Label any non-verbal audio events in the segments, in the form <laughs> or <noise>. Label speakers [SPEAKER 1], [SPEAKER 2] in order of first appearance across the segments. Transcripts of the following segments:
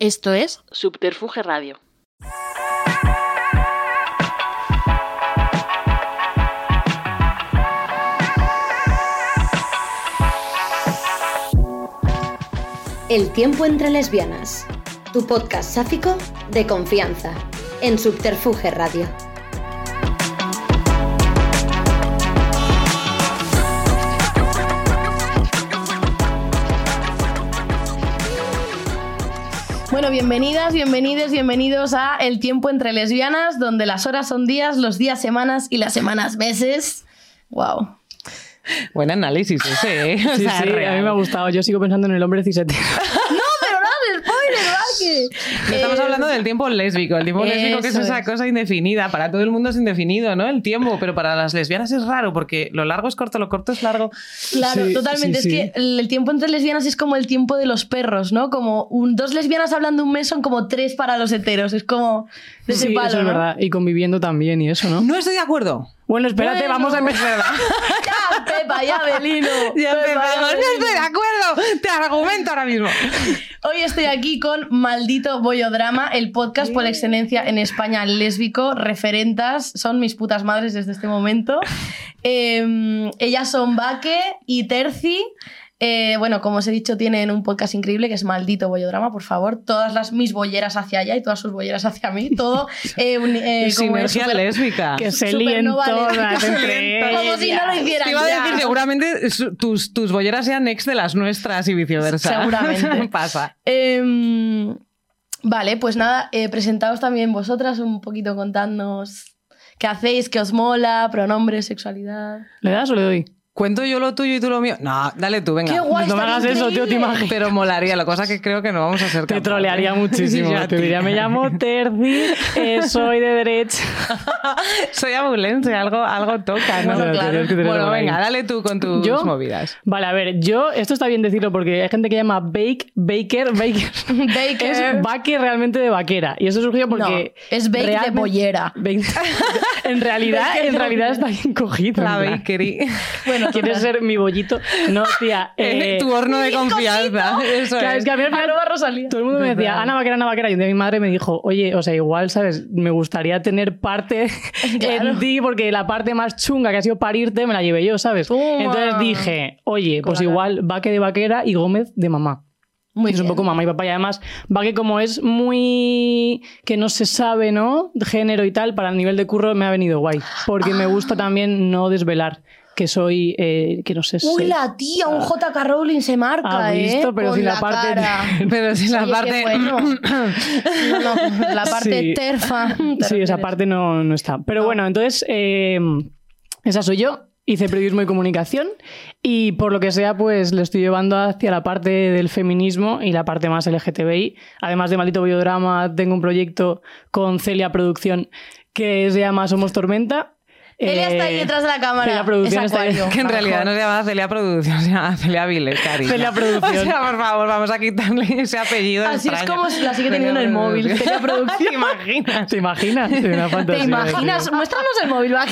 [SPEAKER 1] Esto es
[SPEAKER 2] Subterfuge Radio.
[SPEAKER 3] El tiempo entre lesbianas, tu podcast sáfico de confianza, en Subterfuge Radio.
[SPEAKER 1] Bueno, bienvenidas, bienvenidos, bienvenidos a El tiempo entre lesbianas, donde las horas son días, los días semanas y las semanas meses. Wow.
[SPEAKER 4] Buen análisis ese, ¿eh? <laughs> O
[SPEAKER 5] Sí,
[SPEAKER 4] sea,
[SPEAKER 5] sí,
[SPEAKER 4] real.
[SPEAKER 5] a mí me ha gustado. Yo sigo pensando en el hombre cisetero.
[SPEAKER 1] No, pero no, spoiler, <laughs>
[SPEAKER 4] No Estamos hablando del tiempo lésbico. El tiempo lésbico que Eh, es
[SPEAKER 1] Eso
[SPEAKER 4] esa
[SPEAKER 1] es.
[SPEAKER 4] cosa indefinida. Para todo el mundo es indefinido, ¿no? El tiempo, pero para las lesbianas es raro porque lo largo es corto, lo corto es largo.
[SPEAKER 1] Claro,
[SPEAKER 5] Sí,
[SPEAKER 1] totalmente.
[SPEAKER 5] sí,
[SPEAKER 1] Es
[SPEAKER 5] sí.
[SPEAKER 1] que el el tiempo entre lesbianas es como el tiempo de los perros, ¿no? Como un- dos lesbianas hablando un mes son como tres para los heteros. Es como de ese
[SPEAKER 5] Sí,
[SPEAKER 1] palo,
[SPEAKER 5] eso es
[SPEAKER 1] ¿no?
[SPEAKER 5] verdad. Y conviviendo también y eso, ¿no?
[SPEAKER 4] No estoy de acuerdo.
[SPEAKER 5] Bueno, espérate,
[SPEAKER 1] Bueno.
[SPEAKER 5] vamos a empezar.
[SPEAKER 1] <laughs> Ya, Pepa, ya,
[SPEAKER 5] <laughs>
[SPEAKER 1] Belino.
[SPEAKER 4] <laughs> Ya
[SPEAKER 1] Pepa,
[SPEAKER 4] empezamos. No
[SPEAKER 1] Belino.
[SPEAKER 4] estoy de acuerdo. Te argumento ahora mismo.
[SPEAKER 1] Hoy estoy aquí con Maldito Bollodrama, el podcast por excelencia en España lésbico. Referentas son mis putas madres desde este momento. Eh, ellas son Baque y Terci. Eh, bueno, como os he dicho, tienen un podcast increíble que es Maldito Bollodrama, por favor. Todas las mis bolleras hacia allá y todas sus bolleras hacia mí. Todo eh, un-
[SPEAKER 4] <laughs>
[SPEAKER 1] eh, como es
[SPEAKER 4] Sinergia
[SPEAKER 1] súper-
[SPEAKER 4] lésbica.
[SPEAKER 5] Que se
[SPEAKER 1] Súper
[SPEAKER 5] líen
[SPEAKER 1] no vale. <laughs>
[SPEAKER 5] todas
[SPEAKER 4] Que se líen
[SPEAKER 5] entre
[SPEAKER 4] todas.
[SPEAKER 1] Como si no lo hicieran.
[SPEAKER 4] Te iba a
[SPEAKER 1] ya.
[SPEAKER 4] decir, seguramente su- tus, tus bolleras sean ex de las nuestras y viceversa. <laughs>
[SPEAKER 1] Seguramente.
[SPEAKER 4] Pasa.
[SPEAKER 1] Em, vale, pues nada, eh, presentaos también vosotras un poquito contadnos qué hacéis, qué os mola, pronombres, sexualidad.
[SPEAKER 5] ¿Le das o le doy?
[SPEAKER 4] Cuento yo lo tuyo y tú lo mío. No, dale tú, venga.
[SPEAKER 1] ¡Qué guay!
[SPEAKER 5] no me
[SPEAKER 1] estaría
[SPEAKER 5] hagas eso, tío, te
[SPEAKER 1] increíble!
[SPEAKER 5] imaginas.
[SPEAKER 4] Pero molaría, la cosa que creo que no vamos a hacer.
[SPEAKER 5] Te
[SPEAKER 4] capaces. <laughs>
[SPEAKER 5] trolearía muchísimo.
[SPEAKER 4] Sí, yo a
[SPEAKER 5] te
[SPEAKER 4] ti.
[SPEAKER 5] diría,
[SPEAKER 4] <laughs>
[SPEAKER 5] me llamo Terzi,
[SPEAKER 1] <laughs>
[SPEAKER 5] eh, soy de derecha.
[SPEAKER 4] Soy abulense, algo, algo toca, ¿no?
[SPEAKER 1] Bueno,
[SPEAKER 5] No,
[SPEAKER 1] claro.
[SPEAKER 5] tenías que tener
[SPEAKER 4] Bueno,
[SPEAKER 5] por ahí.
[SPEAKER 4] venga, dale tú con tus
[SPEAKER 5] ¿Yo?
[SPEAKER 4] movidas.
[SPEAKER 5] Vale, a ver, yo, esto está bien decirlo porque hay gente que llama Bake, Baker, Baker.
[SPEAKER 1] Baker.
[SPEAKER 5] Es Baker realmente de vaquera. Y eso surgió porque.
[SPEAKER 1] No, es bake de
[SPEAKER 5] realmente-
[SPEAKER 1] bollera.
[SPEAKER 5] Bake-
[SPEAKER 1] <laughs>
[SPEAKER 5] en realidad,
[SPEAKER 1] Baker
[SPEAKER 5] en
[SPEAKER 1] de
[SPEAKER 5] realidad
[SPEAKER 1] bollera.
[SPEAKER 5] está bien cogido.
[SPEAKER 4] La
[SPEAKER 5] en plan.
[SPEAKER 4] bakery.
[SPEAKER 1] Bueno,
[SPEAKER 5] ¿Quieres ser mi bollito? No,
[SPEAKER 1] <laughs>
[SPEAKER 5] tía. eh,
[SPEAKER 4] <laughs> tu horno de confianza. Eso
[SPEAKER 5] claro,
[SPEAKER 4] es.
[SPEAKER 5] es que a mí al final-
[SPEAKER 1] Arroba Rosalía.
[SPEAKER 5] todo el mundo me decía,
[SPEAKER 4] Total.
[SPEAKER 5] Ana Vaquera, Ana Vaquera. Y un día mi madre me dijo, oye, o sea, igual, ¿sabes? Me gustaría tener
[SPEAKER 1] <laughs>
[SPEAKER 5] parte
[SPEAKER 1] Claro.
[SPEAKER 5] en ti, porque la parte más chunga que ha sido parirte me la llevé yo, ¿sabes?
[SPEAKER 1] Toma.
[SPEAKER 5] Entonces dije, oye, pues
[SPEAKER 1] Colacao.
[SPEAKER 5] igual Vaque de Vaquera y Gómez de mamá.
[SPEAKER 1] Muy
[SPEAKER 5] es un
[SPEAKER 1] bien.
[SPEAKER 5] poco mamá y papá. Y además, va que como es muy. que no se sabe, ¿no? Género y tal, para el nivel de curro me ha venido guay. Porque me gusta también no desvelar que soy. eh, que no sé.
[SPEAKER 1] Uy,
[SPEAKER 5] sé-
[SPEAKER 1] la tía, un JK Rowling se marca,
[SPEAKER 5] Ah, visto,
[SPEAKER 1] ¿eh?
[SPEAKER 5] pero
[SPEAKER 1] Con
[SPEAKER 5] si la parte-
[SPEAKER 1] cara.
[SPEAKER 4] Pero si la
[SPEAKER 1] Oye, qué
[SPEAKER 4] parte.
[SPEAKER 5] <coughs>
[SPEAKER 1] bueno. No, no, la parte
[SPEAKER 5] Sí. <laughs>
[SPEAKER 1] terfa. ¿Te
[SPEAKER 5] Sí,
[SPEAKER 1] refieres?
[SPEAKER 5] esa parte no, no está. Pero
[SPEAKER 1] No.
[SPEAKER 5] bueno, entonces, eh, esa soy yo. Hice periodismo y comunicación y por lo que sea, pues le estoy llevando hacia la parte del feminismo y la parte más LGTBI. Además de Maldito Biodrama, tengo un proyecto con Celia Producción que se llama Somos Tormenta.
[SPEAKER 1] Celia está ahí
[SPEAKER 5] Eh, <laughs>
[SPEAKER 1] detrás de la cámara.
[SPEAKER 5] Celia Producción
[SPEAKER 1] Es
[SPEAKER 5] está ahí.
[SPEAKER 1] acuario.
[SPEAKER 4] <laughs> Que en
[SPEAKER 1] A lo
[SPEAKER 4] realidad
[SPEAKER 1] mejor.
[SPEAKER 4] no se llama Celia Producción, se llama Celia Viles, cariño.
[SPEAKER 5] Celia Producción.
[SPEAKER 4] <laughs> O sea, por favor, vamos a quitarle ese apellido.
[SPEAKER 1] Así es
[SPEAKER 4] extraño.
[SPEAKER 1] como si la sigue teniendo en el móvil, Celia Producción.
[SPEAKER 4] ¿Te imaginas?
[SPEAKER 5] ¿Te imaginas? Una fantasía,
[SPEAKER 1] ¿Te
[SPEAKER 5] tío.
[SPEAKER 1] imaginas? Muéstranos el móvil, ¿va?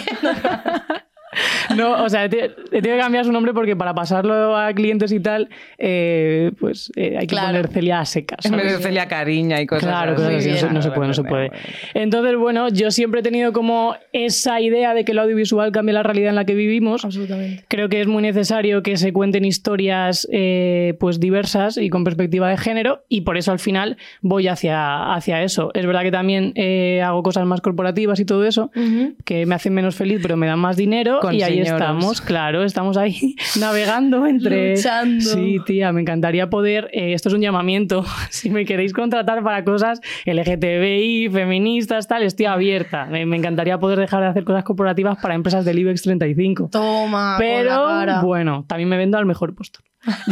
[SPEAKER 5] No, o sea, he te- he tenido que cambiar su nombre porque para pasarlo a clientes y tal, eh, pues eh, hay que
[SPEAKER 1] Claro.
[SPEAKER 5] poner Celia a secas.
[SPEAKER 4] <laughs> En
[SPEAKER 5] ¿sabes?
[SPEAKER 4] vez de Celia Cariña y cosas
[SPEAKER 5] Claro,
[SPEAKER 4] así.
[SPEAKER 5] cosas así, no, se, no se puede, no se puede. Entonces, bueno, yo siempre he tenido como esa idea de que el audiovisual cambia la realidad en la que vivimos.
[SPEAKER 1] Absolutamente.
[SPEAKER 5] Creo que es muy necesario que se cuenten historias eh, pues diversas y con perspectiva de género y por eso al final voy hacia, hacia eso. Es verdad que también eh, hago cosas más corporativas y todo eso que me hacen menos feliz pero me dan más dinero
[SPEAKER 4] Con
[SPEAKER 5] y ahí
[SPEAKER 4] señoros.
[SPEAKER 5] estamos, claro, estamos ahí <laughs> navegando entre...
[SPEAKER 1] Luchando.
[SPEAKER 5] Sí, tía, me encantaría poder, eh, esto es un llamamiento, <laughs> si me queréis contratar para cosas LGTBI, feministas, tal, estoy abierta, me, me encantaría poder dejar de hacer cosas corporativas para empresas del E IBEX 35.
[SPEAKER 1] Toma. con la cara.
[SPEAKER 5] Pero bueno, también me vendo al mejor puesto.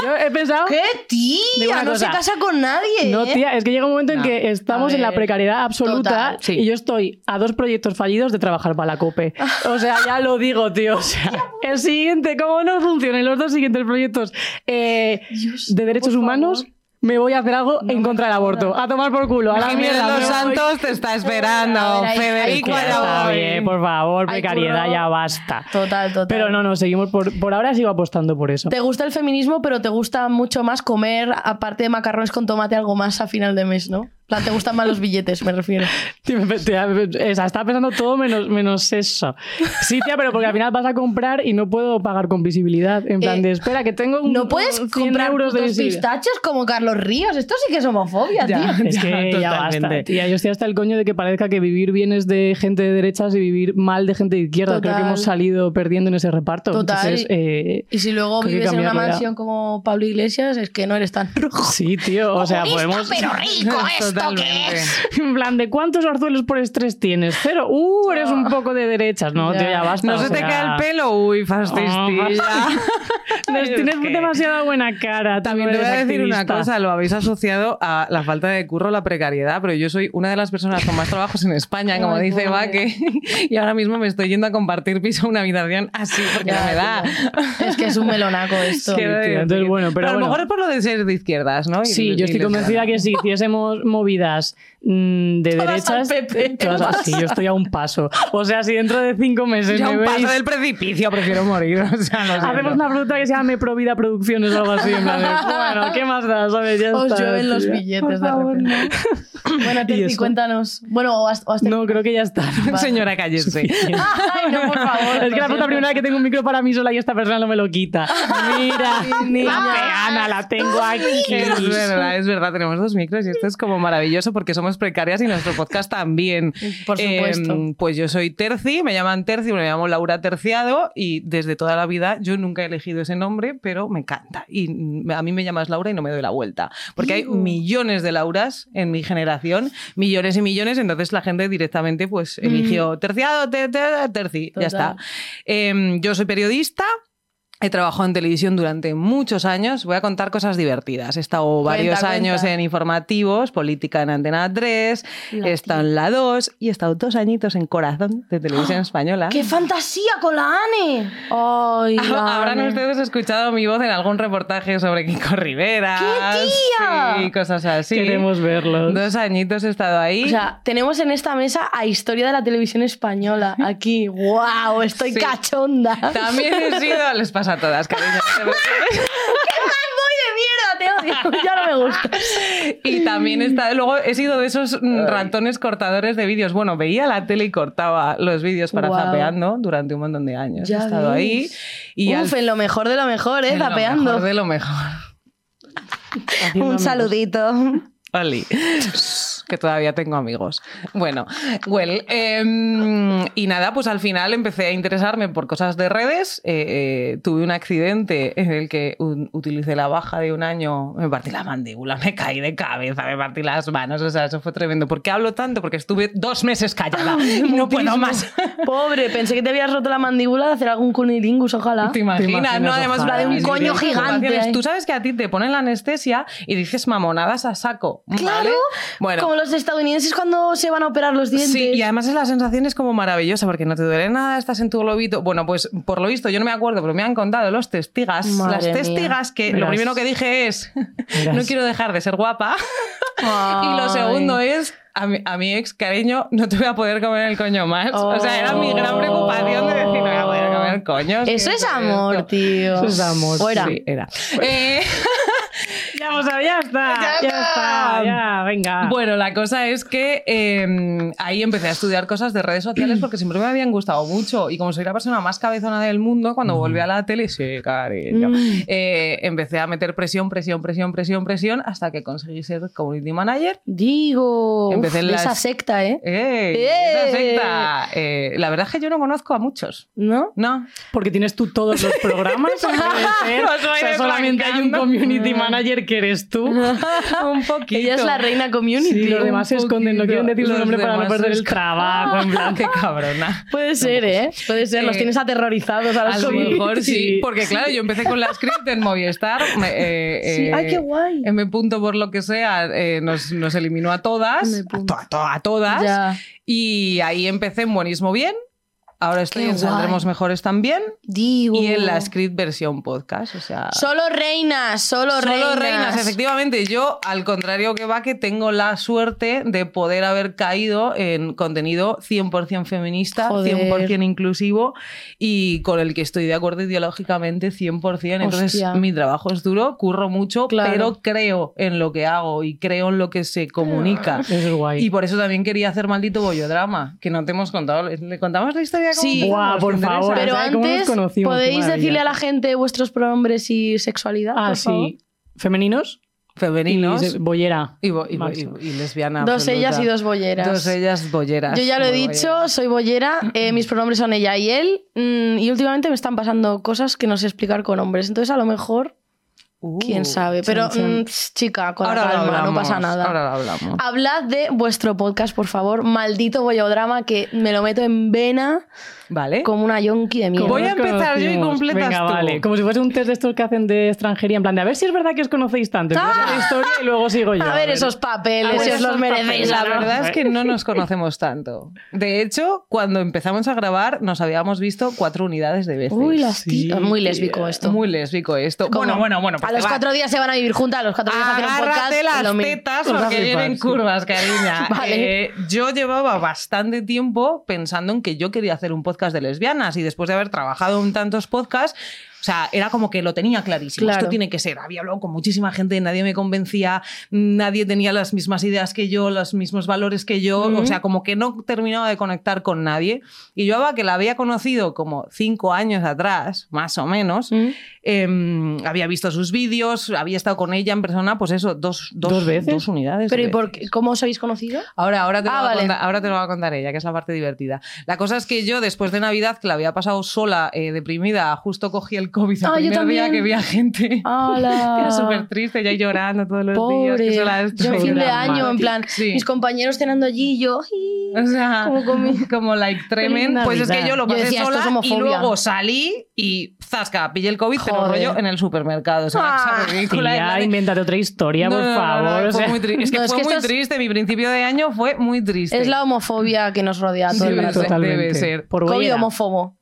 [SPEAKER 5] Yo he pensado...
[SPEAKER 1] <laughs> ¿Qué
[SPEAKER 5] Digo
[SPEAKER 1] tía?
[SPEAKER 5] una
[SPEAKER 1] No se
[SPEAKER 5] cosa.
[SPEAKER 1] casa con nadie.
[SPEAKER 5] No,
[SPEAKER 1] ¿eh?
[SPEAKER 5] tía, es que llega un momento en
[SPEAKER 4] No.
[SPEAKER 5] que estamos
[SPEAKER 1] A
[SPEAKER 5] en la
[SPEAKER 1] ver,
[SPEAKER 5] precariedad absoluta
[SPEAKER 1] total,
[SPEAKER 4] sí.
[SPEAKER 5] y yo estoy a dos proyectos fallidos de trabajar para
[SPEAKER 1] <laughs>
[SPEAKER 5] la COPE. O sea, ya lo digo, tío. O sea, el siguiente, ¿cómo no funcionan los dos siguientes proyectos eh,
[SPEAKER 1] Dios,
[SPEAKER 5] de derechos
[SPEAKER 1] por
[SPEAKER 5] humanos?
[SPEAKER 1] favor.
[SPEAKER 5] me voy a hacer algo en contra del aborto. A tomar por culo, a la
[SPEAKER 4] Jiménez
[SPEAKER 5] mierda. me
[SPEAKER 4] Ah, Los
[SPEAKER 5] voy.
[SPEAKER 4] Santos te está
[SPEAKER 1] A
[SPEAKER 4] esperando.
[SPEAKER 1] ver, ahí-
[SPEAKER 4] Federico
[SPEAKER 1] ahí
[SPEAKER 5] Ya está
[SPEAKER 1] voy.
[SPEAKER 5] bien, por favor,
[SPEAKER 1] Ay,
[SPEAKER 5] precariedad,
[SPEAKER 1] curro.
[SPEAKER 5] ya basta.
[SPEAKER 1] Total, total.
[SPEAKER 5] Pero no, no, seguimos por, por ahora sigo apostando por eso. <laughs>
[SPEAKER 1] Te gusta el feminismo, pero te gusta mucho más comer, aparte de macarrones con tomate, algo más a final de mes, ¿no? En plan, te gustan más los billetes, me refiero.
[SPEAKER 5] Te- te- te- esa, estaba pensando todo menos, menos eso. Sí, tía, pero porque al final vas a comprar y no puedo pagar con visibilidad. En plan
[SPEAKER 1] Eh,
[SPEAKER 5] de, espera, que tengo <laughs> un,
[SPEAKER 1] No puedes
[SPEAKER 5] 100
[SPEAKER 1] comprar
[SPEAKER 5] euros de
[SPEAKER 1] putos
[SPEAKER 5] visibilidad.
[SPEAKER 1] pistachos como Carlos Ríos. Esto sí que es homofobia,
[SPEAKER 4] Ya.
[SPEAKER 5] <laughs>
[SPEAKER 1] tío.
[SPEAKER 5] Es que ya
[SPEAKER 4] totalmente.
[SPEAKER 5] basta, tía. Yo estoy hasta el coño de que parezca que vivir bien es de gente de derechas y vivir mal de gente de izquierda. Creo
[SPEAKER 1] Total.
[SPEAKER 5] que hemos salido perdiendo en ese reparto.
[SPEAKER 1] Total.
[SPEAKER 5] Entonces,
[SPEAKER 1] <laughs>
[SPEAKER 5] eh,
[SPEAKER 1] Y si luego
[SPEAKER 5] Creo que
[SPEAKER 1] vives en una
[SPEAKER 5] cambiarlo ya.
[SPEAKER 1] mansión como Pablo Iglesias, es que no eres
[SPEAKER 5] <laughs>
[SPEAKER 1] tan rojo.
[SPEAKER 5] sí, tío. O sea,
[SPEAKER 4] <laughs>
[SPEAKER 5] podemos...
[SPEAKER 4] rico esto que es.
[SPEAKER 5] <laughs> En plan, ¿de cuántos arzuelos por estrés tienes? Cero. Uh, eres un poco de derechas. No,
[SPEAKER 1] Ya.
[SPEAKER 5] tío, ya basta.
[SPEAKER 4] ¿No
[SPEAKER 5] o
[SPEAKER 4] se te
[SPEAKER 5] sea,
[SPEAKER 4] cae el pelo? Uy, fascistilla.
[SPEAKER 5] <laughs> Nos
[SPEAKER 4] Es
[SPEAKER 5] tienes
[SPEAKER 4] que-
[SPEAKER 5] demasiada buena cara. tú
[SPEAKER 4] También te voy
[SPEAKER 5] eres
[SPEAKER 4] a decir una
[SPEAKER 5] activista.
[SPEAKER 4] cosa, lo habéis asociado a la falta de curro, la precariedad, pero yo soy una de las personas con más trabajos en España, como
[SPEAKER 1] Ay,
[SPEAKER 4] dice
[SPEAKER 1] pobre.
[SPEAKER 4] Vaque, <laughs> y ahora mismo me estoy yendo a compartir piso en una habitación así, porque
[SPEAKER 1] Ya,
[SPEAKER 4] no me da.
[SPEAKER 1] tío. Es que es un melonaco esto.
[SPEAKER 4] Quiero
[SPEAKER 5] tío,
[SPEAKER 4] decir.
[SPEAKER 5] entonces, bueno, pero
[SPEAKER 4] a lo
[SPEAKER 5] bueno.
[SPEAKER 4] mejor es por lo de ser de izquierdas, ¿no? Y-
[SPEAKER 5] Sí, yo
[SPEAKER 4] y
[SPEAKER 5] estoy
[SPEAKER 4] les-
[SPEAKER 5] convencida que si hiciésemos movidas mm, de
[SPEAKER 1] Todas al
[SPEAKER 5] derechas.
[SPEAKER 1] PP.
[SPEAKER 5] todas así, yo estoy a un paso. O sea, si dentro de cinco meses
[SPEAKER 4] Yo a
[SPEAKER 5] me
[SPEAKER 4] un paso
[SPEAKER 5] veis.
[SPEAKER 4] del precipicio prefiero morir. <laughs> O sea, lo
[SPEAKER 5] Hacemos
[SPEAKER 4] siento.
[SPEAKER 5] una productora que se llame Provida Producciones o algo así. en plan <laughs> de, bueno, ¿qué más da? ¿Sabes? Ya
[SPEAKER 1] Os
[SPEAKER 5] está,
[SPEAKER 1] llueven los
[SPEAKER 5] tía.
[SPEAKER 1] billetes
[SPEAKER 5] Por
[SPEAKER 1] de
[SPEAKER 5] favor,
[SPEAKER 1] repente. <laughs> Bueno, Terzi,
[SPEAKER 5] eso?
[SPEAKER 1] cuéntanos. Bueno, o has, o has
[SPEAKER 5] No, creo que ya está. <laughs>
[SPEAKER 4] Señora, cállese.
[SPEAKER 1] <laughs> Ay, no, por favor. <laughs>
[SPEAKER 5] Es
[SPEAKER 1] lo
[SPEAKER 5] que la puta
[SPEAKER 1] siento.
[SPEAKER 5] primera vez que tengo un micro para mí sola y esta persona no me lo quita. <laughs> Mira,
[SPEAKER 1] niña.
[SPEAKER 5] la peana la tengo aquí.
[SPEAKER 4] Es verdad, es verdad, tenemos dos micros y esto es como maravilloso porque somos precarias y nuestro podcast también.
[SPEAKER 1] Por supuesto.
[SPEAKER 4] Eh, pues yo soy Terci, me llaman Terci, me llamo Laura Terciado y desde toda la vida yo nunca he elegido ese nombre, pero me encanta. Y mm, a mí me llamas Laura y no me doy la vuelta. Porque hay millones de Lauras en mi generación, millones y millones, entonces la gente directamente pues eligió Terciado, te- te- Terci,
[SPEAKER 1] Mm. Total.
[SPEAKER 4] ya está. Eh, yo soy periodista. He trabajado en televisión durante muchos años. Voy a contar cosas divertidas. He estado
[SPEAKER 1] Cuenta,
[SPEAKER 4] varios
[SPEAKER 1] cuenta.
[SPEAKER 4] años en informativos, política en Antena 3, he estado en la 2 y he estado dos añitos en Corazón
[SPEAKER 1] <gasps>
[SPEAKER 4] de Televisión Española.
[SPEAKER 1] ¡Ah! ¡Qué fantasía con la Ane! <laughs> ¡Ay,
[SPEAKER 4] Ah, Habrán
[SPEAKER 1] Ane.
[SPEAKER 4] ustedes escuchado mi voz en algún reportaje sobre Kiko Rivera.
[SPEAKER 1] ¡Qué tía!
[SPEAKER 4] Sí, cosas así.
[SPEAKER 5] Queremos verlos.
[SPEAKER 4] Dos añitos he estado ahí.
[SPEAKER 1] O sea, <laughs> tenemos en esta mesa a Historia de la Televisión <laughs> Española. Aquí, wow, estoy
[SPEAKER 4] Sí.
[SPEAKER 1] cachonda.
[SPEAKER 4] También he sido... Les pasa a todas, cariño.
[SPEAKER 1] ¡Qué mal <laughs> voy de mierda, te odio! <laughs> Ya no me gusta.
[SPEAKER 4] Y también está, luego he sido de esos mm, ratones cortadores de vídeos. Bueno, veía la tele y cortaba los vídeos para
[SPEAKER 1] Guau.
[SPEAKER 4] zapeando durante un montón de años.
[SPEAKER 1] Ya
[SPEAKER 4] he estado
[SPEAKER 1] ves.
[SPEAKER 4] ahí. Y al-
[SPEAKER 1] Uf, en lo mejor de lo mejor, ¿eh?
[SPEAKER 4] en lo
[SPEAKER 1] Zapeando.
[SPEAKER 4] mejor de lo mejor.
[SPEAKER 5] Un saludito.
[SPEAKER 1] <laughs>
[SPEAKER 4] Oli. <laughs> que todavía tengo amigos. Bueno, well, em, y nada, pues al final empecé a interesarme por cosas de redes. Eh, eh, tuve un accidente en el que un- utilicé la baja de un año, me partí la mandíbula, me caí de cabeza, me partí las manos, o sea, eso fue tremendo. ¿Por qué hablo tanto? Porque estuve dos meses callada y no puedo más.
[SPEAKER 1] Pobre, pensé que te habías roto la mandíbula de hacer algún cunilingus, ojalá.
[SPEAKER 4] ¿Te imaginas?
[SPEAKER 5] imaginas,
[SPEAKER 4] no, además
[SPEAKER 5] ojalá.
[SPEAKER 4] una
[SPEAKER 1] La de un
[SPEAKER 4] mis
[SPEAKER 1] coño
[SPEAKER 4] preocupaciones.
[SPEAKER 1] gigante ahí.
[SPEAKER 4] Tú sabes que a ti te ponen la anestesia y dices mamonadas a saco. ¿vale?
[SPEAKER 1] Claro,
[SPEAKER 4] Bueno,
[SPEAKER 1] como los estadounidenses cuando se van a operar los dientes.
[SPEAKER 4] Sí, y además es la sensación es como maravillosa porque no te duele nada, estás en tu globito. Bueno, pues por lo visto, yo no me acuerdo, pero me han contado los testigas,
[SPEAKER 1] Madre mía.
[SPEAKER 4] las testigas que lo
[SPEAKER 5] Verás.
[SPEAKER 4] primero que dije es, <laughs> no
[SPEAKER 5] Verás.
[SPEAKER 4] quiero dejar de ser guapa. <laughs> Y
[SPEAKER 1] Ay.
[SPEAKER 4] lo segundo es, a mi, a mi ex cariño, no te voy a poder comer el coño más. O sea, era mi gran preocupación de decir, no voy a poder comer el coño.
[SPEAKER 1] Oh. Eso
[SPEAKER 4] siento
[SPEAKER 1] es amor,
[SPEAKER 4] esto".
[SPEAKER 1] tío.
[SPEAKER 5] Eso es amor.
[SPEAKER 1] Fuera.
[SPEAKER 4] Sí, era. Eh,
[SPEAKER 5] Ya, o sea, ya está.
[SPEAKER 4] Ya
[SPEAKER 5] Ya,
[SPEAKER 4] está.
[SPEAKER 5] está. Ya,
[SPEAKER 1] Ah.
[SPEAKER 5] venga.
[SPEAKER 4] Bueno, la cosa es que eh, ahí empecé a estudiar cosas de redes sociales porque siempre me habían gustado mucho. Y como soy la persona más cabezona del mundo, cuando volví a la tele, sí, cariño,
[SPEAKER 1] Mm.
[SPEAKER 4] eh, empecé a meter presión, presión, presión, presión, presión, hasta que conseguí ser community manager.
[SPEAKER 1] Digo, uf,
[SPEAKER 4] Empecé en
[SPEAKER 1] de
[SPEAKER 4] las-
[SPEAKER 1] esa secta, ¿eh?
[SPEAKER 4] ¡Eh!
[SPEAKER 1] ¡Eh!
[SPEAKER 4] esa secta. Eh, la verdad es que yo no conozco a muchos.
[SPEAKER 1] ¿No? <laughs>
[SPEAKER 4] No.
[SPEAKER 5] Porque tienes tú todos los programas. puede <laughs> ser.
[SPEAKER 4] Los voy
[SPEAKER 5] O sea, solamente hay un
[SPEAKER 4] desbancando.
[SPEAKER 5] community manager que eres tú.
[SPEAKER 4] Un poquito.
[SPEAKER 1] Ella es la reina community.
[SPEAKER 5] Sí, los demás se esconden, no quieren decir su
[SPEAKER 4] Los
[SPEAKER 5] nombre para no
[SPEAKER 4] demás
[SPEAKER 5] perder
[SPEAKER 4] se
[SPEAKER 5] el
[SPEAKER 4] esconden.
[SPEAKER 5] trabajo. En plan,
[SPEAKER 4] ¡Qué
[SPEAKER 1] <laughs>
[SPEAKER 4] cabrona!
[SPEAKER 1] Puede ser, ¿eh? Puede ser, los
[SPEAKER 4] Eh,
[SPEAKER 1] tienes aterrorizados a
[SPEAKER 4] A
[SPEAKER 1] los
[SPEAKER 4] lo
[SPEAKER 1] community.
[SPEAKER 4] mejor sí.
[SPEAKER 5] Sí.
[SPEAKER 4] Porque claro, yo empecé con la script en Movistar. me- eh,
[SPEAKER 1] Sí,
[SPEAKER 4] eh,
[SPEAKER 1] ay, qué guay.
[SPEAKER 4] M. punto por lo que sea eh, nos, nos eliminó a todas.
[SPEAKER 1] M. punto.
[SPEAKER 4] A, to- a to- a todas.
[SPEAKER 1] Ya.
[SPEAKER 4] Y ahí empecé en Buenismo Bien. Ahora estoy
[SPEAKER 1] Qué
[SPEAKER 4] en Saldremos
[SPEAKER 1] guay.
[SPEAKER 4] Mejores también.
[SPEAKER 1] Digo.
[SPEAKER 4] Y en la script versión podcast. O sea,
[SPEAKER 1] Solo reinas, solo,
[SPEAKER 4] Solo
[SPEAKER 1] reinas.
[SPEAKER 4] reinas, efectivamente. Yo, al contrario que va, que tengo la suerte de poder haber caído en contenido 100% feminista,
[SPEAKER 1] Joder.
[SPEAKER 4] 100% inclusivo y con el que estoy de acuerdo ideológicamente 100%. Entonces,
[SPEAKER 1] Hostia.
[SPEAKER 4] mi trabajo es duro, curro mucho,
[SPEAKER 1] Claro.
[SPEAKER 4] pero creo en lo que hago y creo en lo que se comunica.
[SPEAKER 5] <laughs> Eso es guay.
[SPEAKER 4] Y por eso también quería hacer maldito bollodrama, que no te hemos contado. ¿Le contamos la historia? de cómo
[SPEAKER 1] Sí.
[SPEAKER 4] empezamos?
[SPEAKER 5] Guau, por
[SPEAKER 4] ¿Te interesa?
[SPEAKER 5] favor.
[SPEAKER 1] Pero
[SPEAKER 5] ¿Sabes cómo nos
[SPEAKER 1] antes,
[SPEAKER 5] conocimos? Qué
[SPEAKER 1] ¿podéis
[SPEAKER 5] maravilla.
[SPEAKER 1] decirle a la gente vuestros pronombres y sexualidad?
[SPEAKER 5] ah,
[SPEAKER 1] por favor?
[SPEAKER 5] sí. Femeninos.
[SPEAKER 4] Femeninos.
[SPEAKER 5] Y se- bollera.
[SPEAKER 4] Y, bo- y bo-
[SPEAKER 5] Máximo.
[SPEAKER 4] y- y lesbiana.
[SPEAKER 1] Dos
[SPEAKER 4] absoluta.
[SPEAKER 1] ellas y dos bolleras.
[SPEAKER 4] Dos ellas bolleras.
[SPEAKER 1] Yo ya lo he
[SPEAKER 4] Muy
[SPEAKER 1] dicho,
[SPEAKER 4] bollera.
[SPEAKER 1] soy bollera, eh, mis pronombres son ella y él, mm, y últimamente me están pasando cosas que no sé explicar con hombres, entonces a lo mejor,
[SPEAKER 4] Uh,
[SPEAKER 1] quién sabe, pero
[SPEAKER 5] chan, chan.
[SPEAKER 1] mm, pss, chica, con
[SPEAKER 4] Ahora
[SPEAKER 1] la
[SPEAKER 4] lo
[SPEAKER 1] calma,
[SPEAKER 4] hablamos,
[SPEAKER 1] no pasa nada. Ah,
[SPEAKER 4] Ahora lo hablamos.
[SPEAKER 1] Hablad de vuestro podcast, por favor, maldito bollodrama, que me lo meto en vena
[SPEAKER 4] Vale.
[SPEAKER 1] como una yonki de mierda.
[SPEAKER 5] ¿Cómo
[SPEAKER 4] Voy a
[SPEAKER 5] nos
[SPEAKER 4] empezar yo y
[SPEAKER 5] conocimos?
[SPEAKER 4] completas
[SPEAKER 5] Venga,
[SPEAKER 4] tú.
[SPEAKER 5] vale. Como si fuese un test de estos que hacen de extranjería, en plan de a ver si es verdad que os conocéis tanto.
[SPEAKER 4] Ah.
[SPEAKER 5] Empieza la historia y luego sigo yo.
[SPEAKER 1] A ver esos
[SPEAKER 5] A
[SPEAKER 1] papeles,
[SPEAKER 5] ver
[SPEAKER 1] si os los
[SPEAKER 5] esos
[SPEAKER 1] merecéis.
[SPEAKER 5] papeles,
[SPEAKER 4] pues La
[SPEAKER 5] Claro.
[SPEAKER 4] verdad es que no nos conocemos tanto. De hecho, cuando empezamos a grabar, nos habíamos visto cuatro unidades de veces. Eh,
[SPEAKER 1] Uy, las
[SPEAKER 5] Sí.
[SPEAKER 1] tías. Muy lésbico esto.
[SPEAKER 4] Muy lésbico esto.
[SPEAKER 1] Como-
[SPEAKER 4] Bueno, bueno, bueno. pues
[SPEAKER 1] a los
[SPEAKER 4] te va.
[SPEAKER 1] cuatro días se van a vivir juntas, a los cuatro días hacen un podcast.
[SPEAKER 4] Agárrate las
[SPEAKER 1] lo mismo.
[SPEAKER 4] tetas
[SPEAKER 5] Los
[SPEAKER 4] porque
[SPEAKER 5] hace
[SPEAKER 4] vienen
[SPEAKER 5] par, sí.
[SPEAKER 4] curvas, cariña.
[SPEAKER 1] <laughs> Vale.
[SPEAKER 4] Eh, yo llevaba bastante tiempo pensando en que yo quería hacer un podcast de lesbianas y después de haber trabajado en tantos podcasts, o sea, era como que lo tenía clarísimo.
[SPEAKER 1] Claro.
[SPEAKER 4] Esto tiene que ser. Había hablado con muchísima gente, nadie me convencía, nadie tenía las mismas ideas que yo, los mismos valores que yo. O sea, como que no terminaba de conectar con nadie. Y yo, Ava, que la había conocido como cinco años atrás, más o menos,
[SPEAKER 1] Mm.
[SPEAKER 4] eh, había visto sus vídeos, había estado con ella en persona, pues eso, dos, dos,
[SPEAKER 5] ¿Dos veces?
[SPEAKER 4] dos unidades.
[SPEAKER 1] Pero ¿y
[SPEAKER 4] de
[SPEAKER 1] por
[SPEAKER 4] veces.
[SPEAKER 1] qué- cómo os habéis
[SPEAKER 4] <laughs>
[SPEAKER 1] conocido?
[SPEAKER 4] Ahora, ahora, te
[SPEAKER 1] Ah,
[SPEAKER 4] lo va a
[SPEAKER 1] vale.
[SPEAKER 4] contar, ahora te lo va a contar ella, que es la parte divertida. La cosa es que yo, después de Navidad, que la había pasado sola, eh, deprimida, justo cogí el COVID el
[SPEAKER 1] Ah, yo
[SPEAKER 4] primer día
[SPEAKER 1] también.
[SPEAKER 4] que vi a gente.
[SPEAKER 1] ¡Hala!
[SPEAKER 4] <laughs> Era súper triste, ya llorando todos los días.
[SPEAKER 1] Pobre.
[SPEAKER 4] que sola
[SPEAKER 1] Yo
[SPEAKER 4] estoy.
[SPEAKER 1] en fin de
[SPEAKER 5] Dramático.
[SPEAKER 1] año, en plan,
[SPEAKER 4] Sí.
[SPEAKER 1] mis compañeros cenando allí y yo.
[SPEAKER 4] O sea,
[SPEAKER 1] Como comi-
[SPEAKER 4] <laughs> como like tremend.
[SPEAKER 5] Feliz
[SPEAKER 4] Pues es que
[SPEAKER 5] Navidad.
[SPEAKER 4] yo lo
[SPEAKER 1] Yo
[SPEAKER 4] pasé
[SPEAKER 1] decía, esto es
[SPEAKER 4] sola y
[SPEAKER 1] homofobia.
[SPEAKER 4] luego salí y zasca, pillé el COVID, pero
[SPEAKER 1] Joder.
[SPEAKER 4] rollo en el supermercado. O sea, una cosa
[SPEAKER 1] Ah,
[SPEAKER 4] ridícula. En plan
[SPEAKER 5] Tía,
[SPEAKER 4] de-
[SPEAKER 5] invéntate otra historia,
[SPEAKER 4] No,
[SPEAKER 5] por
[SPEAKER 4] no, no, no,
[SPEAKER 5] favor.
[SPEAKER 4] no, fue
[SPEAKER 5] o sea, <laughs>
[SPEAKER 4] muy tri- Es que
[SPEAKER 1] No, es
[SPEAKER 4] fue
[SPEAKER 1] que
[SPEAKER 4] muy
[SPEAKER 1] esto es-
[SPEAKER 4] triste. Mi principio de año fue muy triste.
[SPEAKER 1] Es la homofobia que nos rodea a todo
[SPEAKER 4] Sí,
[SPEAKER 1] el rato.
[SPEAKER 4] total.
[SPEAKER 5] totalmente.
[SPEAKER 4] debe ser.
[SPEAKER 5] Por
[SPEAKER 1] COVID
[SPEAKER 5] bollera.
[SPEAKER 1] homófobo.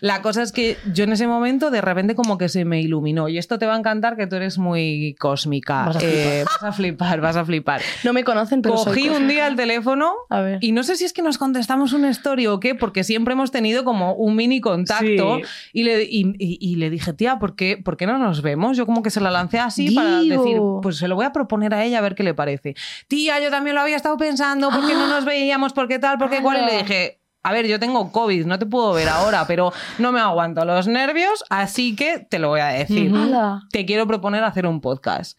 [SPEAKER 4] La cosa es que yo en ese momento de repente como que se me iluminó y esto te va a encantar que tú eres muy cósmica.
[SPEAKER 5] Vas a
[SPEAKER 4] Eh, vas a flipar, vas a flipar.
[SPEAKER 1] No me conocen, pero soy
[SPEAKER 4] Cogí
[SPEAKER 1] cosa.
[SPEAKER 4] un día el teléfono
[SPEAKER 1] A ver.
[SPEAKER 4] y no sé si es que nos contestamos un story o qué, porque siempre hemos tenido como un mini contacto
[SPEAKER 5] Sí.
[SPEAKER 4] y, le, y- y- y le dije, tía, ¿por qué, por qué no nos vemos? Yo como que se la lancé así para
[SPEAKER 1] Digo.
[SPEAKER 4] decir, pues se lo voy a proponer a ella a ver qué le parece. Tía, yo también lo había estado pensando, ¿por qué no nos veíamos? ¿Por qué tal? ¿Por qué cuál? Y le dije... A ver, yo tengo COVID, no te puedo ver ahora, pero no me aguanto los nervios, así que te lo voy a decir
[SPEAKER 1] ¡Hala!
[SPEAKER 4] te quiero proponer hacer un podcast.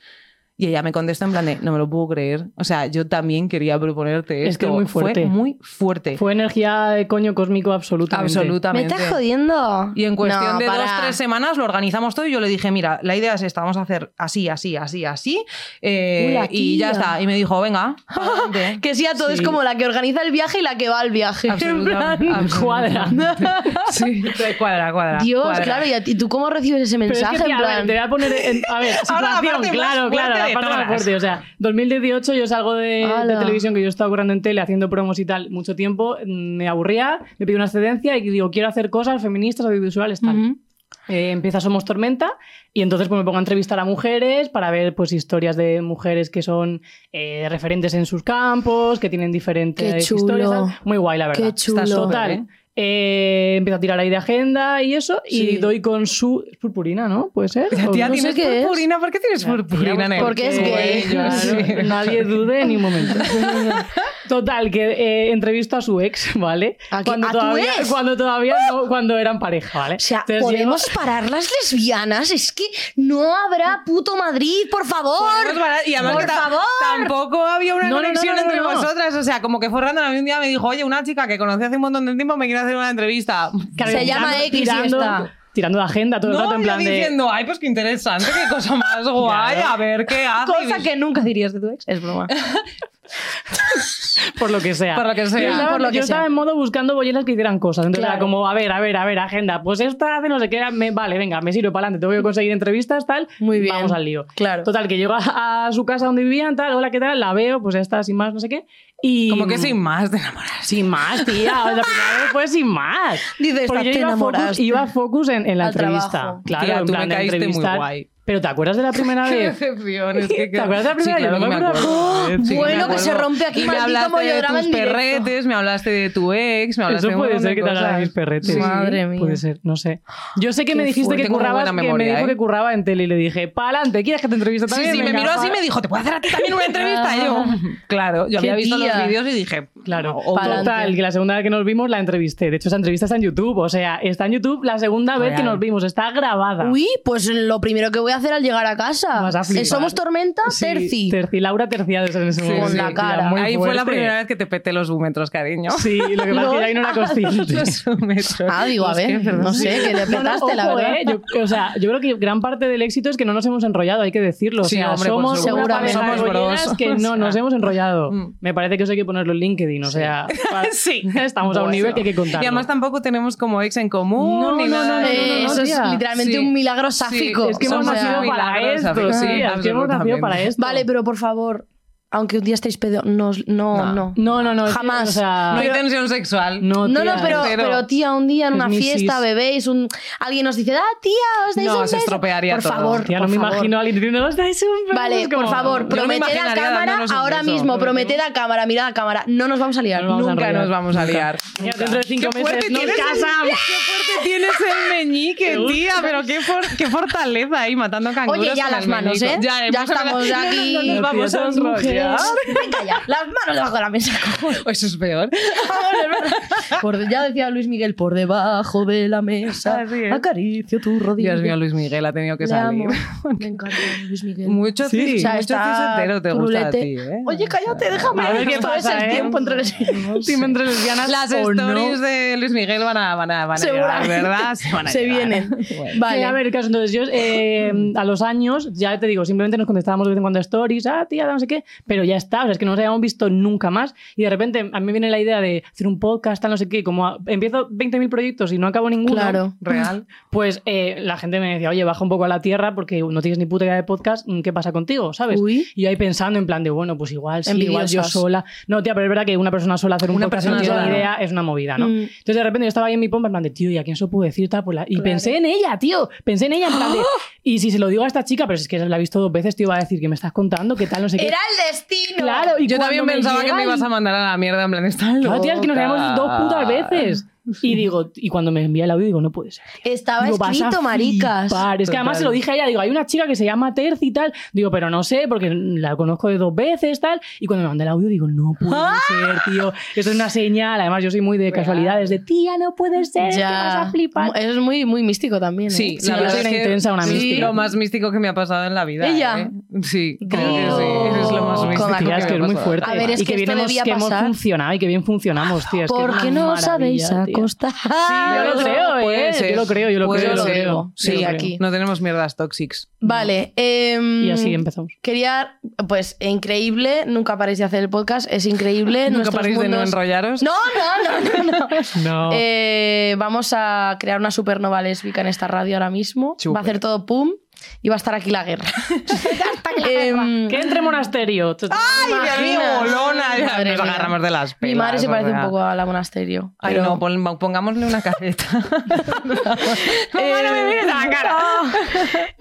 [SPEAKER 4] Y ella me contesta en plan de, no me lo puedo creer. O sea, yo también quería proponerte
[SPEAKER 5] Es
[SPEAKER 4] esto.
[SPEAKER 5] que es muy
[SPEAKER 4] Fue
[SPEAKER 5] fuerte.
[SPEAKER 4] muy fuerte.
[SPEAKER 5] Fue energía de coño cósmico absolutamente.
[SPEAKER 1] ¿Me
[SPEAKER 4] Absolutamente.
[SPEAKER 1] estás jodiendo?
[SPEAKER 4] Y en cuestión
[SPEAKER 1] No,
[SPEAKER 4] de
[SPEAKER 1] para.
[SPEAKER 4] dos, tres semanas lo organizamos todo y yo le dije, mira, la idea es esta, vamos a hacer así, así, así, así. eh,
[SPEAKER 1] Uy, la
[SPEAKER 4] y ya
[SPEAKER 1] tía.
[SPEAKER 4] está. Y me dijo, venga. adelante".
[SPEAKER 1] <laughs> Que sí a todo, es como la que organiza el viaje y la que va al viaje. En
[SPEAKER 4] Absoluta-
[SPEAKER 1] plan,
[SPEAKER 4] absolutamente.
[SPEAKER 5] Cuadra.
[SPEAKER 4] Sí, cuadra, cuadra.
[SPEAKER 1] Dios,
[SPEAKER 4] cuadra.
[SPEAKER 1] claro, ¿y a ti- tú cómo recibes ese
[SPEAKER 5] Pero es
[SPEAKER 1] mensaje?
[SPEAKER 5] que, tía,
[SPEAKER 1] en
[SPEAKER 5] a ver,
[SPEAKER 1] plan,
[SPEAKER 5] te voy a poner en,
[SPEAKER 1] <laughs>
[SPEAKER 5] a ver,
[SPEAKER 4] Ahora la
[SPEAKER 5] situación,
[SPEAKER 4] parte más
[SPEAKER 5] claro,
[SPEAKER 4] fuerte
[SPEAKER 5] claro,
[SPEAKER 4] de
[SPEAKER 5] la parte más
[SPEAKER 4] todas.
[SPEAKER 5] fuerte, o sea, 2018 yo salgo de, de
[SPEAKER 1] Ala.
[SPEAKER 5] televisión que yo estaba currando en tele haciendo promos y tal, mucho tiempo, mm, me aburría, me pido una excedencia y digo, quiero hacer cosas feministas, audiovisuales, tal.
[SPEAKER 1] ujú.
[SPEAKER 5] Eh, empieza Somos Tormenta y entonces pues, me pongo a entrevistar a mujeres para ver pues historias de mujeres que son eh, referentes en sus campos, que tienen diferentes
[SPEAKER 1] Qué chulo.
[SPEAKER 5] historias. tal. Muy guay, la verdad.
[SPEAKER 1] Qué chulo.
[SPEAKER 4] Estás súper,
[SPEAKER 5] Total.
[SPEAKER 4] ¿eh?
[SPEAKER 5] eh, empiezo a tirar ahí de agenda y eso, y
[SPEAKER 1] Sí.
[SPEAKER 5] doy con su. Es purpurina, ¿no? Puede ser.
[SPEAKER 4] Tía,
[SPEAKER 5] ¿O
[SPEAKER 4] tía,
[SPEAKER 5] no?
[SPEAKER 1] sé
[SPEAKER 4] ¿tienes
[SPEAKER 1] qué es.
[SPEAKER 4] purpurina? ¿Por qué tienes purpurina en el
[SPEAKER 1] Porque es gay.
[SPEAKER 4] cuello?
[SPEAKER 5] Claro,
[SPEAKER 4] <laughs> Sí.
[SPEAKER 5] <laughs> Nadie dude ni un
[SPEAKER 1] <laughs>
[SPEAKER 5] momento. Total, que eh, entrevisto a su ex, ¿vale?
[SPEAKER 1] ¿A qué-
[SPEAKER 5] cuando,
[SPEAKER 1] a tu
[SPEAKER 5] todavía,
[SPEAKER 1] ex?
[SPEAKER 5] cuando todavía no, cuando eran pareja, ¿vale?
[SPEAKER 1] O sea,
[SPEAKER 5] Entonces llego-
[SPEAKER 1] podemos parar las lesbianas. Es que no habrá puto Madrid, por
[SPEAKER 4] Podemos
[SPEAKER 1] favor.
[SPEAKER 4] parar. Y además
[SPEAKER 1] Por
[SPEAKER 4] que ta-
[SPEAKER 1] favor.
[SPEAKER 4] tampoco había una
[SPEAKER 5] No, no, no,
[SPEAKER 4] conexión
[SPEAKER 5] no, no,
[SPEAKER 4] entre
[SPEAKER 5] no.
[SPEAKER 4] vosotras. O sea, como que fue random. A mí un día me dijo, oye, una chica que conocí hace un montón de tiempo me quiere hacer una entrevista.
[SPEAKER 5] Claro,
[SPEAKER 1] Se
[SPEAKER 5] tirando-
[SPEAKER 1] llama X y está.
[SPEAKER 5] Tirando de agenda todo el
[SPEAKER 4] No,
[SPEAKER 5] rato en
[SPEAKER 4] yo
[SPEAKER 5] plan de...
[SPEAKER 4] diciendo, ay, pues qué interesante, qué
[SPEAKER 5] <laughs>
[SPEAKER 4] cosa más guay, a ver qué hace.
[SPEAKER 1] Cosa que nunca dirías de tu ex. Es broma.
[SPEAKER 5] por lo que sea.
[SPEAKER 4] Por lo que sea.
[SPEAKER 5] Yo estaba,
[SPEAKER 1] Por lo que
[SPEAKER 5] yo
[SPEAKER 1] sea.
[SPEAKER 5] estaba en modo buscando bolleras que hicieran cosas. Entonces era
[SPEAKER 1] Claro.
[SPEAKER 5] como, a ver, a ver, a ver, agenda. Pues esta hace no sé qué. era, me- vale, venga, me sirve para adelante. Tengo que conseguir entrevistas, tal.
[SPEAKER 1] Muy bien.
[SPEAKER 5] Vamos al lío.
[SPEAKER 1] Claro.
[SPEAKER 5] Total, que llego a, a su casa donde vivían, tal, hola, ¿qué tal? La veo, pues ya está, sin más, no sé qué. Y...
[SPEAKER 4] Como que sin más de enamorar.
[SPEAKER 5] <laughs> Sin más, tía. La primera vez fue sin más.
[SPEAKER 1] Dices,
[SPEAKER 5] Porque
[SPEAKER 1] "Te
[SPEAKER 5] yo iba a focus,
[SPEAKER 1] enamoraste".
[SPEAKER 5] iba a focus en, en la
[SPEAKER 1] Al
[SPEAKER 5] entrevista.
[SPEAKER 1] trabajo.
[SPEAKER 5] Claro,
[SPEAKER 4] Tía,
[SPEAKER 5] en
[SPEAKER 4] tú
[SPEAKER 5] plan
[SPEAKER 4] me
[SPEAKER 5] de
[SPEAKER 4] caíste muy
[SPEAKER 5] entrevistar.
[SPEAKER 4] guay.
[SPEAKER 5] Pero ¿te acuerdas de la
[SPEAKER 4] <laughs>
[SPEAKER 5] primera
[SPEAKER 4] Qué
[SPEAKER 5] vez?
[SPEAKER 4] decepción. Es que,
[SPEAKER 5] ¿Te acuerdas de la primera?
[SPEAKER 4] Sí, claro
[SPEAKER 5] Yo no me
[SPEAKER 4] que me
[SPEAKER 5] acuerdo. ¡Oh!
[SPEAKER 4] acuerdo. Sí,
[SPEAKER 1] Bueno,
[SPEAKER 4] me
[SPEAKER 1] que se
[SPEAKER 4] acuerdo.
[SPEAKER 1] rompe aquí
[SPEAKER 4] Y me
[SPEAKER 1] maldito
[SPEAKER 4] hablaste de
[SPEAKER 1] Mollorama en
[SPEAKER 4] tus
[SPEAKER 1] directo.
[SPEAKER 4] perretes, me hablaste de tu ex, me hablaste
[SPEAKER 5] Eso
[SPEAKER 4] de un
[SPEAKER 5] puede
[SPEAKER 4] montón
[SPEAKER 5] ser
[SPEAKER 4] de
[SPEAKER 5] que te hablara
[SPEAKER 4] cosas.
[SPEAKER 5] de mis perretes.
[SPEAKER 4] Sí.
[SPEAKER 1] Madre mía.
[SPEAKER 5] Puede ser, no sé. Yo sé que me dijiste
[SPEAKER 4] fuerte,
[SPEAKER 5] que
[SPEAKER 4] tengo muy
[SPEAKER 5] currabas,
[SPEAKER 4] buena
[SPEAKER 5] que me
[SPEAKER 4] memoria,
[SPEAKER 5] dijo
[SPEAKER 4] ¿eh?
[SPEAKER 5] que curraba en tele y le dije, pa'lante, ¿quieres que te entreviste
[SPEAKER 4] Sí,
[SPEAKER 5] también?
[SPEAKER 4] sí, me
[SPEAKER 5] Venga,
[SPEAKER 4] miró así y
[SPEAKER 5] pa-
[SPEAKER 4] me dijo, ¿te puedo hacer a ti también
[SPEAKER 5] <laughs>
[SPEAKER 4] una entrevista? Y yo, claro, yo
[SPEAKER 1] Qué
[SPEAKER 4] había visto
[SPEAKER 1] tía.
[SPEAKER 4] los vídeos y dije, "Oh,
[SPEAKER 5] Claro,
[SPEAKER 4] o-
[SPEAKER 1] Pa'lante.
[SPEAKER 5] total, que la segunda vez que nos vimos la entrevisté. De hecho, esa entrevista está en YouTube. O sea, está en YouTube la segunda vez que
[SPEAKER 4] Real.
[SPEAKER 5] nos vimos. Está grabada.
[SPEAKER 1] Uy, pues lo primero que voy a hacer al llegar a casa. Eh,
[SPEAKER 5] Vas a flipar.
[SPEAKER 1] Somos Tormenta,
[SPEAKER 5] Sí,
[SPEAKER 1] Terci.
[SPEAKER 5] Terci, Laura Terciades en ese
[SPEAKER 4] Sí,
[SPEAKER 5] momento.
[SPEAKER 4] con la
[SPEAKER 5] tía,
[SPEAKER 1] cara.
[SPEAKER 5] muy
[SPEAKER 4] ahí fue la
[SPEAKER 5] fuerte.
[SPEAKER 4] primera vez que te peté los búmetros, cariño.
[SPEAKER 5] Sí, lo que pasa es que yo ahí no era consciente.
[SPEAKER 4] <laughs> Los búmetros.
[SPEAKER 1] Ah, digo, a
[SPEAKER 4] Los
[SPEAKER 1] ver,
[SPEAKER 4] jefes,
[SPEAKER 1] no sé, que le
[SPEAKER 5] <laughs> No, no,
[SPEAKER 1] petaste, la
[SPEAKER 5] ojo,
[SPEAKER 1] verdad.
[SPEAKER 5] eh, yo- o sea, yo creo que gran parte del éxito es que no nos hemos enrollado, hay que decirlo. O
[SPEAKER 4] Sí,
[SPEAKER 5] sea,
[SPEAKER 4] hombre, por
[SPEAKER 5] somos
[SPEAKER 1] supuesto.
[SPEAKER 5] una pareja de
[SPEAKER 4] Somos bros.
[SPEAKER 5] golleras
[SPEAKER 4] <laughs>
[SPEAKER 5] que no nos hemos enrollado.
[SPEAKER 4] Mm.
[SPEAKER 5] Me parece que eso hay que ponerlo en LinkedIn, o sea,
[SPEAKER 4] <laughs>
[SPEAKER 5] para-
[SPEAKER 4] Sí.
[SPEAKER 5] <laughs> estamos a un
[SPEAKER 4] Bueno.
[SPEAKER 5] nivel que hay que contar.
[SPEAKER 4] Y además tampoco tenemos como ex en común
[SPEAKER 5] No,
[SPEAKER 4] ni
[SPEAKER 5] no,
[SPEAKER 4] nada.
[SPEAKER 5] no,
[SPEAKER 4] de
[SPEAKER 5] no, no,
[SPEAKER 1] Eh,
[SPEAKER 5] no,
[SPEAKER 1] eso es
[SPEAKER 5] tía.
[SPEAKER 1] literalmente
[SPEAKER 4] Sí.
[SPEAKER 1] un milagro
[SPEAKER 4] Sí,
[SPEAKER 1] sáfico.
[SPEAKER 5] es que hemos
[SPEAKER 1] O sea,
[SPEAKER 5] nacido para
[SPEAKER 4] milagros,
[SPEAKER 5] esto,
[SPEAKER 4] África.
[SPEAKER 5] sí,
[SPEAKER 4] Sí,
[SPEAKER 5] es que hemos nacido
[SPEAKER 4] absolutamente.
[SPEAKER 5] para esto.
[SPEAKER 1] Vale, pero por favor, aunque un día estéis pedo, no, no,
[SPEAKER 4] No.
[SPEAKER 1] no.
[SPEAKER 5] no, no, no, es que,
[SPEAKER 1] Jamás.
[SPEAKER 5] o sea,
[SPEAKER 4] No hay
[SPEAKER 1] Pero-
[SPEAKER 4] tensión sexual.
[SPEAKER 5] no,
[SPEAKER 1] No, no,
[SPEAKER 5] tía.
[SPEAKER 1] pero,
[SPEAKER 4] Pero-
[SPEAKER 1] pero tía, un día en
[SPEAKER 5] Es
[SPEAKER 1] una
[SPEAKER 5] mi
[SPEAKER 1] fiesta
[SPEAKER 5] sis.
[SPEAKER 1] bebéis, un... alguien nos dice, ah, tía, os dais
[SPEAKER 4] No,
[SPEAKER 1] un
[SPEAKER 4] se
[SPEAKER 1] beso".
[SPEAKER 4] estropearía
[SPEAKER 1] Por
[SPEAKER 4] todo.
[SPEAKER 1] favor,
[SPEAKER 5] Tía, no
[SPEAKER 1] por
[SPEAKER 5] me
[SPEAKER 1] favor.
[SPEAKER 5] imagino a alguien diciendo, "Os dais un
[SPEAKER 1] Vale,
[SPEAKER 5] es como-
[SPEAKER 1] por favor,
[SPEAKER 4] me
[SPEAKER 1] prometed a
[SPEAKER 4] imaginaría
[SPEAKER 1] cámara
[SPEAKER 4] dándonos un
[SPEAKER 1] ahora
[SPEAKER 4] beso.
[SPEAKER 1] mismo,
[SPEAKER 4] Prometemos.
[SPEAKER 1] prometed a cámara, mirad a cámara, no nos vamos a liar.
[SPEAKER 5] No nos vamos a
[SPEAKER 4] Nunca
[SPEAKER 5] enrollar.
[SPEAKER 4] nos vamos a liar.
[SPEAKER 5] Mira, dentro de cinco
[SPEAKER 4] Qué
[SPEAKER 5] meses
[SPEAKER 4] fuerte
[SPEAKER 5] nos
[SPEAKER 4] tienes el-
[SPEAKER 5] casamos.
[SPEAKER 4] Qué fuerte tienes el meñique, tía. Pero qué, for- qué fortaleza ahí matando canguros.
[SPEAKER 1] Oye, ya
[SPEAKER 4] con
[SPEAKER 1] las
[SPEAKER 4] el
[SPEAKER 1] manos,
[SPEAKER 4] meñique.
[SPEAKER 1] ¿eh? Ya
[SPEAKER 4] hemos-
[SPEAKER 1] estamos
[SPEAKER 4] No, no,
[SPEAKER 1] aquí.
[SPEAKER 4] <laughs> No,
[SPEAKER 1] Tía,
[SPEAKER 4] nos vamos a
[SPEAKER 5] todas mujeres.
[SPEAKER 4] enrollar.
[SPEAKER 5] <laughs>
[SPEAKER 1] Venga ya, las manos debajo de la mesa. <laughs>
[SPEAKER 4] Eso es peor.
[SPEAKER 1] Por de- ya decía Luis Miguel, por debajo de la
[SPEAKER 5] Ah,
[SPEAKER 1] mesa,
[SPEAKER 4] Así es.
[SPEAKER 1] acaricio tu rodilla.
[SPEAKER 4] Dios mío, Luis Miguel ha tenido que
[SPEAKER 1] Le amo.
[SPEAKER 5] <laughs>
[SPEAKER 4] salir.
[SPEAKER 1] Me encanta Luis Miguel.
[SPEAKER 4] Mucho
[SPEAKER 5] Sí.
[SPEAKER 4] cis,
[SPEAKER 1] O sea,
[SPEAKER 4] mucho cis
[SPEAKER 1] está
[SPEAKER 4] hetero te gusta a
[SPEAKER 1] turulete.
[SPEAKER 4] ti, ¿eh?
[SPEAKER 1] Oye, cállate, déjame.
[SPEAKER 5] A ver qué
[SPEAKER 1] Esto
[SPEAKER 5] pasa,
[SPEAKER 1] es el
[SPEAKER 5] ¿eh?
[SPEAKER 1] tiempo entre los...
[SPEAKER 5] Team entre lesbianas
[SPEAKER 4] Las
[SPEAKER 5] o no.
[SPEAKER 4] stories de Luis Miguel van a, van a, van a llegar,
[SPEAKER 1] Seguramente.
[SPEAKER 5] <laughs>
[SPEAKER 4] ¿verdad? Sí, van a
[SPEAKER 1] Se
[SPEAKER 4] llegar. ¿eh?
[SPEAKER 1] vienen.
[SPEAKER 4] Bueno.
[SPEAKER 1] Vale.
[SPEAKER 5] Sí, a ver, el caso, entonces yo eh, a los años, ya te digo, simplemente nos contestábamos de vez en cuando a stories, ah, tía, no sé qué, pero ya está, o sea, es que no nos habíamos visto nunca más y de repente a mí me viene la idea de hacer un podcast, tal, no sé qué, y como a- empiezo 20.000 proyectos y no acabo ninguno,
[SPEAKER 1] Claro.
[SPEAKER 4] Real.
[SPEAKER 5] pues eh, la gente me decía, oye, baja un poco a la tierra porque no tienes ni puta idea de podcast, mm, ¿qué pasa contigo? ¿Sabes?
[SPEAKER 1] Uy.
[SPEAKER 5] Y yo ahí pensando en plan de, bueno, pues igual, sí, igual yo
[SPEAKER 1] Envidiosas.
[SPEAKER 5] sola. No, tía, pero es verdad que una persona sola hacer un
[SPEAKER 4] Una
[SPEAKER 5] podcast no
[SPEAKER 4] persona
[SPEAKER 5] tiene
[SPEAKER 4] sola,
[SPEAKER 5] ni
[SPEAKER 4] ¿no?
[SPEAKER 5] idea es una movida, ¿no?
[SPEAKER 1] Mm.
[SPEAKER 5] Entonces de repente yo estaba ahí en mi pompa en plan de, tío, ¿y a quién se lo puedo decir? Tal, pues la- Y pensé en ella, tío, pensé en ella en plan de, y si se lo digo a esta chica, pero si es que la he visto dos veces, tío, va a decir que me estás contando, qué tal, no sé qué.
[SPEAKER 1] Era el destino.
[SPEAKER 5] Claro, y
[SPEAKER 4] Yo
[SPEAKER 5] cuando
[SPEAKER 4] también pensaba que
[SPEAKER 5] llega
[SPEAKER 4] me
[SPEAKER 5] el-
[SPEAKER 4] ibas a mandar a la mierda, en plan, está loca.
[SPEAKER 5] Claro, tía, es que nos vemos dos putas veces. Y digo, y cuando me envía el audio, digo, no puede ser.
[SPEAKER 1] Estaba
[SPEAKER 5] Digo, vas a
[SPEAKER 1] escrito, maricas.
[SPEAKER 5] flipar. Es que
[SPEAKER 4] Total.
[SPEAKER 5] además se lo dije a ella, digo, hay una chica que se llama Terci y tal. Digo, pero no sé, porque la conozco de dos veces, tal. Y cuando me mandó el audio, digo, no puede
[SPEAKER 1] ¡Ah!
[SPEAKER 5] ser, tío. Esto es una señal. Además, yo soy muy de casualidades, de tía, no puede ser, es que vas a flipar.
[SPEAKER 1] Eso es muy, muy místico también. ¿eh?
[SPEAKER 4] Sí,
[SPEAKER 5] Sí,
[SPEAKER 4] la
[SPEAKER 5] yo
[SPEAKER 4] verdad
[SPEAKER 5] soy
[SPEAKER 4] es
[SPEAKER 5] una
[SPEAKER 4] que
[SPEAKER 5] intensa, una
[SPEAKER 4] sí,
[SPEAKER 5] mística.
[SPEAKER 4] lo más místico que me ha pasado en la vida.
[SPEAKER 1] Ella.
[SPEAKER 4] ¿eh? Sí, creo que
[SPEAKER 1] Digo,
[SPEAKER 5] Oh.
[SPEAKER 4] sí. Es lo más
[SPEAKER 1] con
[SPEAKER 4] místico.
[SPEAKER 1] la
[SPEAKER 5] Tía, es que
[SPEAKER 4] me
[SPEAKER 5] es
[SPEAKER 4] ha
[SPEAKER 5] muy
[SPEAKER 4] pasado.
[SPEAKER 5] fuerte.
[SPEAKER 1] A ver, es
[SPEAKER 5] y
[SPEAKER 1] que
[SPEAKER 5] que, bien
[SPEAKER 1] esto
[SPEAKER 5] hemos,
[SPEAKER 1] debía
[SPEAKER 5] que hemos
[SPEAKER 1] pasar.
[SPEAKER 5] funcionado y que bien funcionamos, tía. Es que es
[SPEAKER 1] ¿Por
[SPEAKER 5] una
[SPEAKER 1] qué no os sabéis
[SPEAKER 5] maravilla, tía.
[SPEAKER 1] acostar?
[SPEAKER 5] Yo lo
[SPEAKER 4] Sí,
[SPEAKER 5] creo,
[SPEAKER 4] Pues puede
[SPEAKER 5] eh.
[SPEAKER 4] ser.
[SPEAKER 5] Yo lo creo, yo lo
[SPEAKER 4] Puede
[SPEAKER 5] creo.
[SPEAKER 1] ser.
[SPEAKER 5] lo creo.
[SPEAKER 1] Sí,
[SPEAKER 5] Yo lo creo.
[SPEAKER 1] aquí.
[SPEAKER 4] No tenemos mierdas tóxicas.
[SPEAKER 1] Vale. em,
[SPEAKER 5] Y así empezamos.
[SPEAKER 1] Quería, pues, increíble. Nunca paréis de hacer el podcast. Es increíble.
[SPEAKER 4] <laughs> Nunca
[SPEAKER 1] nuestros
[SPEAKER 4] paréis de no
[SPEAKER 1] mundos-
[SPEAKER 4] enrollaros.
[SPEAKER 1] No, no, no, no.
[SPEAKER 4] <laughs>
[SPEAKER 1] no.
[SPEAKER 5] No.
[SPEAKER 1] Eh, vamos a crear una supernova lésbica en esta radio ahora mismo.
[SPEAKER 4] Súper.
[SPEAKER 1] Va a hacer todo pum y va a estar aquí la
[SPEAKER 4] <laughs>
[SPEAKER 1] guerra. Em,
[SPEAKER 5] que entre monasterio.
[SPEAKER 1] ¡Ah!
[SPEAKER 4] ¡Ay, Dios mío,
[SPEAKER 1] Imagina.
[SPEAKER 4] bolona! Ya
[SPEAKER 1] Madre
[SPEAKER 4] nos
[SPEAKER 1] mía.
[SPEAKER 4] agarramos de las pelas.
[SPEAKER 1] mi madre se
[SPEAKER 4] o
[SPEAKER 1] parece un
[SPEAKER 4] sea.
[SPEAKER 1] poco a la monasterio.
[SPEAKER 4] Ay,
[SPEAKER 1] pero- <laughs>
[SPEAKER 4] no, <laughs> pon- pongámosle una careta.
[SPEAKER 1] Eh,
[SPEAKER 4] Mamá, no me mires a la cara.
[SPEAKER 1] <laughs>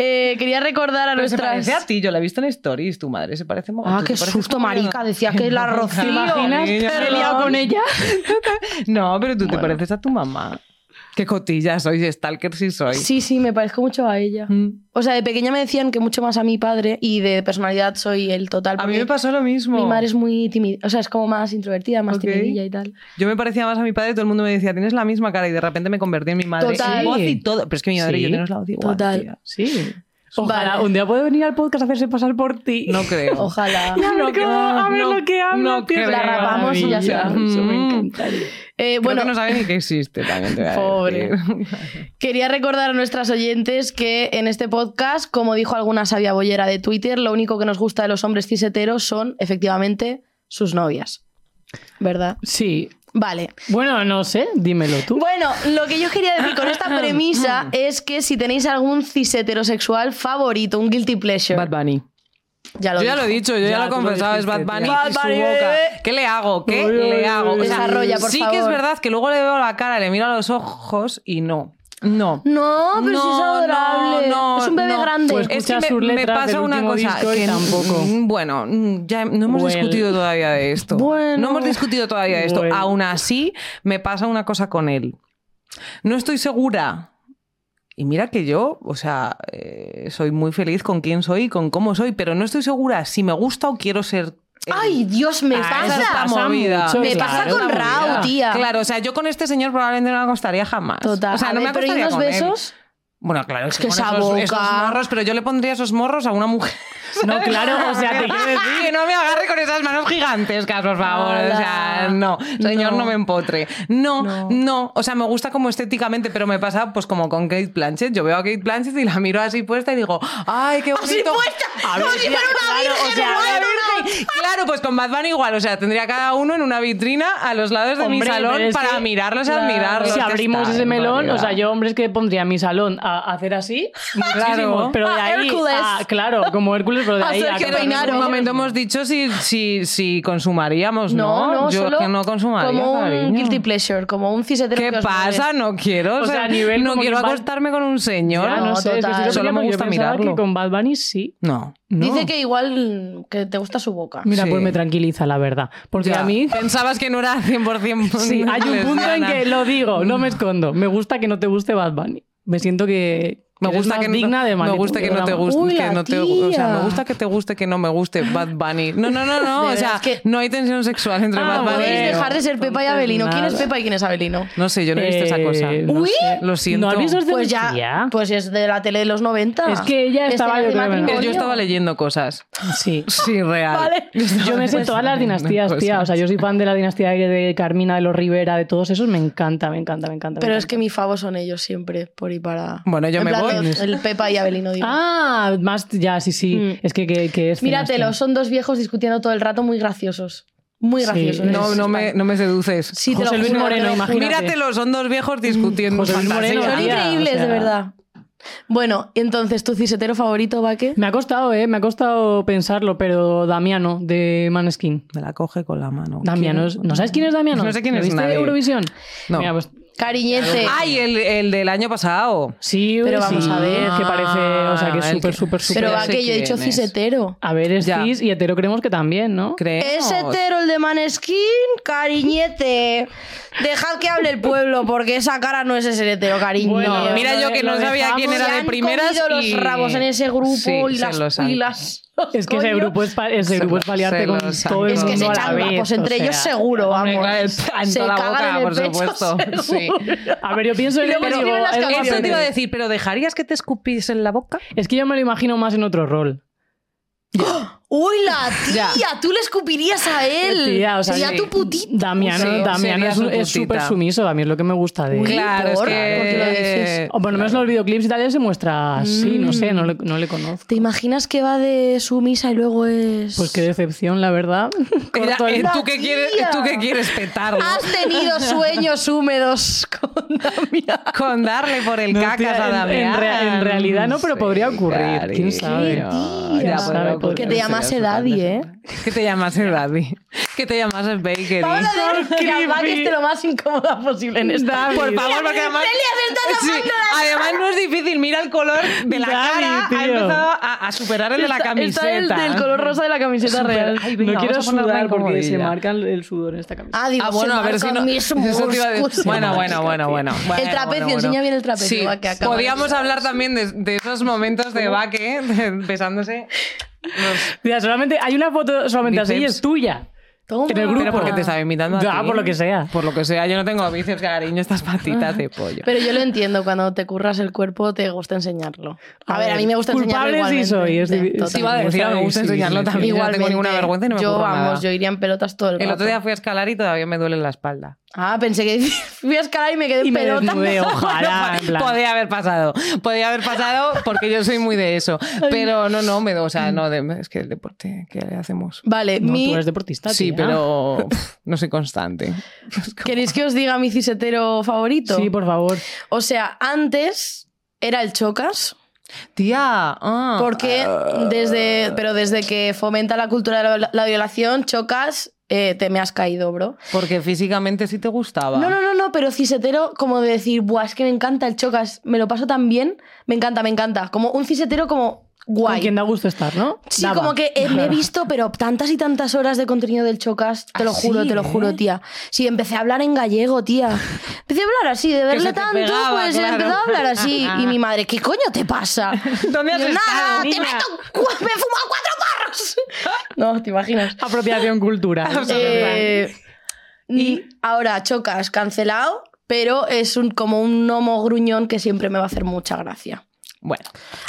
[SPEAKER 1] Eh, quería recordar a
[SPEAKER 4] Pero se
[SPEAKER 1] nuestras.
[SPEAKER 4] parece a ti, yo la he visto en stories, tu madre se parece mo-
[SPEAKER 1] Ah,
[SPEAKER 4] tú te
[SPEAKER 1] qué
[SPEAKER 4] pareces
[SPEAKER 1] susto,
[SPEAKER 4] como-
[SPEAKER 1] marica. Decía que
[SPEAKER 4] <laughs>
[SPEAKER 1] la Rocío.
[SPEAKER 4] imaginas?
[SPEAKER 1] Niña,
[SPEAKER 4] Pero
[SPEAKER 1] perdón.
[SPEAKER 4] liado con ella. No, pero tú te pareces a tu mamá. Qué cotilla soy, stalker sí soy.
[SPEAKER 1] Sí, sí, me parezco mucho a ella.
[SPEAKER 4] Mm.
[SPEAKER 1] O sea, de pequeña me decían que mucho más a mi padre y de personalidad soy el total.
[SPEAKER 4] A mí
[SPEAKER 1] porque
[SPEAKER 4] me pasó lo mismo.
[SPEAKER 1] Mi madre es muy tímida, o sea, es como más introvertida, más
[SPEAKER 4] Ok.
[SPEAKER 1] timidilla y tal.
[SPEAKER 4] Yo me parecía más a mi padre, todo el mundo me decía, tienes la misma cara, y de repente me convertí en mi madre.
[SPEAKER 1] Total.
[SPEAKER 4] Y voz y todo. Pero es que mi madre y yo
[SPEAKER 5] Sí.
[SPEAKER 4] tenemos la voz igual.
[SPEAKER 1] Total.
[SPEAKER 4] tía.
[SPEAKER 5] Sí. Ojalá
[SPEAKER 1] Vale.
[SPEAKER 5] un día puede venir al podcast a hacerse pasar por ti.
[SPEAKER 4] <laughs> No creo.
[SPEAKER 1] <laughs> Ojalá.
[SPEAKER 5] a ver,
[SPEAKER 4] No
[SPEAKER 5] cómo- a ver
[SPEAKER 4] no-
[SPEAKER 5] lo que habla,
[SPEAKER 4] no
[SPEAKER 5] tío.
[SPEAKER 4] creo.
[SPEAKER 1] La rapamos y ya está.
[SPEAKER 5] Eso me
[SPEAKER 4] Mm.
[SPEAKER 5] encantaría.
[SPEAKER 1] Eh,
[SPEAKER 4] Creo
[SPEAKER 1] bueno,
[SPEAKER 4] que no sabe ni que existe también. te voy a
[SPEAKER 1] Pobre.
[SPEAKER 4] decir.
[SPEAKER 1] Quería recordar a nuestras oyentes que en este podcast, como dijo alguna sabia bollera de Twitter, lo único que nos gusta de los hombres ciseteros son, efectivamente, sus novias. ¿verdad?
[SPEAKER 5] Sí.
[SPEAKER 1] Vale.
[SPEAKER 5] Bueno, no sé, dímelo tú.
[SPEAKER 1] Bueno, lo que yo quería decir con
[SPEAKER 4] <laughs>
[SPEAKER 1] esta premisa
[SPEAKER 4] Mm.
[SPEAKER 1] es que si tenéis algún cis heterosexual favorito, un guilty pleasure.
[SPEAKER 4] Bad Bunny.
[SPEAKER 1] ya lo
[SPEAKER 4] yo ya
[SPEAKER 1] digo.
[SPEAKER 4] lo he dicho, yo ya,
[SPEAKER 5] Ya,
[SPEAKER 4] lo he
[SPEAKER 5] tú lo
[SPEAKER 4] confesado, es Bad
[SPEAKER 5] dijiste,
[SPEAKER 4] Bunny
[SPEAKER 5] tío.
[SPEAKER 4] y
[SPEAKER 1] Bad Bunny,
[SPEAKER 4] su boca.
[SPEAKER 1] bebé.
[SPEAKER 4] ¿Qué le hago? ¿Qué
[SPEAKER 5] Uy, uy,
[SPEAKER 4] le hago?
[SPEAKER 5] uy.
[SPEAKER 1] Desarrolla, por
[SPEAKER 4] sí que es
[SPEAKER 1] favor.
[SPEAKER 4] verdad que luego le veo la cara, le miro a los ojos y no. No.
[SPEAKER 1] No, pero sí es
[SPEAKER 4] no,
[SPEAKER 1] adorable.
[SPEAKER 4] no,
[SPEAKER 1] es un bebé
[SPEAKER 4] no.
[SPEAKER 1] grande.
[SPEAKER 5] Pues-
[SPEAKER 4] Es que
[SPEAKER 5] Escucha
[SPEAKER 4] me,
[SPEAKER 5] sus
[SPEAKER 4] me
[SPEAKER 5] letras
[SPEAKER 4] pasa
[SPEAKER 5] del
[SPEAKER 4] una
[SPEAKER 5] último
[SPEAKER 4] cosa
[SPEAKER 5] disco y
[SPEAKER 4] que
[SPEAKER 5] tampoco.
[SPEAKER 4] mm, Bueno, mm, ya no hemos
[SPEAKER 5] Well.
[SPEAKER 4] discutido todavía de esto.
[SPEAKER 5] Bueno.
[SPEAKER 4] No hemos discutido todavía de esto.
[SPEAKER 5] Bueno.
[SPEAKER 4] Aún así, me pasa una cosa con él. No estoy segura. Y mira que yo, o sea, eh, soy muy feliz con quién soy y con cómo soy, pero no estoy segura si me gusta o quiero ser. él.
[SPEAKER 1] Ay, Dios, me
[SPEAKER 5] Ah,
[SPEAKER 1] pasa.
[SPEAKER 5] eso
[SPEAKER 4] Esa
[SPEAKER 5] pasa
[SPEAKER 4] movida.
[SPEAKER 5] mucho,
[SPEAKER 1] Me pasa
[SPEAKER 5] claro,
[SPEAKER 1] con
[SPEAKER 5] la
[SPEAKER 1] Rao,
[SPEAKER 5] movida.
[SPEAKER 1] tío. Ya.
[SPEAKER 4] Claro, o sea, yo con este señor probablemente no me acostaría jamás.
[SPEAKER 1] Total.
[SPEAKER 4] O sea,
[SPEAKER 1] A
[SPEAKER 4] no
[SPEAKER 1] ver,
[SPEAKER 4] me
[SPEAKER 1] pero ¿y
[SPEAKER 4] acostaría
[SPEAKER 1] unos
[SPEAKER 4] con él.
[SPEAKER 1] besos?
[SPEAKER 4] Bueno, claro, es
[SPEAKER 1] que
[SPEAKER 4] que, con
[SPEAKER 1] esa
[SPEAKER 4] esos,
[SPEAKER 1] boca.
[SPEAKER 4] esos morros, pero yo le pondría esos morros a una <laughs> mujer.
[SPEAKER 5] No, claro,
[SPEAKER 4] <laughs>
[SPEAKER 5] o sea, te quiero decir.
[SPEAKER 4] Que no me agarre con esas manos gigantescas, por favor. O sea,
[SPEAKER 1] Ala.
[SPEAKER 4] no, señor, no,
[SPEAKER 1] No.
[SPEAKER 4] me empotre. No, no,
[SPEAKER 1] No.
[SPEAKER 4] O sea, me gusta como estéticamente, pero me pasa pues como con Kate Blanchett. Yo veo a Kate Blanchett y la miro así puesta y digo, ¡ay, qué bonito!
[SPEAKER 1] Así puesta,
[SPEAKER 4] A ver,
[SPEAKER 1] como si
[SPEAKER 4] tía,
[SPEAKER 1] fuera una
[SPEAKER 4] claro,
[SPEAKER 1] virgen,
[SPEAKER 4] o sea,
[SPEAKER 1] no
[SPEAKER 4] una
[SPEAKER 1] era
[SPEAKER 4] virgen. Claro, pues con Batman igual. O sea, tendría cada uno en una vitrina a los lados de mi
[SPEAKER 5] Hombre,
[SPEAKER 4] salón
[SPEAKER 5] pero es
[SPEAKER 4] para
[SPEAKER 5] que-
[SPEAKER 4] mirarlos y
[SPEAKER 5] claro,
[SPEAKER 4] admirarlos.
[SPEAKER 5] Si
[SPEAKER 4] Ya
[SPEAKER 5] abrimos
[SPEAKER 4] está,
[SPEAKER 5] ese
[SPEAKER 4] en
[SPEAKER 5] melón, o
[SPEAKER 4] realidad.
[SPEAKER 5] sea, yo hombres que pondría mi salón a hacer así, muchísimos, pero de
[SPEAKER 1] A
[SPEAKER 5] ahí
[SPEAKER 1] Hércules.
[SPEAKER 5] a- claro, como Hércules, pero de
[SPEAKER 1] A
[SPEAKER 5] ahí
[SPEAKER 1] Sergio
[SPEAKER 5] comprarnos
[SPEAKER 4] En
[SPEAKER 1] Peinaron.
[SPEAKER 4] algún
[SPEAKER 5] unos-
[SPEAKER 4] momento hemos dicho si, si, si consumaríamos, ¿no?
[SPEAKER 1] No, no,
[SPEAKER 4] Yo
[SPEAKER 1] solo
[SPEAKER 4] que no consumaría,
[SPEAKER 1] como un
[SPEAKER 4] cariño.
[SPEAKER 1] guilty pleasure, como un cis hetero
[SPEAKER 4] ¿Qué
[SPEAKER 1] que os
[SPEAKER 4] pasa? No quiero.
[SPEAKER 5] O sea, a nivel
[SPEAKER 4] no
[SPEAKER 5] como
[SPEAKER 4] quiero
[SPEAKER 5] que va-
[SPEAKER 4] acostarme con un señor.
[SPEAKER 5] Ya,
[SPEAKER 1] No,
[SPEAKER 5] no sé, es que
[SPEAKER 1] total.
[SPEAKER 5] sí lo
[SPEAKER 4] Solo me
[SPEAKER 5] pensaba, yo
[SPEAKER 4] gusta
[SPEAKER 5] pensaba
[SPEAKER 4] mirarlo.
[SPEAKER 5] que con Bad Bunny sí.
[SPEAKER 4] No.
[SPEAKER 1] mueve.
[SPEAKER 4] no.
[SPEAKER 1] Dice que igual que te gusta su boca.
[SPEAKER 5] Mira,
[SPEAKER 4] Sí.
[SPEAKER 5] pues me tranquiliza, la verdad. Porque
[SPEAKER 4] Ya.
[SPEAKER 5] a mí
[SPEAKER 4] Pensabas que no era 100%
[SPEAKER 5] Sí, hay un punto en
[SPEAKER 4] lesbiana.
[SPEAKER 5] que lo digo, no me escondo. Me gusta que no te guste Bad Bunny. Me siento que
[SPEAKER 4] Me
[SPEAKER 5] eres
[SPEAKER 4] gusta,
[SPEAKER 5] más
[SPEAKER 4] que no,
[SPEAKER 5] digna de
[SPEAKER 4] me
[SPEAKER 5] Malibu
[SPEAKER 4] gusta que no te
[SPEAKER 5] Programa.
[SPEAKER 4] guste,
[SPEAKER 1] Uy,
[SPEAKER 4] que
[SPEAKER 1] la
[SPEAKER 4] no te gu- o sea,
[SPEAKER 1] tía.
[SPEAKER 4] me gusta que te guste que no me guste Bad Bunny. No, no, no,
[SPEAKER 5] <laughs>
[SPEAKER 4] no,
[SPEAKER 1] De
[SPEAKER 4] o sea,
[SPEAKER 1] verdad es que-
[SPEAKER 4] no hay tensión sexual entre
[SPEAKER 5] Ah,
[SPEAKER 4] Bad Bunny.
[SPEAKER 1] Podéis
[SPEAKER 4] y yo.
[SPEAKER 5] bueno.
[SPEAKER 1] dejar de ser Pepa y Abelino. ¿Quién es
[SPEAKER 5] Entonces,
[SPEAKER 1] Pepa y quién es Abelino?
[SPEAKER 4] No sé, yo no he visto esa
[SPEAKER 5] Eh,
[SPEAKER 4] cosa.
[SPEAKER 5] no
[SPEAKER 1] Uy.
[SPEAKER 5] sé.
[SPEAKER 4] Lo siento.
[SPEAKER 5] ¿No has visto este
[SPEAKER 1] Pues ya,
[SPEAKER 5] tía?
[SPEAKER 1] pues es de la tele de los 90.
[SPEAKER 5] Es que ella estaba,
[SPEAKER 1] Escenas de
[SPEAKER 5] yo creo que no.
[SPEAKER 4] Pero
[SPEAKER 1] matrimonio.
[SPEAKER 4] yo estaba leyendo cosas.
[SPEAKER 5] Sí.
[SPEAKER 4] Sí, real. <laughs> Pues,
[SPEAKER 1] Vale.
[SPEAKER 5] Yo me sé todas las dinastías, tía. O sea, yo soy fan de la dinastía de, de Carmina, de los Rivera, de todos esos. Me encanta, me encanta, me encanta. me
[SPEAKER 1] Pero es
[SPEAKER 5] encanta.
[SPEAKER 1] que mi favor son ellos siempre, por y para.
[SPEAKER 4] Bueno, yo
[SPEAKER 1] En
[SPEAKER 4] me
[SPEAKER 1] plan,
[SPEAKER 4] voy.
[SPEAKER 1] los- El Pepa y Abelino, digo.
[SPEAKER 5] Ah, más, ya, sí, sí.
[SPEAKER 1] Mm.
[SPEAKER 5] Es que, que, que es.
[SPEAKER 1] Míratelo,
[SPEAKER 5] hostia.
[SPEAKER 1] son dos viejos discutiendo todo el rato, muy graciosos. Muy
[SPEAKER 5] Sí.
[SPEAKER 1] graciosos.
[SPEAKER 4] No,
[SPEAKER 1] Es-
[SPEAKER 4] no me, no me seduces.
[SPEAKER 1] Sí, te
[SPEAKER 5] José
[SPEAKER 1] lo
[SPEAKER 5] Luis
[SPEAKER 1] juro, te
[SPEAKER 5] Moreno,
[SPEAKER 1] lo juro.
[SPEAKER 5] imagínate.
[SPEAKER 4] Míratelo, son dos viejos discutiendo.
[SPEAKER 5] José Luis
[SPEAKER 4] fantasías.
[SPEAKER 5] Moreno,
[SPEAKER 1] Son
[SPEAKER 5] tía.
[SPEAKER 1] increíbles,
[SPEAKER 5] o sea.
[SPEAKER 1] de verdad. Bueno, entonces, ¿tu cisetero favorito va qué?
[SPEAKER 5] Me ha costado, ¿eh? Me ha costado pensarlo, pero Damiano, de Maneskin.
[SPEAKER 4] Me la coge con la mano.
[SPEAKER 5] Damiano,
[SPEAKER 4] ¿Quién?
[SPEAKER 5] ¿no sabes quién es Damiano?
[SPEAKER 4] No sé quién
[SPEAKER 5] ¿Lo
[SPEAKER 4] es
[SPEAKER 5] ¿Viste
[SPEAKER 4] nadie.
[SPEAKER 5] Eurovisión?
[SPEAKER 4] No.
[SPEAKER 5] Mira, pues,
[SPEAKER 1] Cariñete.
[SPEAKER 4] Ay, el, el del año pasado.
[SPEAKER 5] sí,
[SPEAKER 1] Pero
[SPEAKER 5] sí,
[SPEAKER 1] vamos a ver.
[SPEAKER 5] Que parece, o sea, que es
[SPEAKER 4] Ah, el
[SPEAKER 5] súper,
[SPEAKER 4] que-
[SPEAKER 5] súper, súper.
[SPEAKER 1] Pero va
[SPEAKER 4] sé
[SPEAKER 1] que yo he
[SPEAKER 4] quién
[SPEAKER 1] dicho
[SPEAKER 4] es.
[SPEAKER 1] cisetero.
[SPEAKER 5] A ver, es
[SPEAKER 4] Ya.
[SPEAKER 5] cis y hetero creemos que también, ¿no?
[SPEAKER 4] Creemos.
[SPEAKER 1] Es hetero el de Maneskin, cariñete. Dejad que hable el pueblo, porque esa cara no es ese hetero, cariño.
[SPEAKER 5] Bueno,
[SPEAKER 1] No,
[SPEAKER 4] Pues Mira
[SPEAKER 5] Lo
[SPEAKER 4] yo
[SPEAKER 5] de-
[SPEAKER 4] que
[SPEAKER 5] lo
[SPEAKER 4] no sabía
[SPEAKER 5] dejamos.
[SPEAKER 4] quién era
[SPEAKER 1] se
[SPEAKER 4] de
[SPEAKER 1] han
[SPEAKER 4] primeras
[SPEAKER 1] comido
[SPEAKER 4] y-
[SPEAKER 1] los rabos en ese grupo
[SPEAKER 4] Sí,
[SPEAKER 1] y
[SPEAKER 4] se
[SPEAKER 1] las
[SPEAKER 4] los han-
[SPEAKER 1] pilas.
[SPEAKER 5] Es que ese
[SPEAKER 1] Coño.
[SPEAKER 5] grupo es, pa- ese
[SPEAKER 4] Se
[SPEAKER 5] grupo
[SPEAKER 4] lo-
[SPEAKER 5] es paliarte
[SPEAKER 4] se
[SPEAKER 5] con
[SPEAKER 4] los han
[SPEAKER 5] todo el
[SPEAKER 1] Es que se
[SPEAKER 5] mundo a la
[SPEAKER 1] echan
[SPEAKER 5] vez,
[SPEAKER 1] guapos
[SPEAKER 5] o
[SPEAKER 1] entre
[SPEAKER 5] sea.
[SPEAKER 1] ellos seguro,
[SPEAKER 4] Hombre,
[SPEAKER 1] vamos.
[SPEAKER 4] claro, en
[SPEAKER 1] Se
[SPEAKER 4] toda la
[SPEAKER 1] cagan
[SPEAKER 4] boca,
[SPEAKER 1] en
[SPEAKER 4] por
[SPEAKER 1] el pecho,
[SPEAKER 4] <laughs>
[SPEAKER 1] <laughs>
[SPEAKER 4] supuesto. Sí.
[SPEAKER 1] seguro.
[SPEAKER 5] A ver, yo pienso en
[SPEAKER 1] Y
[SPEAKER 5] él
[SPEAKER 1] luego
[SPEAKER 5] y digo,
[SPEAKER 1] escriben las
[SPEAKER 5] es
[SPEAKER 1] canciones.
[SPEAKER 4] Eso te iba a
[SPEAKER 5] Damiano.
[SPEAKER 4] decir, pero ¿dejarías que te escupís en la boca?
[SPEAKER 5] Es que yo me lo imagino más en otro rol.
[SPEAKER 1] Uy,
[SPEAKER 5] <laughs>
[SPEAKER 1] la tía,
[SPEAKER 4] Ya.
[SPEAKER 1] tú le escupirías a él.
[SPEAKER 5] Tía, o sea,
[SPEAKER 1] Sería
[SPEAKER 5] sí.
[SPEAKER 1] tu putita.
[SPEAKER 5] Damiano,
[SPEAKER 4] Sí,
[SPEAKER 5] Damiano
[SPEAKER 4] sería
[SPEAKER 5] es
[SPEAKER 4] su
[SPEAKER 5] un- es
[SPEAKER 4] putita.
[SPEAKER 5] súper sumiso, a mí es lo que me gusta de él.
[SPEAKER 1] Uy,
[SPEAKER 4] claro,
[SPEAKER 1] por-
[SPEAKER 4] es que...
[SPEAKER 1] ¿por qué lo dices?
[SPEAKER 5] O por lo menos en los videoclips y tal, él se muestra así, no
[SPEAKER 1] Mm.
[SPEAKER 5] sé, no le, no le conozco.
[SPEAKER 1] ¿Te imaginas que va de sumisa y luego es.
[SPEAKER 5] Pues qué decepción, la verdad. <laughs>
[SPEAKER 4] Mira,
[SPEAKER 5] Corto el-
[SPEAKER 4] eh, ¿tú,
[SPEAKER 1] La Ah,
[SPEAKER 4] qué quieres,
[SPEAKER 1] tía.
[SPEAKER 4] ¿Tú qué quieres petarlo?
[SPEAKER 1] Has tenido sueños húmedos con Damián.
[SPEAKER 4] Con darle por el
[SPEAKER 5] No,
[SPEAKER 4] cacas
[SPEAKER 5] tía,
[SPEAKER 4] a
[SPEAKER 5] en-
[SPEAKER 4] Damián.
[SPEAKER 5] en rea- en realidad no, pero podría ocurrir. ¿Quién sabe?
[SPEAKER 1] Qué tía.
[SPEAKER 4] Ya
[SPEAKER 5] ¿Quién
[SPEAKER 4] podría
[SPEAKER 5] sabe?
[SPEAKER 4] ocurrir.
[SPEAKER 5] Que
[SPEAKER 1] te ¿eh? llamase
[SPEAKER 4] Sería
[SPEAKER 1] Daddy,
[SPEAKER 4] sorprendente. Que te llamase Daddy. Que te llamase Bakery.
[SPEAKER 1] Vamos a ver que a Vane
[SPEAKER 5] creepy.
[SPEAKER 1] esté lo más incómoda posible en
[SPEAKER 5] <laughs>
[SPEAKER 1] esta.
[SPEAKER 5] David.
[SPEAKER 4] Por favor,
[SPEAKER 1] Mira,
[SPEAKER 4] porque
[SPEAKER 1] mira,
[SPEAKER 4] además.
[SPEAKER 1] Celia se está
[SPEAKER 4] Sí, además no es difícil, mira el color de la
[SPEAKER 5] Daddy,
[SPEAKER 4] cara.
[SPEAKER 5] tío.
[SPEAKER 4] Ha empezado a, a superar el de la
[SPEAKER 1] Está-
[SPEAKER 4] camiseta.
[SPEAKER 1] Está el del color rosa de la camiseta
[SPEAKER 4] Súper-
[SPEAKER 1] real.
[SPEAKER 4] Ay, venga,
[SPEAKER 5] no quiero
[SPEAKER 4] vamos a ponerla
[SPEAKER 5] sudar
[SPEAKER 4] en
[SPEAKER 5] porque se
[SPEAKER 4] comodilla.
[SPEAKER 5] marca el el sudor en esta camisa.
[SPEAKER 1] Ah, digo,
[SPEAKER 4] Ah, bueno,
[SPEAKER 1] se
[SPEAKER 4] a ver si
[SPEAKER 1] marcan <laughs>
[SPEAKER 4] no.
[SPEAKER 1] mis
[SPEAKER 4] <laughs> eso te iba a decir.
[SPEAKER 1] músculos.
[SPEAKER 4] Bueno, bueno, bueno, bueno, bueno,
[SPEAKER 1] trapecio,
[SPEAKER 4] bueno, bueno.
[SPEAKER 1] enseña bien el trapecio,
[SPEAKER 4] Sí.
[SPEAKER 1] va, que acaba
[SPEAKER 4] Podíamos hablar también de, de esos momentos de vaque besándose. los-
[SPEAKER 5] Mira, solamente hay una foto solamente así y
[SPEAKER 4] Bíceps.
[SPEAKER 5] es tuya.
[SPEAKER 1] Toma.
[SPEAKER 5] En el grupo.
[SPEAKER 4] Pero porque te estaba invitando a
[SPEAKER 5] Ya,
[SPEAKER 4] ti.
[SPEAKER 5] por lo que sea.
[SPEAKER 4] Por lo que sea, yo no tengo bíceps, cariño, estas patitas de pollo.
[SPEAKER 1] Pero yo lo entiendo, cuando te curras el cuerpo te gusta enseñarlo. A,
[SPEAKER 5] A
[SPEAKER 1] ver, a
[SPEAKER 5] ver,
[SPEAKER 1] mí me gusta enseñarlo
[SPEAKER 5] culpable sí
[SPEAKER 1] igualmente.
[SPEAKER 5] soy, es
[SPEAKER 1] Sí,
[SPEAKER 5] divi-
[SPEAKER 1] total.
[SPEAKER 5] sí,
[SPEAKER 4] Te iba a decir, me gusta enseñarlo también. Yo no tengo ninguna vergüenza y no me
[SPEAKER 1] yo,
[SPEAKER 4] ocurre
[SPEAKER 1] vamos,
[SPEAKER 4] nada.
[SPEAKER 1] yo iría en pelotas todo el,
[SPEAKER 4] El
[SPEAKER 1] rato.
[SPEAKER 4] otro día fui a escalar y todavía me duele la espalda.
[SPEAKER 1] Ah, pensé que <laughs> fui a escalar y me quedé
[SPEAKER 5] Y me
[SPEAKER 1] pelota.
[SPEAKER 5] desnudé, ojalá.
[SPEAKER 4] Bueno,
[SPEAKER 5] Ah, en plan.
[SPEAKER 4] Podría haber pasado, podría haber pasado porque yo soy muy de eso. Pero no, no, me, o sea, no, de- es que el deporte que hacemos.
[SPEAKER 1] <laughs> Vale,
[SPEAKER 5] No,
[SPEAKER 1] mi-
[SPEAKER 5] tú eres deportista.
[SPEAKER 4] Sí,
[SPEAKER 5] tía.
[SPEAKER 4] pero pf, no soy constante.
[SPEAKER 1] ¿queréis que os diga mi cisetero favorito?
[SPEAKER 5] Sí, por favor.
[SPEAKER 1] O sea, antes era el chocas,
[SPEAKER 4] Tía, ah,
[SPEAKER 1] porque desde, pero desde que fomenta la cultura de la, la violación, chocas, eh, te me has caído, bro.
[SPEAKER 4] porque físicamente sí te gustaba.
[SPEAKER 1] No, no, no, no, pero cisetero como de decir, buah, es que me encanta el chocas, me lo paso tan bien, me encanta, me encanta. Como un cisetero como
[SPEAKER 5] Con
[SPEAKER 1] guay.
[SPEAKER 5] quien da gusto estar, ¿no?
[SPEAKER 1] Sí,
[SPEAKER 5] Daba.
[SPEAKER 1] como que eh, me he visto, pero tantas y tantas horas de contenido del Chocas, te lo
[SPEAKER 4] ¿Ah,
[SPEAKER 1] juro,
[SPEAKER 4] sí,
[SPEAKER 1] te lo
[SPEAKER 4] eh?
[SPEAKER 1] juro, tía. Sí, empecé a hablar en gallego, tía. Empecé a hablar así, de verle
[SPEAKER 4] se te
[SPEAKER 1] tanto,
[SPEAKER 4] pegaba,
[SPEAKER 1] pues
[SPEAKER 4] claro.
[SPEAKER 1] empecé a hablar
[SPEAKER 4] <laughs>
[SPEAKER 1] así. Y mi madre, ¿qué coño te pasa?
[SPEAKER 4] ¿Dónde has
[SPEAKER 1] Y yo, Nada,
[SPEAKER 4] estado,
[SPEAKER 1] te
[SPEAKER 4] niña?"
[SPEAKER 1] meto, cu- me he fumado cuatro porros. <laughs> No, te <laughs> imaginas.
[SPEAKER 5] Apropiación cultural.
[SPEAKER 1] Eh, y ahora Chocas cancelado, pero es un, como un gnomo gruñón que siempre me va a hacer mucha gracia.
[SPEAKER 4] Bueno,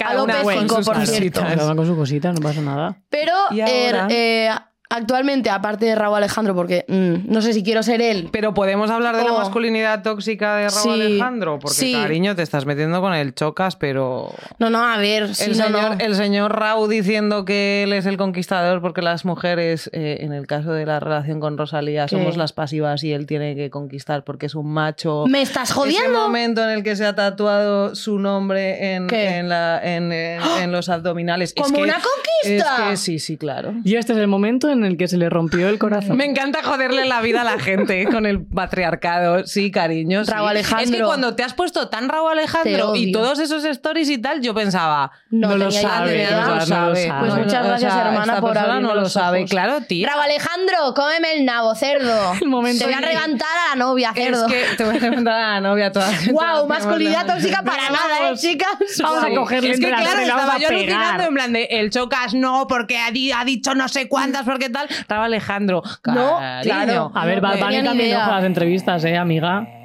[SPEAKER 1] Algo
[SPEAKER 4] cada una con
[SPEAKER 1] pesico,
[SPEAKER 4] sus
[SPEAKER 1] por cierto.
[SPEAKER 4] cositas.
[SPEAKER 5] Cada uno con su cosita, no pasa nada.
[SPEAKER 1] Pero
[SPEAKER 4] ¿Y
[SPEAKER 1] eh,
[SPEAKER 4] ahora?
[SPEAKER 1] eh, actualmente, aparte de Raúl Alejandro, porque mm, no sé si quiero ser él,
[SPEAKER 4] Pero podemos hablar de la
[SPEAKER 1] Oh.
[SPEAKER 4] masculinidad tóxica de Raúl
[SPEAKER 1] Sí,
[SPEAKER 4] Alejandro, porque
[SPEAKER 1] sí.
[SPEAKER 4] cariño, te estás metiendo con el chocas, pero
[SPEAKER 1] No, no, a ver, sí,
[SPEAKER 4] el,
[SPEAKER 1] no,
[SPEAKER 4] señor,
[SPEAKER 1] no.
[SPEAKER 4] el señor Raúl diciendo que él es el conquistador porque las mujeres, eh, en el caso de la relación con Rosalía,
[SPEAKER 1] ¿Qué?
[SPEAKER 4] somos las pasivas y él tiene que conquistar porque es un macho.
[SPEAKER 1] ¿Me estás
[SPEAKER 4] Ese
[SPEAKER 1] jodiendo?
[SPEAKER 4] momento en el que se ha tatuado su nombre en,
[SPEAKER 1] ¿Qué? ¡Ah!
[SPEAKER 4] en la- en- en- en los abdominales. Es
[SPEAKER 1] ¿Como
[SPEAKER 4] que-
[SPEAKER 1] una conquista?
[SPEAKER 4] Es que sí, sí, claro.
[SPEAKER 5] Y este es el momento en el que se le rompió el
[SPEAKER 4] <laughs>
[SPEAKER 5] corazón.
[SPEAKER 4] Me encanta joderle la vida a la gente con el patriarcado. Sí, cariño. sí.
[SPEAKER 1] Raúl Alejandro.
[SPEAKER 4] Es que cuando te has puesto tan rabo
[SPEAKER 1] Te
[SPEAKER 4] Alejandro
[SPEAKER 1] odio.
[SPEAKER 4] y todos esos stories y tal, yo pensaba. "Ah,
[SPEAKER 5] No lo
[SPEAKER 1] tenía
[SPEAKER 5] sabe,
[SPEAKER 1] idea.
[SPEAKER 5] no lo sabe.
[SPEAKER 1] Pues
[SPEAKER 5] No,
[SPEAKER 1] muchas
[SPEAKER 4] o
[SPEAKER 1] gracias,
[SPEAKER 4] sea,
[SPEAKER 1] hermana,
[SPEAKER 4] esta
[SPEAKER 1] por
[SPEAKER 4] persona
[SPEAKER 1] abrirme
[SPEAKER 4] no lo
[SPEAKER 1] los
[SPEAKER 4] sabe,
[SPEAKER 1] ojos.
[SPEAKER 4] claro, tío.
[SPEAKER 1] Bravo, Alejandro, cómeme el nabo,
[SPEAKER 4] <laughs>
[SPEAKER 1] cerdo.
[SPEAKER 5] El momento
[SPEAKER 1] Te voy a
[SPEAKER 5] en-
[SPEAKER 1] reventar a la novia, cerdo.
[SPEAKER 4] Es que te voy a preguntar a la novia toda.
[SPEAKER 1] Guau, masculinidad tóxica para
[SPEAKER 5] Vamos.
[SPEAKER 1] nada, ¿eh, chicas?
[SPEAKER 5] Vamos a
[SPEAKER 1] Guau.
[SPEAKER 5] coger- cogerle
[SPEAKER 4] es que
[SPEAKER 5] entre las
[SPEAKER 4] claro,
[SPEAKER 5] dos y la
[SPEAKER 4] estaba
[SPEAKER 5] vamos a
[SPEAKER 4] yo
[SPEAKER 5] pegar.
[SPEAKER 4] alucinando en plan de el chocas no, porque ha, di- ha dicho no sé cuántas, porque tal. Estaba Alejandro.
[SPEAKER 1] No,
[SPEAKER 4] cariño.
[SPEAKER 1] claro.
[SPEAKER 5] A ver,
[SPEAKER 1] No
[SPEAKER 5] Bad
[SPEAKER 1] tenía
[SPEAKER 5] Bunny
[SPEAKER 1] ni
[SPEAKER 5] también
[SPEAKER 1] idea.
[SPEAKER 5] ojo a las entrevistas, ¿eh, amiga?
[SPEAKER 1] eh,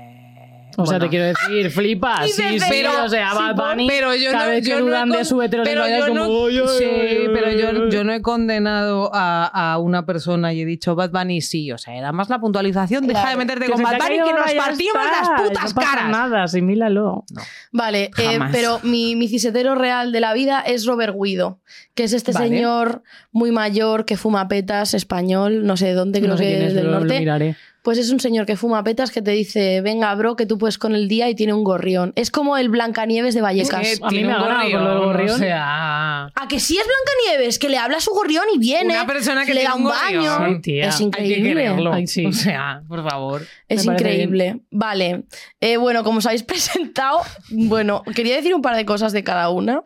[SPEAKER 5] O sea,
[SPEAKER 4] Bueno.
[SPEAKER 5] te quiero decir, flipa, sí, sí, o sea, Bad Bunny,
[SPEAKER 4] pero yo
[SPEAKER 5] cada
[SPEAKER 4] no,
[SPEAKER 5] vez que
[SPEAKER 4] yo no he
[SPEAKER 5] dudan de
[SPEAKER 4] con-
[SPEAKER 5] su heterosexualidad,
[SPEAKER 4] pero yo
[SPEAKER 5] es como,
[SPEAKER 4] no-
[SPEAKER 5] "Oy, oy,
[SPEAKER 4] sí,
[SPEAKER 5] oy,
[SPEAKER 4] pero yo,
[SPEAKER 5] oy".
[SPEAKER 4] yo no he condenado a, a una persona y he dicho Bad Bunny sí, o sea, era más la puntualización, deja de
[SPEAKER 1] Claro.
[SPEAKER 4] meterte
[SPEAKER 5] Que
[SPEAKER 4] con
[SPEAKER 5] se te
[SPEAKER 4] Bad
[SPEAKER 5] ha
[SPEAKER 4] Bunny
[SPEAKER 5] caído
[SPEAKER 4] que nos
[SPEAKER 5] ahora, ya
[SPEAKER 4] partimos
[SPEAKER 5] está,
[SPEAKER 4] las putas
[SPEAKER 5] no pasa
[SPEAKER 4] caras.
[SPEAKER 5] nada, asimílalo.
[SPEAKER 1] Vale, eh,
[SPEAKER 4] Jamás.
[SPEAKER 1] pero mi, mi cisetero real de la vida es Robert Guido, que es este
[SPEAKER 4] Vale.
[SPEAKER 1] señor muy mayor que fuma petas, español, no sé de dónde, creo
[SPEAKER 5] no sé
[SPEAKER 1] que
[SPEAKER 5] quién es,
[SPEAKER 1] es del
[SPEAKER 5] lo- lo
[SPEAKER 1] norte.
[SPEAKER 5] miraré.
[SPEAKER 1] Pues es un señor que fuma petas que te dice, venga, bro, que tú puedes con el día y tiene un gorrión. Es como el Blancanieves de Vallecas.
[SPEAKER 4] Eh,
[SPEAKER 5] A mí
[SPEAKER 4] tiene
[SPEAKER 5] me
[SPEAKER 4] un
[SPEAKER 5] ha ganado con lo del
[SPEAKER 4] gorrión,
[SPEAKER 5] gorrión.
[SPEAKER 4] O sea,
[SPEAKER 1] A que sí es Blancanieves, que le habla a su gorrión y viene.
[SPEAKER 4] Una persona que
[SPEAKER 1] le
[SPEAKER 4] tiene
[SPEAKER 1] da un
[SPEAKER 4] un
[SPEAKER 1] baño.
[SPEAKER 4] gorrión.
[SPEAKER 5] Sí, tía.
[SPEAKER 1] Es
[SPEAKER 5] Hay
[SPEAKER 4] hay que
[SPEAKER 1] increíble.
[SPEAKER 4] quererlo.
[SPEAKER 5] Ay, sí.
[SPEAKER 4] O sea, por favor.
[SPEAKER 1] Es
[SPEAKER 5] Me parece
[SPEAKER 1] increíble. Vale. Eh, bueno, como os habéis <laughs> presentado, bueno, quería decir un par de cosas de cada una.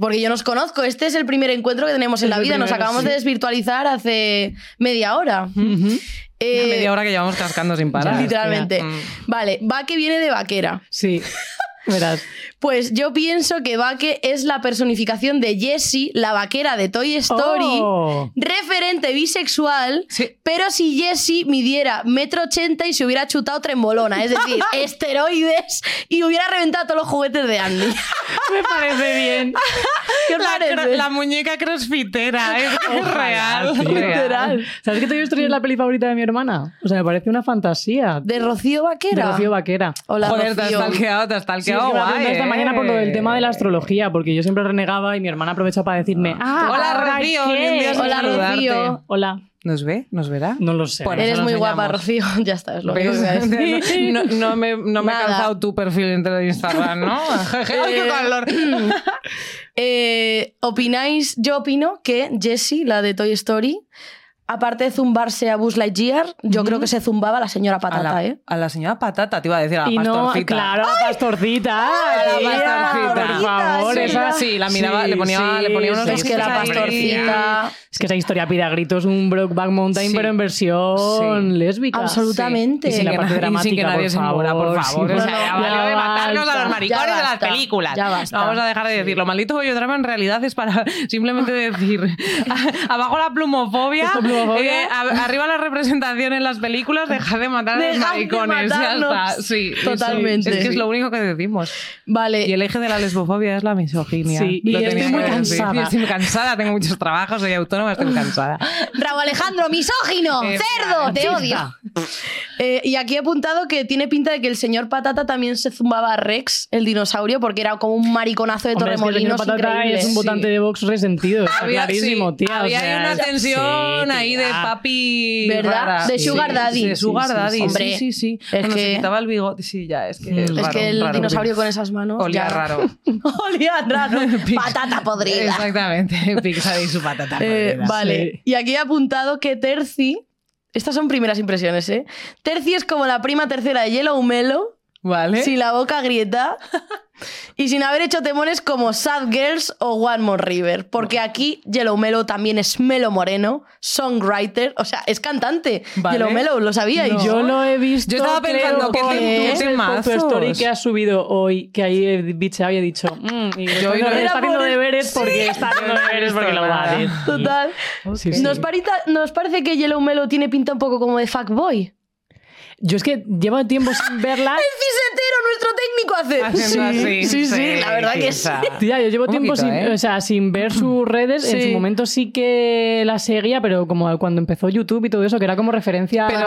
[SPEAKER 1] Porque yo nos conozco. Este es el primer encuentro que tenemos en
[SPEAKER 5] Es
[SPEAKER 1] la
[SPEAKER 5] el
[SPEAKER 1] vida. Nos
[SPEAKER 5] primero,
[SPEAKER 1] acabamos
[SPEAKER 5] sí.
[SPEAKER 1] de desvirtualizar hace media hora. Eh,
[SPEAKER 4] Ya media hora que llevamos cascando sin parar.
[SPEAKER 1] Literalmente.
[SPEAKER 4] Mm.
[SPEAKER 1] Vale, va que viene de vaquera.
[SPEAKER 5] Sí, verás.
[SPEAKER 4] <laughs>
[SPEAKER 1] Pues yo pienso que Baque es la personificación de Jessie, la vaquera de Toy Story,
[SPEAKER 5] Oh.
[SPEAKER 1] referente bisexual.
[SPEAKER 4] Sí.
[SPEAKER 1] Pero si Jessie midiera metro ochenta y se hubiera chutado trembolona, es <laughs> decir, esteroides y hubiera reventado todos los juguetes de Andy.
[SPEAKER 5] Me parece <laughs> bien.
[SPEAKER 1] ¿Qué os
[SPEAKER 4] La,
[SPEAKER 1] parece?
[SPEAKER 4] cro- la muñeca crossfitera,
[SPEAKER 5] <laughs>
[SPEAKER 4] es que es real.
[SPEAKER 5] Tío.
[SPEAKER 4] real.
[SPEAKER 5] ¿Sabes que Toy Story es la peli favorita de mi hermana? O sea, me parece una fantasía.
[SPEAKER 1] <laughs> De Rocío
[SPEAKER 5] De
[SPEAKER 1] Vaquera.
[SPEAKER 5] Rocío Vaquera.
[SPEAKER 1] Hola,
[SPEAKER 4] Joder, te has
[SPEAKER 1] Rocío.
[SPEAKER 4] stalkeado, te has
[SPEAKER 5] Sí, es
[SPEAKER 4] stalkeado,
[SPEAKER 5] que me la
[SPEAKER 4] guay.
[SPEAKER 5] preguntaste esta
[SPEAKER 4] eh. Ah,
[SPEAKER 5] mañana por lo del tema de la astrología, porque yo siempre renegaba y mi hermana aprovecha para decirme, ah,
[SPEAKER 4] Hola,
[SPEAKER 5] ¿ahora
[SPEAKER 4] Rocío,
[SPEAKER 5] qué?
[SPEAKER 4] ni un día sin
[SPEAKER 1] Hola,
[SPEAKER 4] saludarte.
[SPEAKER 1] Rocío.
[SPEAKER 5] Hola,
[SPEAKER 4] ¿Nos ve? ¿Nos verá?
[SPEAKER 5] no lo sé.
[SPEAKER 4] Por eso
[SPEAKER 1] Eres
[SPEAKER 4] nos
[SPEAKER 1] muy guapa,
[SPEAKER 4] enseñamos.
[SPEAKER 1] Rocío. <laughs> Ya está, es lo único que
[SPEAKER 4] <laughs> ¿Ves?
[SPEAKER 1] voy a decir.
[SPEAKER 5] ¿eh?
[SPEAKER 4] No, no me, no me ha
[SPEAKER 5] <laughs>
[SPEAKER 1] Nada.
[SPEAKER 4] cansado tu perfil dentro de Instagram, ¿no? <laughs> Jeje, ¡Ay, qué
[SPEAKER 1] Eh,
[SPEAKER 4] calor!
[SPEAKER 1] Eh, ¿Opináis? Yo opino que Jessie, la de Toy Story, aparte de zumbarse a Buzz Lightyear, yo creo que se zumbaba a la señora
[SPEAKER 4] A
[SPEAKER 1] Patata,
[SPEAKER 4] la,
[SPEAKER 1] ¿eh?
[SPEAKER 4] a la señora Patata, te iba a decir, a la
[SPEAKER 5] y no,
[SPEAKER 4] Ah, pastorcita.
[SPEAKER 5] claro, la pastorcita.
[SPEAKER 4] la
[SPEAKER 5] tía,
[SPEAKER 4] pastorcita.
[SPEAKER 5] Por favor,
[SPEAKER 1] Sí,
[SPEAKER 5] esa.
[SPEAKER 4] sí, la miraba, le ponía- le ponía unos
[SPEAKER 1] Es que la
[SPEAKER 4] Hombre,
[SPEAKER 1] pastorcita.
[SPEAKER 5] Es que esa historia pida gritos, un Brokeback Mountain,
[SPEAKER 4] Sí.
[SPEAKER 5] pero en versión
[SPEAKER 4] Sí.
[SPEAKER 5] lésbica.
[SPEAKER 1] Absolutamente.
[SPEAKER 5] Y sin la
[SPEAKER 4] que
[SPEAKER 5] parte
[SPEAKER 4] nadie- y
[SPEAKER 5] dramática,
[SPEAKER 4] sin que nadie
[SPEAKER 5] por
[SPEAKER 4] se muera, por
[SPEAKER 5] favor,
[SPEAKER 4] favor.
[SPEAKER 5] sí.
[SPEAKER 4] o sea,
[SPEAKER 1] No,
[SPEAKER 4] ya
[SPEAKER 1] no,
[SPEAKER 4] valió de
[SPEAKER 5] ya
[SPEAKER 4] matarnos a
[SPEAKER 5] basta.
[SPEAKER 4] los maricones
[SPEAKER 1] Ya
[SPEAKER 4] de las
[SPEAKER 1] basta,
[SPEAKER 4] películas.
[SPEAKER 1] ya basta.
[SPEAKER 4] No vamos a dejar de decirlo. Maldito bollodrama en realidad es para <laughs> simplemente decir <laughs> a- abajo la plumofobia,
[SPEAKER 5] Esta plumofobia.
[SPEAKER 4] eh, a- arriba la representación en las películas, dejad de matar a los
[SPEAKER 1] Dejad de
[SPEAKER 4] maricones. ya
[SPEAKER 1] matarnos.
[SPEAKER 4] está. Sí, sí,
[SPEAKER 1] Totalmente.
[SPEAKER 4] sí. Es que es lo único que decimos.
[SPEAKER 1] Vale.
[SPEAKER 4] Y el eje de la lesbofobia es la misoginia.
[SPEAKER 5] Eh, Sí, y
[SPEAKER 4] Lo
[SPEAKER 5] estoy
[SPEAKER 4] tenía que
[SPEAKER 5] muy
[SPEAKER 4] decir.
[SPEAKER 5] cansada.
[SPEAKER 4] Yo Estoy muy cansada, tengo muchos trabajos, soy autónoma, estoy cansada.
[SPEAKER 1] Raúl Alejandro, misógino,
[SPEAKER 4] Eh,
[SPEAKER 1] cerdo, te
[SPEAKER 4] machista.
[SPEAKER 1] odio. Eh, y aquí he apuntado que tiene pinta de que el señor Patata también se zumbaba a Rex, el dinosaurio, porque era como un mariconazo de
[SPEAKER 5] Hombre, es que el señor
[SPEAKER 1] Torremolinos
[SPEAKER 5] Patata
[SPEAKER 1] increíble.
[SPEAKER 5] es un votante de Vox resentido, está clarísimo,
[SPEAKER 4] sí,
[SPEAKER 5] tía. o
[SPEAKER 4] Había
[SPEAKER 5] sea,
[SPEAKER 4] una tensión
[SPEAKER 5] sí,
[SPEAKER 4] ahí de
[SPEAKER 5] tía.
[SPEAKER 4] papi.
[SPEAKER 1] ¿Verdad?
[SPEAKER 4] rara.
[SPEAKER 1] De Sugar Daddy.
[SPEAKER 4] De Sugar
[SPEAKER 5] Sí, sí,
[SPEAKER 4] Daddy.
[SPEAKER 5] sí.
[SPEAKER 1] Hombre,
[SPEAKER 4] sí, sí. sí.
[SPEAKER 1] es
[SPEAKER 4] Cuando se
[SPEAKER 1] que-
[SPEAKER 4] quitaba el bigote. Sí, ya, es que.
[SPEAKER 5] Mm.
[SPEAKER 4] Es,
[SPEAKER 5] Es
[SPEAKER 1] Es
[SPEAKER 4] raro,
[SPEAKER 1] que el
[SPEAKER 4] raro.
[SPEAKER 1] dinosaurio con esas manos.
[SPEAKER 4] Olía
[SPEAKER 1] ya-
[SPEAKER 4] raro.
[SPEAKER 1] <laughs> Olía
[SPEAKER 5] <laughs>
[SPEAKER 1] raro. Patata podrida.
[SPEAKER 4] Exactamente. <laughs> Pixar y su patata.
[SPEAKER 1] Eh,
[SPEAKER 4] podrida.
[SPEAKER 1] vale.
[SPEAKER 5] Sí.
[SPEAKER 1] Y aquí he apuntado que Terci. Estas son primeras impresiones, ¿eh? Terci es como la prima tercera de Yellow Melo,
[SPEAKER 4] Vale.
[SPEAKER 1] sin la boca grieta <laughs> y sin haber hecho temones como Sad Girls o One More River. Porque aquí Yellow Melo también es Melo Moreno, songwriter, o sea, es cantante.
[SPEAKER 4] Vale.
[SPEAKER 1] Yellow Melo, lo sabíais.
[SPEAKER 4] No. <laughs>
[SPEAKER 5] Yo lo he visto.
[SPEAKER 4] Yo estaba
[SPEAKER 5] creo,
[SPEAKER 4] pensando, ¿qué
[SPEAKER 5] por-
[SPEAKER 1] tem-
[SPEAKER 5] es
[SPEAKER 4] qué
[SPEAKER 5] el post
[SPEAKER 4] temazos?
[SPEAKER 5] story que ha subido hoy, que ahí he dicho, había dicho. mm, y
[SPEAKER 4] Yo
[SPEAKER 5] yo
[SPEAKER 4] hoy no-
[SPEAKER 5] está haciendo
[SPEAKER 1] Era por-
[SPEAKER 5] deberes porque está haciendo
[SPEAKER 4] No he
[SPEAKER 5] deberes porque
[SPEAKER 4] visto
[SPEAKER 5] lo va a
[SPEAKER 4] nada.
[SPEAKER 5] decir.
[SPEAKER 1] Total.
[SPEAKER 5] Sí, sí.
[SPEAKER 1] Nos, parita- nos parece que Yellow Melo tiene pinta un poco como de fuckboy.
[SPEAKER 5] Yo es que llevo tiempo sin <laughs> verla.
[SPEAKER 1] Cisetero, nuestro técnico, hace. <laughs>
[SPEAKER 4] Haciendo
[SPEAKER 1] sí,
[SPEAKER 4] así,
[SPEAKER 1] sí, sí,
[SPEAKER 4] sí,
[SPEAKER 1] la verdad que sí.
[SPEAKER 4] quizá.
[SPEAKER 5] Tía, yo llevo
[SPEAKER 4] Un
[SPEAKER 5] tiempo
[SPEAKER 4] poquito,
[SPEAKER 5] sin,
[SPEAKER 4] ¿eh?
[SPEAKER 5] o sea, sin ver sus redes. En
[SPEAKER 1] Sí.
[SPEAKER 5] su momento sí que la seguía, pero como cuando empezó YouTube y todo eso, que era como referencia
[SPEAKER 4] Pero,
[SPEAKER 5] a
[SPEAKER 4] es-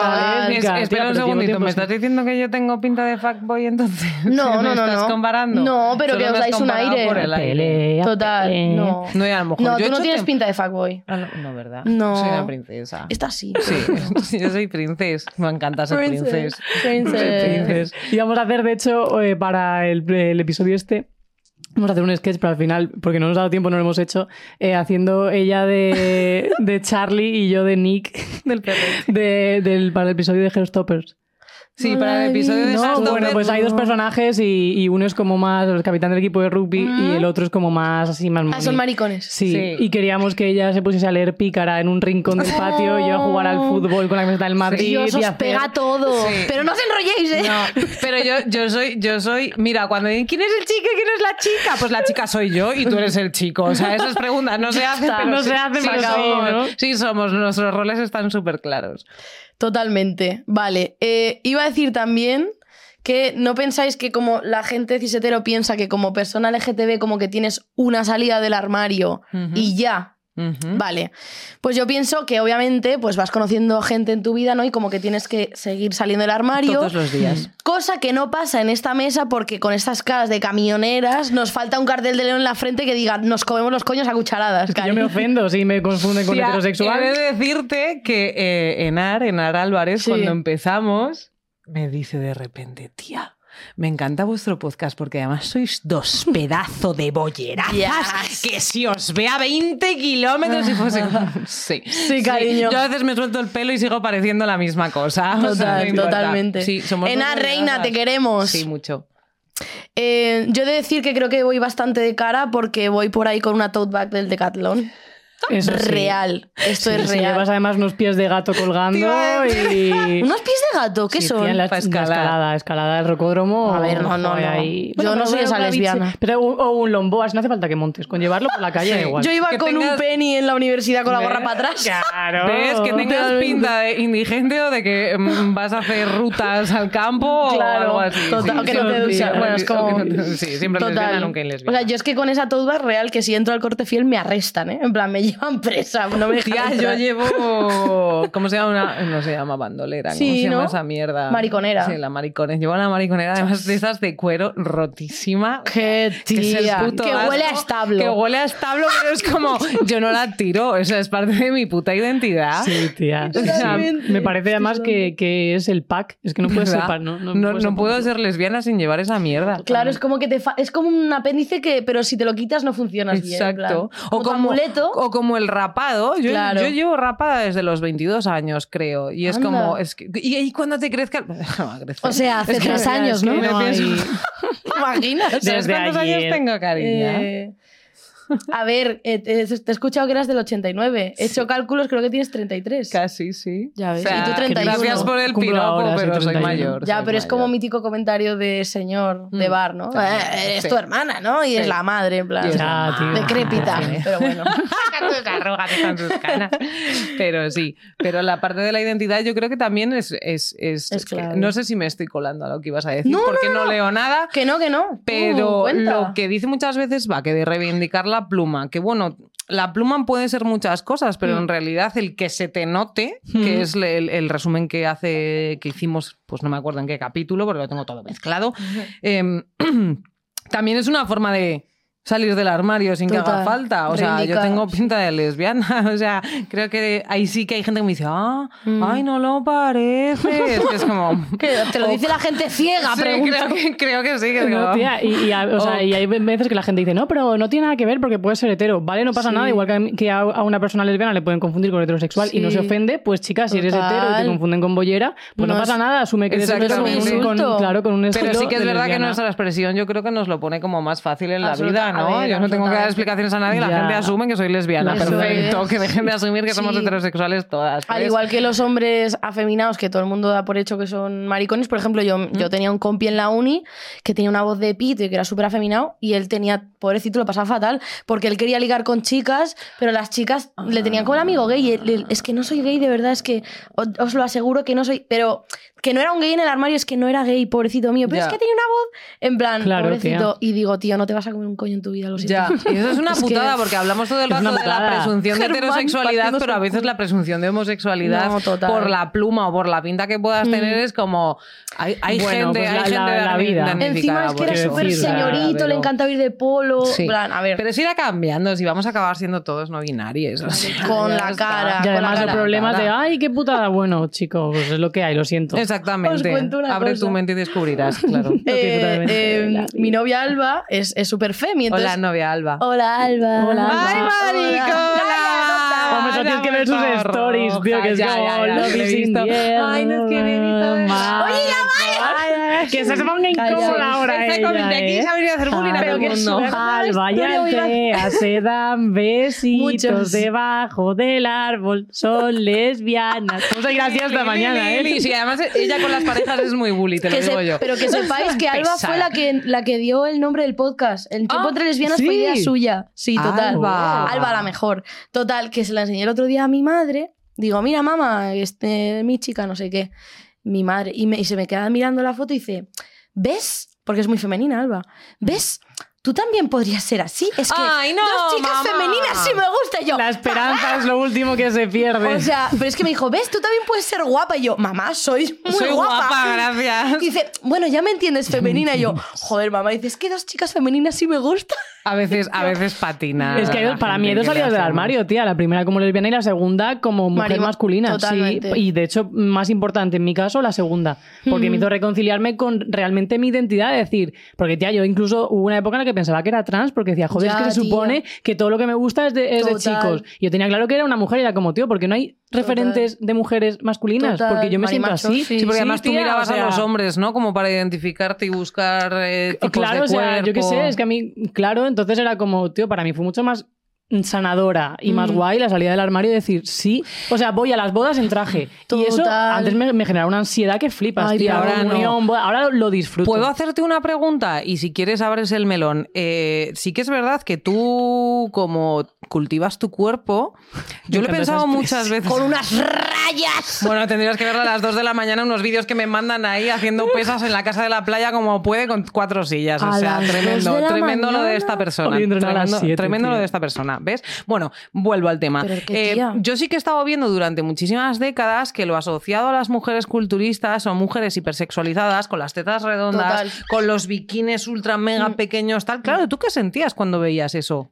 [SPEAKER 5] Talesca,
[SPEAKER 4] espera
[SPEAKER 5] tía,
[SPEAKER 4] un
[SPEAKER 5] pero llevo
[SPEAKER 4] segundito,
[SPEAKER 5] tiempo
[SPEAKER 4] ¿me
[SPEAKER 5] sin-
[SPEAKER 4] estás diciendo que yo tengo pinta de fuckboy entonces?
[SPEAKER 1] <laughs> No,
[SPEAKER 4] <laughs> ¿Me
[SPEAKER 1] no, no,
[SPEAKER 4] estás
[SPEAKER 1] no.
[SPEAKER 4] comparando?
[SPEAKER 1] No, pero que
[SPEAKER 4] Solo
[SPEAKER 1] os
[SPEAKER 4] me has
[SPEAKER 1] dais un
[SPEAKER 4] comparado
[SPEAKER 1] aire.
[SPEAKER 4] por el
[SPEAKER 5] Pelea,
[SPEAKER 1] Total,
[SPEAKER 5] pelea.
[SPEAKER 1] no.
[SPEAKER 4] Eh, No, y a lo mejor
[SPEAKER 1] No,
[SPEAKER 4] yo he
[SPEAKER 1] tú no
[SPEAKER 4] hecho
[SPEAKER 1] tienes
[SPEAKER 4] tem-
[SPEAKER 1] pinta de fuckboy.
[SPEAKER 4] Ah, No, no, ¿verdad?
[SPEAKER 1] No.
[SPEAKER 4] Soy una princesa.
[SPEAKER 1] Está sí. <laughs>
[SPEAKER 4] Sí, yo soy princesa. Me encanta ser
[SPEAKER 1] Princess,
[SPEAKER 4] princesa.
[SPEAKER 1] princess.
[SPEAKER 4] Princess.
[SPEAKER 5] Y vamos a hacer, de hecho, eh, para el, el episodio este, vamos a hacer un sketch, pero al final, porque no nos ha dado tiempo, no lo hemos hecho, eh, haciendo
[SPEAKER 1] <laughs>
[SPEAKER 5] ella de, de Charlie y yo de Nick
[SPEAKER 4] Del perrete.
[SPEAKER 5] de- del, para el episodio de Hellstoppers.
[SPEAKER 4] Sí, para el episodio de
[SPEAKER 1] No,
[SPEAKER 4] esas dos
[SPEAKER 5] Bueno,
[SPEAKER 4] veces-
[SPEAKER 5] pues hay dos personajes y, y uno es como más el capitán del equipo de rugby
[SPEAKER 1] Ujú.
[SPEAKER 5] y el otro es como más así, más
[SPEAKER 1] Ah, son
[SPEAKER 5] moni.
[SPEAKER 1] maricones.
[SPEAKER 5] Sí,
[SPEAKER 4] Sí.
[SPEAKER 5] y queríamos que ella se pusiese a leer pícara en un rincón del patio y yo a jugar al fútbol con la camiseta del Madrid.
[SPEAKER 1] Oh. Dios,
[SPEAKER 5] y
[SPEAKER 1] os
[SPEAKER 5] hacer-
[SPEAKER 1] pega todo.
[SPEAKER 4] Sí.
[SPEAKER 1] Pero no os enrolléis, ¿eh?
[SPEAKER 4] No, pero yo, yo soy, yo soy, mira, cuando dicen quién es el chico y quién es la chica, pues la chica soy yo y tú eres el chico. O sea, esas preguntas no se hacen,
[SPEAKER 5] está,
[SPEAKER 4] pero
[SPEAKER 5] no
[SPEAKER 4] sí-
[SPEAKER 5] se hacen,
[SPEAKER 4] sí
[SPEAKER 5] pero sí,
[SPEAKER 4] somos,
[SPEAKER 5] ¿no?
[SPEAKER 4] sí somos, nuestros roles están súper claros.
[SPEAKER 1] Totalmente. Vale. Eh, iba a decir también que no pensáis que como la gente cisetero piensa que como persona LGTB como que tienes una salida del armario y ya,
[SPEAKER 4] ¿Mm?
[SPEAKER 1] Vale, pues yo pienso que obviamente pues vas conociendo gente en tu vida, ¿no? Y como que tienes que seguir saliendo del armario. Mm.
[SPEAKER 4] Todos los días.
[SPEAKER 1] Cosa que no pasa en esta mesa porque con estas caras de camioneras nos falta un cartel de león en la frente que diga nos comemos los coños a cucharadas.
[SPEAKER 5] Es que
[SPEAKER 1] cari".
[SPEAKER 5] yo me ofendo si me confunden con
[SPEAKER 4] Tía,
[SPEAKER 5] heterosexual.
[SPEAKER 4] He de decirte que eh, Enar, Enar Álvarez,
[SPEAKER 1] Sí.
[SPEAKER 4] cuando empezamos, me dice de repente, tía. Me encanta vuestro podcast porque además sois dos pedazo de bollerazas
[SPEAKER 1] Yes.
[SPEAKER 4] que si os ve a 20 kilómetros y fuese como, sí,
[SPEAKER 1] <laughs> Sí, cariño.
[SPEAKER 4] Yo a veces me suelto el pelo y sigo pareciendo la misma cosa. <laughs> O sea,
[SPEAKER 1] Total,
[SPEAKER 4] no importa.
[SPEAKER 1] totalmente.
[SPEAKER 4] Sí, somos
[SPEAKER 1] Enar,
[SPEAKER 4] dos
[SPEAKER 1] reina,
[SPEAKER 4] bollerazas.
[SPEAKER 1] te queremos.
[SPEAKER 4] Sí, mucho.
[SPEAKER 1] Eh, yo he de decir que creo que voy bastante de cara porque voy por ahí con una tote bag del Decathlon. Es
[SPEAKER 5] Eso sí.
[SPEAKER 1] real, esto es
[SPEAKER 5] Sí,
[SPEAKER 1] real.
[SPEAKER 5] llevas además unos pies de gato
[SPEAKER 4] Te
[SPEAKER 5] colgando
[SPEAKER 4] iba a
[SPEAKER 5] y...
[SPEAKER 1] <laughs> ¿Unos pies de gato? ¿Qué
[SPEAKER 5] Sí,
[SPEAKER 1] son?
[SPEAKER 5] tía, la,
[SPEAKER 4] Pa'
[SPEAKER 5] la
[SPEAKER 4] escalar.
[SPEAKER 5] escalada, escalada del rocódromo.
[SPEAKER 1] A ver, no, no,
[SPEAKER 5] joder,
[SPEAKER 1] no.
[SPEAKER 5] ahí.
[SPEAKER 1] Yo no soy esa
[SPEAKER 5] una bici-
[SPEAKER 1] lesbiana.
[SPEAKER 5] Pero un, o un lomboas, no hace falta que montes. Con llevarlo por la calle
[SPEAKER 4] Sí.
[SPEAKER 5] da igual.
[SPEAKER 1] Yo iba
[SPEAKER 4] Que
[SPEAKER 1] con un
[SPEAKER 4] tengas-
[SPEAKER 1] penny en la universidad con la gorra
[SPEAKER 4] ¿Ves?
[SPEAKER 1] para atrás.
[SPEAKER 5] Claro.
[SPEAKER 4] ¿Ves? Que tengas
[SPEAKER 1] Totalmente.
[SPEAKER 4] pinta de indigente o de que mm, vas a hacer rutas al campo
[SPEAKER 1] Claro,
[SPEAKER 4] o algo así.
[SPEAKER 1] total, o que no te
[SPEAKER 4] siempre-
[SPEAKER 1] duchas, bueno, es
[SPEAKER 4] o que
[SPEAKER 1] como-
[SPEAKER 4] no te- sí, siempre lesbiana, nunca
[SPEAKER 1] O sea,
[SPEAKER 4] lesbiana.
[SPEAKER 1] yo es que con esa tote bag real que si entro al corte fiel me arrestan, ¿eh? En plan, me <laughs> llevan presa. No me dejan
[SPEAKER 4] Tía, yo
[SPEAKER 1] entrar.
[SPEAKER 4] llevo. ¿Cómo se llama? Una, no se llama bandolera. ¿Cómo
[SPEAKER 1] Sí,
[SPEAKER 4] se llama
[SPEAKER 1] ¿no?
[SPEAKER 4] esa mierda?
[SPEAKER 1] Mariconera.
[SPEAKER 4] Sí, la mariconera. Llevo una mariconera, además de esas de cuero rotísima.
[SPEAKER 1] Qué
[SPEAKER 4] que es el
[SPEAKER 1] tía,
[SPEAKER 4] puto
[SPEAKER 1] que huele a
[SPEAKER 4] asco,
[SPEAKER 1] establo.
[SPEAKER 4] Que huele a establo, pero es como, yo no la tiro, o sea, es parte de mi puta identidad.
[SPEAKER 5] Sí, tía. sí, sí.
[SPEAKER 1] Totalmente.
[SPEAKER 5] Me parece además que, que es el pack. Es que no puedes ser
[SPEAKER 4] ¿verdad?
[SPEAKER 5] pack, ¿no?
[SPEAKER 4] No,
[SPEAKER 5] puedes
[SPEAKER 4] no
[SPEAKER 5] ser
[SPEAKER 4] puedo
[SPEAKER 5] pack.
[SPEAKER 4] ser lesbiana sin llevar esa mierda.
[SPEAKER 1] Claro, es como que te fa- es como un apéndice que, pero si te lo quitas no funcionas bien. en plan.
[SPEAKER 4] Exacto.
[SPEAKER 1] Como tu amuleto.
[SPEAKER 4] o como el rapado. Yo,
[SPEAKER 1] Claro.
[SPEAKER 4] yo llevo rapada desde los 22 años, creo. Y es
[SPEAKER 1] Anda.
[SPEAKER 4] como. es que- y ahí cuando te crezca. <laughs> No va a crecer.
[SPEAKER 1] O
[SPEAKER 4] <laughs>
[SPEAKER 1] sea, hace
[SPEAKER 4] Es que-
[SPEAKER 1] tres años,
[SPEAKER 4] es que
[SPEAKER 1] ¿no?
[SPEAKER 4] me
[SPEAKER 5] No,
[SPEAKER 4] pienso-
[SPEAKER 5] ahí-
[SPEAKER 4] <laughs>
[SPEAKER 1] Imaginas.
[SPEAKER 4] ¿Sabes
[SPEAKER 5] Desde
[SPEAKER 4] cuántos
[SPEAKER 5] ayer.
[SPEAKER 4] años tengo, cariña?
[SPEAKER 1] Eh, a ver, eh, te, te he escuchado que eras del 89. He hecho cálculos, creo que tienes 33.
[SPEAKER 4] Casi, sí.
[SPEAKER 1] Ya ves.
[SPEAKER 4] O sea,
[SPEAKER 1] Y tú 31.
[SPEAKER 4] Gracias por el
[SPEAKER 5] Cumplo
[SPEAKER 4] piropo,
[SPEAKER 5] ahora, soy
[SPEAKER 4] pero soy
[SPEAKER 5] 31.
[SPEAKER 4] mayor.
[SPEAKER 1] Ya,
[SPEAKER 4] soy
[SPEAKER 1] pero es como
[SPEAKER 4] mayor.
[SPEAKER 1] mítico comentario de señor de
[SPEAKER 4] Mm.
[SPEAKER 1] bar, ¿no?
[SPEAKER 4] También,
[SPEAKER 1] Eh, es
[SPEAKER 4] sí.
[SPEAKER 1] tu hermana, ¿no? Y es
[SPEAKER 4] Sí.
[SPEAKER 1] la madre, en plan.
[SPEAKER 4] Y es
[SPEAKER 5] Ya, tío.
[SPEAKER 1] Decrépita.
[SPEAKER 5] <laughs> Sí.
[SPEAKER 1] Pero bueno.
[SPEAKER 4] Arrógate con sus canas. <laughs> Pero sí, pero la parte de la identidad yo creo que también es... es, es-
[SPEAKER 1] Es clave.
[SPEAKER 4] No sé si me estoy colando a lo que ibas a decir,
[SPEAKER 1] No,
[SPEAKER 4] porque no, leo nada,
[SPEAKER 1] <laughs> Que no, que no.
[SPEAKER 4] pero
[SPEAKER 1] Uh, cuenta.
[SPEAKER 4] lo que dice muchas veces va, que de reivindicar la pluma, que bueno, la pluma puede ser muchas cosas, pero
[SPEAKER 5] Mm.
[SPEAKER 4] en realidad el que se te note,
[SPEAKER 5] Mm.
[SPEAKER 4] que es le- el, el resumen que hace, que hicimos, pues no me acuerdo en qué capítulo, porque lo tengo todo mezclado. em, <clears throat> también es una forma de salir del armario sin que
[SPEAKER 1] Total,
[SPEAKER 4] haga falta. O sea, yo
[SPEAKER 1] reivindicar.
[SPEAKER 4] tengo pinta de lesbiana. <laughs> O sea, creo que ahí sí que hay gente que me dice, ah,
[SPEAKER 5] Mm.
[SPEAKER 4] ay, no lo pareces. Que es como.
[SPEAKER 1] Que te lo dice la gente ciega,
[SPEAKER 4] <laughs> Sí,
[SPEAKER 1] pregunta.
[SPEAKER 4] creo, que, creo que sí. Que es
[SPEAKER 5] No,
[SPEAKER 4] como-
[SPEAKER 5] tía, y, y a- o sea,
[SPEAKER 4] Oh.
[SPEAKER 5] y hay veces que la gente dice, no, pero no tiene nada que ver porque puede ser hetero. Vale, no pasa
[SPEAKER 1] Sí.
[SPEAKER 5] nada, igual que a, mí- que a- a una persona lesbiana le pueden confundir con heterosexual y no
[SPEAKER 1] Sí.
[SPEAKER 5] se ofende, pues chicas, si eres
[SPEAKER 1] Total.
[SPEAKER 5] hetero y te confunden con bollera, pues no,
[SPEAKER 1] No es-
[SPEAKER 5] pasa nada, asume que eres hetero con,
[SPEAKER 4] Exactamente.
[SPEAKER 5] un- con-
[SPEAKER 1] Insulto.
[SPEAKER 5] claro, con un
[SPEAKER 4] Pero
[SPEAKER 1] Pues
[SPEAKER 5] estilo
[SPEAKER 4] sí que es
[SPEAKER 5] de
[SPEAKER 4] verdad que
[SPEAKER 5] lesbiana.
[SPEAKER 4] nuestra expresión yo creo que nos lo pone como más fácil en la
[SPEAKER 1] Absoluta-
[SPEAKER 4] vida, ¿no?
[SPEAKER 1] a ver,
[SPEAKER 4] yo no tengo que dar
[SPEAKER 1] absolutamente.
[SPEAKER 4] explicaciones a nadie, la
[SPEAKER 5] Ya.
[SPEAKER 4] gente asume que soy lesbiana.
[SPEAKER 5] Eso
[SPEAKER 4] Perfecto,
[SPEAKER 1] es.
[SPEAKER 4] que dejen de asumir que somos
[SPEAKER 1] Sí.
[SPEAKER 4] heterosexuales todas.
[SPEAKER 1] Al
[SPEAKER 4] ¿ves?
[SPEAKER 1] igual que los hombres afeminados, que todo el mundo da por hecho que son maricones, por ejemplo, yo, yo tenía un compi en la uni que tenía una voz de pito y que era súper afeminado, y él tenía, pobrecito, lo pasaba fatal, porque él quería ligar con chicas, pero las chicas le tenían como el amigo gay. y él- él, es que no soy gay, de verdad, es que o- os lo aseguro que no soy. Pero que no era un gay en el armario, es que no era gay, pobrecito mío. Pero
[SPEAKER 4] Ya.
[SPEAKER 1] es que tenía una voz, en plan,
[SPEAKER 5] Claro,
[SPEAKER 1] pobrecito. Y digo, tío, no te vas a comer un coño en tu vida, lo siento.
[SPEAKER 4] Ya, y eso es una
[SPEAKER 1] <laughs> Es que-
[SPEAKER 4] putada porque hablamos todo el
[SPEAKER 5] Es
[SPEAKER 4] rato
[SPEAKER 5] una
[SPEAKER 4] de la
[SPEAKER 5] putada.
[SPEAKER 4] presunción de
[SPEAKER 1] Germán
[SPEAKER 4] heterosexualidad,
[SPEAKER 1] partiéndose
[SPEAKER 4] pero a
[SPEAKER 1] el
[SPEAKER 4] veces
[SPEAKER 1] culo.
[SPEAKER 4] la presunción de homosexualidad
[SPEAKER 1] No, total. Mm.
[SPEAKER 4] por la pluma o por la pinta que puedas tener es como hay, hay
[SPEAKER 5] Bueno,
[SPEAKER 4] gente,
[SPEAKER 5] pues
[SPEAKER 4] hay
[SPEAKER 5] la-
[SPEAKER 4] gente
[SPEAKER 5] la- la
[SPEAKER 4] dani-
[SPEAKER 5] vida.
[SPEAKER 4] damnificada
[SPEAKER 1] Encima es que
[SPEAKER 4] por
[SPEAKER 1] era
[SPEAKER 5] quiero
[SPEAKER 4] eso.
[SPEAKER 1] súper
[SPEAKER 5] decir, la-
[SPEAKER 1] señorito, le
[SPEAKER 5] pero-
[SPEAKER 1] encantaba ir de polo.
[SPEAKER 4] Sí.
[SPEAKER 1] En plan, a ver.
[SPEAKER 4] Pero eso irá cambiando, si vamos a acabar siendo todos no binarios. o sea,
[SPEAKER 1] Con
[SPEAKER 4] ya
[SPEAKER 1] la
[SPEAKER 4] está.
[SPEAKER 1] cara,
[SPEAKER 5] Y
[SPEAKER 1] con la
[SPEAKER 5] además el
[SPEAKER 1] cara.
[SPEAKER 5] problema de, ay, qué putada. Bueno, chico, pues es lo que hay, lo siento.
[SPEAKER 1] Os
[SPEAKER 4] Exactamente.
[SPEAKER 1] cuento una
[SPEAKER 4] Abre
[SPEAKER 1] cosa.
[SPEAKER 4] tu mente y descubrirás, claro.
[SPEAKER 5] Lo que
[SPEAKER 1] Eh,
[SPEAKER 5] totalmente
[SPEAKER 1] eh,
[SPEAKER 5] de la
[SPEAKER 1] mi novia Alba es es súper femi. Entonces...
[SPEAKER 4] Hola, novia Alba.
[SPEAKER 1] Hola, Alba.
[SPEAKER 5] Hola, Alba.
[SPEAKER 4] ¡Ay, maricola! Ah,
[SPEAKER 5] Hombre, eso tienes que ver sus stories, tío, que es como love is in the air.
[SPEAKER 4] Ay, no es que he visto.
[SPEAKER 5] Oye, Que se ponga incómoda ahora
[SPEAKER 4] Está
[SPEAKER 5] ella,
[SPEAKER 4] de aquí
[SPEAKER 5] ¿eh?
[SPEAKER 4] se ha venido a hacer bullying a todo
[SPEAKER 5] Pero
[SPEAKER 4] el
[SPEAKER 5] que
[SPEAKER 4] mundo.
[SPEAKER 5] Al
[SPEAKER 1] historia muy
[SPEAKER 4] <laughs>
[SPEAKER 5] Vallartea se dan besitos
[SPEAKER 1] Muchos.
[SPEAKER 5] debajo del árbol, son
[SPEAKER 4] <laughs>
[SPEAKER 5] lesbianas. Vamos a ir así hasta mañana, ¿eh?
[SPEAKER 4] Y además ella con las parejas es muy bully, te lo
[SPEAKER 1] Que se-
[SPEAKER 4] digo yo.
[SPEAKER 1] pero que
[SPEAKER 4] <laughs>
[SPEAKER 1] sepáis que Alba
[SPEAKER 4] Pesada.
[SPEAKER 1] fue la que, la que dio el nombre del podcast. El tiempo
[SPEAKER 4] Ah,
[SPEAKER 1] entre lesbianas fue
[SPEAKER 5] sí.
[SPEAKER 1] idea suya. Sí, total.
[SPEAKER 4] Alba.
[SPEAKER 1] Alba, la mejor. Total, que se la enseñé el otro día a mi madre. Digo, mira, mamá, este, mi chica, no sé qué. Mi madre. Y, me- y se me queda mirando la foto y dice, ¿ves? Porque es muy femenina, Alba. ¿Ves? Tú también podrías ser así. Es que
[SPEAKER 4] Ay, no,
[SPEAKER 1] dos chicas
[SPEAKER 4] mamá.
[SPEAKER 1] femeninas sí me gusta Y yo.
[SPEAKER 5] La esperanza es lo último que se pierde.
[SPEAKER 1] O sea, pero es que me dijo, ¿ves? Tú también puedes ser guapa. Y yo, mamá, soy muy
[SPEAKER 4] Soy guapa, gracias.
[SPEAKER 1] Y <laughs> dice, bueno, ya me entiendes, femenina. Y yo, joder, mamá, Y dice, es que dos chicas femeninas sí me gustan.
[SPEAKER 4] A veces, a veces patina.
[SPEAKER 5] es que hay dos-
[SPEAKER 4] la
[SPEAKER 5] para
[SPEAKER 4] gente
[SPEAKER 5] mí hay dos
[SPEAKER 4] que le
[SPEAKER 5] salidas del
[SPEAKER 4] hacemos.
[SPEAKER 5] armario, tía. La primera como lesbiana y la segunda como mujer
[SPEAKER 1] Marima-
[SPEAKER 5] masculina. Sí,
[SPEAKER 1] totalmente. Mm.
[SPEAKER 5] y de hecho, más importante en mi caso, la segunda. Porque me hizo reconciliarme con realmente mi identidad. Es decir, porque tía, yo incluso hubo una época en la que pensaba que era trans porque decía, joder,
[SPEAKER 1] Ya,
[SPEAKER 5] es que se
[SPEAKER 1] tía.
[SPEAKER 5] supone que todo lo que me gusta es de, es de
[SPEAKER 1] Total.
[SPEAKER 5] chicos. Y Yo tenía claro que era una mujer y era como, tío, porque no hay referentes de mujeres masculinas.
[SPEAKER 1] Total.
[SPEAKER 5] Porque yo me siento
[SPEAKER 1] Marimacho,
[SPEAKER 5] así.
[SPEAKER 1] sí.
[SPEAKER 4] Sí, porque además tú
[SPEAKER 5] tía,
[SPEAKER 4] mirabas
[SPEAKER 5] o sea,
[SPEAKER 4] a los hombres, ¿no? Como para identificarte y buscar eh, tipos
[SPEAKER 5] claro,
[SPEAKER 4] de
[SPEAKER 5] o sea, yo qué
[SPEAKER 4] cuerpo.
[SPEAKER 5] sé, es que a mí, claro, entonces era como, tío, para mí fue mucho más sanadora y más
[SPEAKER 1] Mm.
[SPEAKER 5] guay la salida del armario y decir sí, o sea, voy a las bodas en traje y eso
[SPEAKER 1] Total.
[SPEAKER 5] antes me, me generaba una ansiedad que flipas,
[SPEAKER 1] Ay,
[SPEAKER 5] tío,
[SPEAKER 1] pero
[SPEAKER 5] ahora,
[SPEAKER 4] ahora no.
[SPEAKER 5] comunión, boda, ahora lo disfruto.
[SPEAKER 4] ¿Puedo hacerte una pregunta? Y si quieres, abres el melón. Eh, sí que es verdad que tú, como cultivas tu cuerpo, yo lo he
[SPEAKER 5] encanta esa
[SPEAKER 4] pensado muchas veces.
[SPEAKER 1] Con unas rayas.
[SPEAKER 4] Bueno, tendrías que ver a las 2 de la mañana unos vídeos que me mandan ahí haciendo pesas en la casa de la playa como puede con cuatro sillas. O
[SPEAKER 1] A
[SPEAKER 4] sea,
[SPEAKER 1] las dos
[SPEAKER 4] tremendo,
[SPEAKER 1] de la
[SPEAKER 4] tremendo lo
[SPEAKER 1] mañana.
[SPEAKER 4] de esta persona.
[SPEAKER 5] Oye, entrenar a las
[SPEAKER 4] Tremendo,
[SPEAKER 5] siete,
[SPEAKER 4] tremendo lo
[SPEAKER 5] tío.
[SPEAKER 4] de esta persona, ¿ves? Bueno, vuelvo al tema. Eh,
[SPEAKER 1] Pero qué tía.
[SPEAKER 4] yo sí que he estado viendo durante muchísimas décadas que lo asociado a las mujeres culturistas o mujeres hipersexualizadas con las tetas redondas,
[SPEAKER 1] Total. Mm.
[SPEAKER 4] con los bikinis ultra mega pequeños, tal. Claro, ¿tú qué sentías cuando veías eso?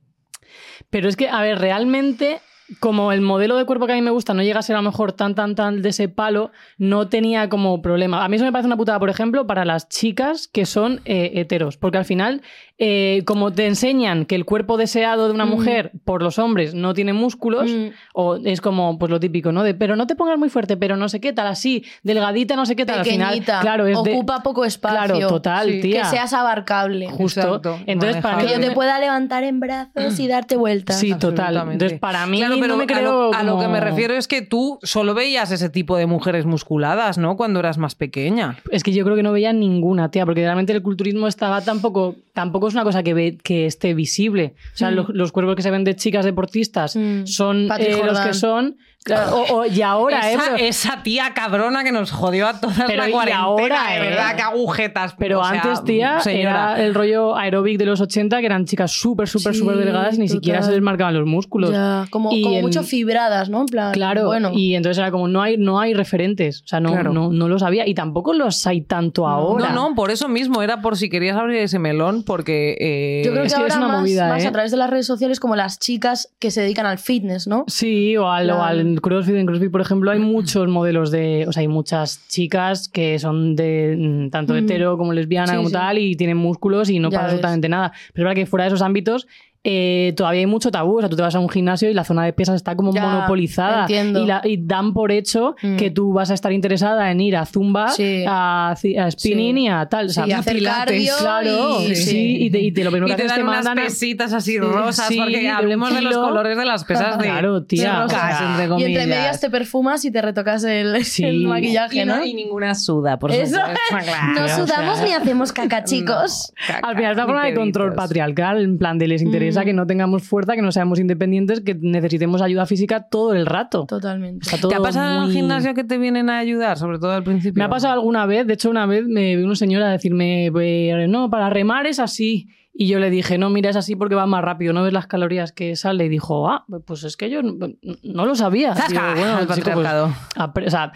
[SPEAKER 5] Pero es que, a ver, realmente, como el modelo de cuerpo que a mí me gusta no llega a ser a lo mejor tan, tan, tan de ese palo, no tenía como problema. A mí eso me parece una putada, por ejemplo, para las chicas que son eh, heteros. Porque al final, eh, como te enseñan que el cuerpo deseado de una
[SPEAKER 1] Mm.
[SPEAKER 5] mujer por los hombres no tiene músculos,
[SPEAKER 1] Mm.
[SPEAKER 5] o es como pues lo típico, ¿no? De, pero no te pongas muy fuerte, pero no sé qué tal, así, delgadita, no sé qué tal.
[SPEAKER 1] Pequeñita.
[SPEAKER 5] Al final, claro, es de-
[SPEAKER 1] ocupa poco espacio.
[SPEAKER 5] Claro, total,
[SPEAKER 4] Sí.
[SPEAKER 5] tía.
[SPEAKER 1] Que seas abarcable.
[SPEAKER 5] Justo.
[SPEAKER 4] Exacto,
[SPEAKER 5] Entonces, para
[SPEAKER 1] Que
[SPEAKER 5] mí-
[SPEAKER 1] yo te pueda levantar en brazos y darte vueltas.
[SPEAKER 5] Sí, total.
[SPEAKER 4] Absolutamente.
[SPEAKER 5] Entonces, para mí
[SPEAKER 4] Claro, pero
[SPEAKER 5] no me
[SPEAKER 4] a
[SPEAKER 5] creo
[SPEAKER 4] lo- a, lo, que me
[SPEAKER 5] como-
[SPEAKER 4] refiero es que tú solo veías ese tipo de mujeres musculadas, ¿no? Cuando eras más pequeña.
[SPEAKER 5] Es que yo creo que no veía ninguna, tía, porque realmente el culturismo estaba tampoco, tampoco es una cosa que, ve, que esté visible. O sea,
[SPEAKER 1] Mm.
[SPEAKER 5] los, los cuerpos que se ven de chicas deportistas
[SPEAKER 1] Mm.
[SPEAKER 5] son
[SPEAKER 1] Patty
[SPEAKER 5] eh, los
[SPEAKER 1] Jordan.
[SPEAKER 5] que son, Claro, o- o- y ahora, ¿eh?
[SPEAKER 4] esa,
[SPEAKER 5] Pero-
[SPEAKER 4] esa tía cabrona que nos jodió a toda
[SPEAKER 5] Pero
[SPEAKER 4] la
[SPEAKER 5] y
[SPEAKER 4] cuarentena,
[SPEAKER 5] ahora,
[SPEAKER 4] de
[SPEAKER 5] eh.
[SPEAKER 4] verdad, que agujetas.
[SPEAKER 5] Pero
[SPEAKER 4] o sea,
[SPEAKER 5] antes, tía,
[SPEAKER 4] señora.
[SPEAKER 5] era el rollo aeróbic de los 80, que eran chicas súper, súper,
[SPEAKER 1] Sí,
[SPEAKER 5] súper delgadas, ni
[SPEAKER 1] total.
[SPEAKER 5] siquiera se les marcaban los músculos.
[SPEAKER 1] Ya, como,
[SPEAKER 5] Y
[SPEAKER 1] como
[SPEAKER 5] en-
[SPEAKER 1] mucho fibradas, ¿no? En plan,
[SPEAKER 5] Claro,
[SPEAKER 1] bueno.
[SPEAKER 5] y entonces era como, no hay, no hay referentes, o sea, no,
[SPEAKER 4] Claro.
[SPEAKER 5] no, no los había, y tampoco los hay tanto ahora.
[SPEAKER 4] No, no, por eso mismo, era por si querías abrir ese melón, porque... eh,
[SPEAKER 1] Yo creo que,
[SPEAKER 5] es que
[SPEAKER 1] ahora
[SPEAKER 5] es una
[SPEAKER 1] más,
[SPEAKER 5] movida,
[SPEAKER 1] más
[SPEAKER 5] ¿eh?
[SPEAKER 1] a través de las redes sociales como las chicas que se dedican al fitness, ¿no?
[SPEAKER 5] Sí, o al, o
[SPEAKER 1] Claro.
[SPEAKER 5] al CrossFit. En CrossFit, por ejemplo, hay muchos modelos de. O sea, hay muchas chicas que son de mm, tanto
[SPEAKER 1] Mm.
[SPEAKER 5] hetero como lesbiana,
[SPEAKER 1] Sí,
[SPEAKER 5] como
[SPEAKER 1] sí.
[SPEAKER 5] tal, y tienen músculos y no
[SPEAKER 1] Ya
[SPEAKER 5] pasa
[SPEAKER 1] ves.
[SPEAKER 5] absolutamente nada. Pero es verdad que fuera de esos ámbitos. eh, todavía hay mucho tabú, o sea, tú te vas a un gimnasio y la zona de pesas está como
[SPEAKER 1] Ya,
[SPEAKER 5] monopolizada
[SPEAKER 1] entiendo.
[SPEAKER 5] Y, la- y dan por hecho
[SPEAKER 1] Mm.
[SPEAKER 5] que tú vas a estar interesada en ir a zumba,
[SPEAKER 1] Sí.
[SPEAKER 5] a, ci- a spinning
[SPEAKER 1] Sí.
[SPEAKER 5] y a tal, o sea,
[SPEAKER 1] Sí, hacer cardio
[SPEAKER 5] claro,
[SPEAKER 1] y-
[SPEAKER 5] sí, y, te, y te- lo primero
[SPEAKER 4] Y
[SPEAKER 5] que
[SPEAKER 4] te
[SPEAKER 5] haces
[SPEAKER 4] dan
[SPEAKER 5] te
[SPEAKER 4] unas
[SPEAKER 5] mandan a-
[SPEAKER 4] pesitas así rosas,
[SPEAKER 5] sí,
[SPEAKER 4] porque
[SPEAKER 5] de un
[SPEAKER 4] hablemos de los
[SPEAKER 5] kilo.
[SPEAKER 4] colores de las pesas de...
[SPEAKER 5] Claro, tía.
[SPEAKER 4] de rosas,
[SPEAKER 5] Cara.
[SPEAKER 4] entre
[SPEAKER 1] Y entre
[SPEAKER 4] comillas.
[SPEAKER 1] medias te perfumas y te retocas el, <laughs>
[SPEAKER 5] Sí.
[SPEAKER 1] el maquillaje,
[SPEAKER 4] Y no-
[SPEAKER 1] ¿no?
[SPEAKER 4] y ninguna suda, por
[SPEAKER 1] Eso.
[SPEAKER 4] supuesto. Claro.
[SPEAKER 5] <laughs>
[SPEAKER 1] No
[SPEAKER 5] o sea,
[SPEAKER 1] sudamos ni hacemos caca, chicos.
[SPEAKER 4] Caca,
[SPEAKER 5] Al final es una
[SPEAKER 4] ni
[SPEAKER 5] forma de control
[SPEAKER 4] peditos.
[SPEAKER 5] patriarcal, en plan de les interesa
[SPEAKER 1] Mm.
[SPEAKER 5] que no tengamos fuerza, que no seamos independientes, que necesitemos ayuda física todo el rato.
[SPEAKER 1] Totalmente.
[SPEAKER 5] Está todo
[SPEAKER 4] ¿Te ha pasado en el
[SPEAKER 5] muy-
[SPEAKER 4] gimnasio que te vienen a ayudar, sobre todo al principio?
[SPEAKER 5] Me
[SPEAKER 4] <laughs>
[SPEAKER 5] ha pasado alguna vez, de hecho una vez me vino una señora a decirme, "Pues, no, para remar es así. Y yo le dije, no, mira, es así porque va más rápido, no ves las calorías que sale. Y dijo, ah, pues es que yo no, no lo sabía.
[SPEAKER 4] ¡Zasca!
[SPEAKER 5] Digo, bueno,
[SPEAKER 4] Al
[SPEAKER 5] chico, pues, <laughs>
[SPEAKER 4] patriarcado.
[SPEAKER 5] apre- o sea,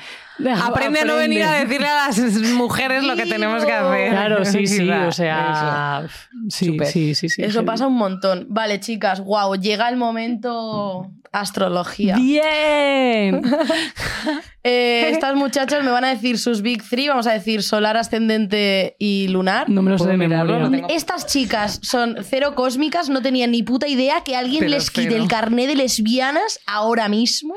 [SPEAKER 4] Aprende a no venir a decirle a las mujeres lo que tenemos que hacer. <laughs>
[SPEAKER 5] Claro, sí, sí,
[SPEAKER 4] Quizá,
[SPEAKER 5] o sea... Sí,
[SPEAKER 4] Súper.
[SPEAKER 5] sí, sí, sí.
[SPEAKER 1] Eso
[SPEAKER 5] heavy.
[SPEAKER 1] pasa un montón. Vale, chicas, wow, llega el momento astrología.
[SPEAKER 5] Bien.
[SPEAKER 1] Eh, estas muchachas me van a decir sus big three, vamos a decir solar, ascendente y lunar.
[SPEAKER 5] No me lo sé
[SPEAKER 4] ¿Puedo
[SPEAKER 5] de
[SPEAKER 4] mirarlo?
[SPEAKER 5] memoria.
[SPEAKER 4] No tengo-
[SPEAKER 1] Estas chicas son cero cósmicas, no tenían ni puta idea que alguien
[SPEAKER 4] Pero
[SPEAKER 1] les quite
[SPEAKER 4] cero.
[SPEAKER 1] el carné de lesbianas ahora
[SPEAKER 4] <clears throat>
[SPEAKER 1] mismo.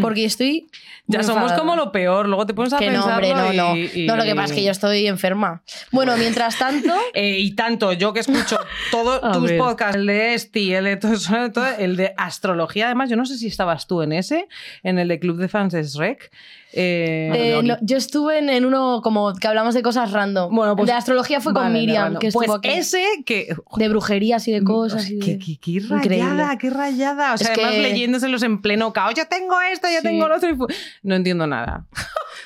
[SPEAKER 1] Porque estoy.
[SPEAKER 4] Ya
[SPEAKER 1] muy
[SPEAKER 4] somos
[SPEAKER 1] enfadada.
[SPEAKER 4] como lo peor, luego te pones a
[SPEAKER 1] Que no,
[SPEAKER 4] pensarlo
[SPEAKER 1] hombre, no, no.
[SPEAKER 4] y- y-
[SPEAKER 1] No, lo que pasa es que yo estoy enferma. Bueno, mientras tanto.
[SPEAKER 4] Eh, y tanto, yo
[SPEAKER 1] <laughs>
[SPEAKER 4] que escucho todos
[SPEAKER 5] A
[SPEAKER 4] tus
[SPEAKER 5] ver.
[SPEAKER 4] podcasts, el de Esti, el de todo eso, todo- el de astrología, además, yo no sé si estabas tú en ese, en el de Club de Fans es Rec. Eh,
[SPEAKER 1] eh, no, yo estuve en, en uno como que hablamos de cosas random.
[SPEAKER 4] Bueno, pues-
[SPEAKER 1] de astrología fue con
[SPEAKER 4] Vale,
[SPEAKER 1] Miriam,
[SPEAKER 4] no,
[SPEAKER 1] que estuvo
[SPEAKER 4] pues
[SPEAKER 1] aquí.
[SPEAKER 4] ese que...
[SPEAKER 1] De brujerías y de cosas. y
[SPEAKER 4] Qué,
[SPEAKER 1] de-
[SPEAKER 4] qué- qué
[SPEAKER 1] Increíble.
[SPEAKER 4] rayada, qué rayada. O sea,
[SPEAKER 1] Es
[SPEAKER 4] además
[SPEAKER 1] que-
[SPEAKER 4] leyéndoselos en pleno caos. Yo tengo esto, yo
[SPEAKER 5] Sí.
[SPEAKER 4] tengo lo otro. y fu- No entiendo nada.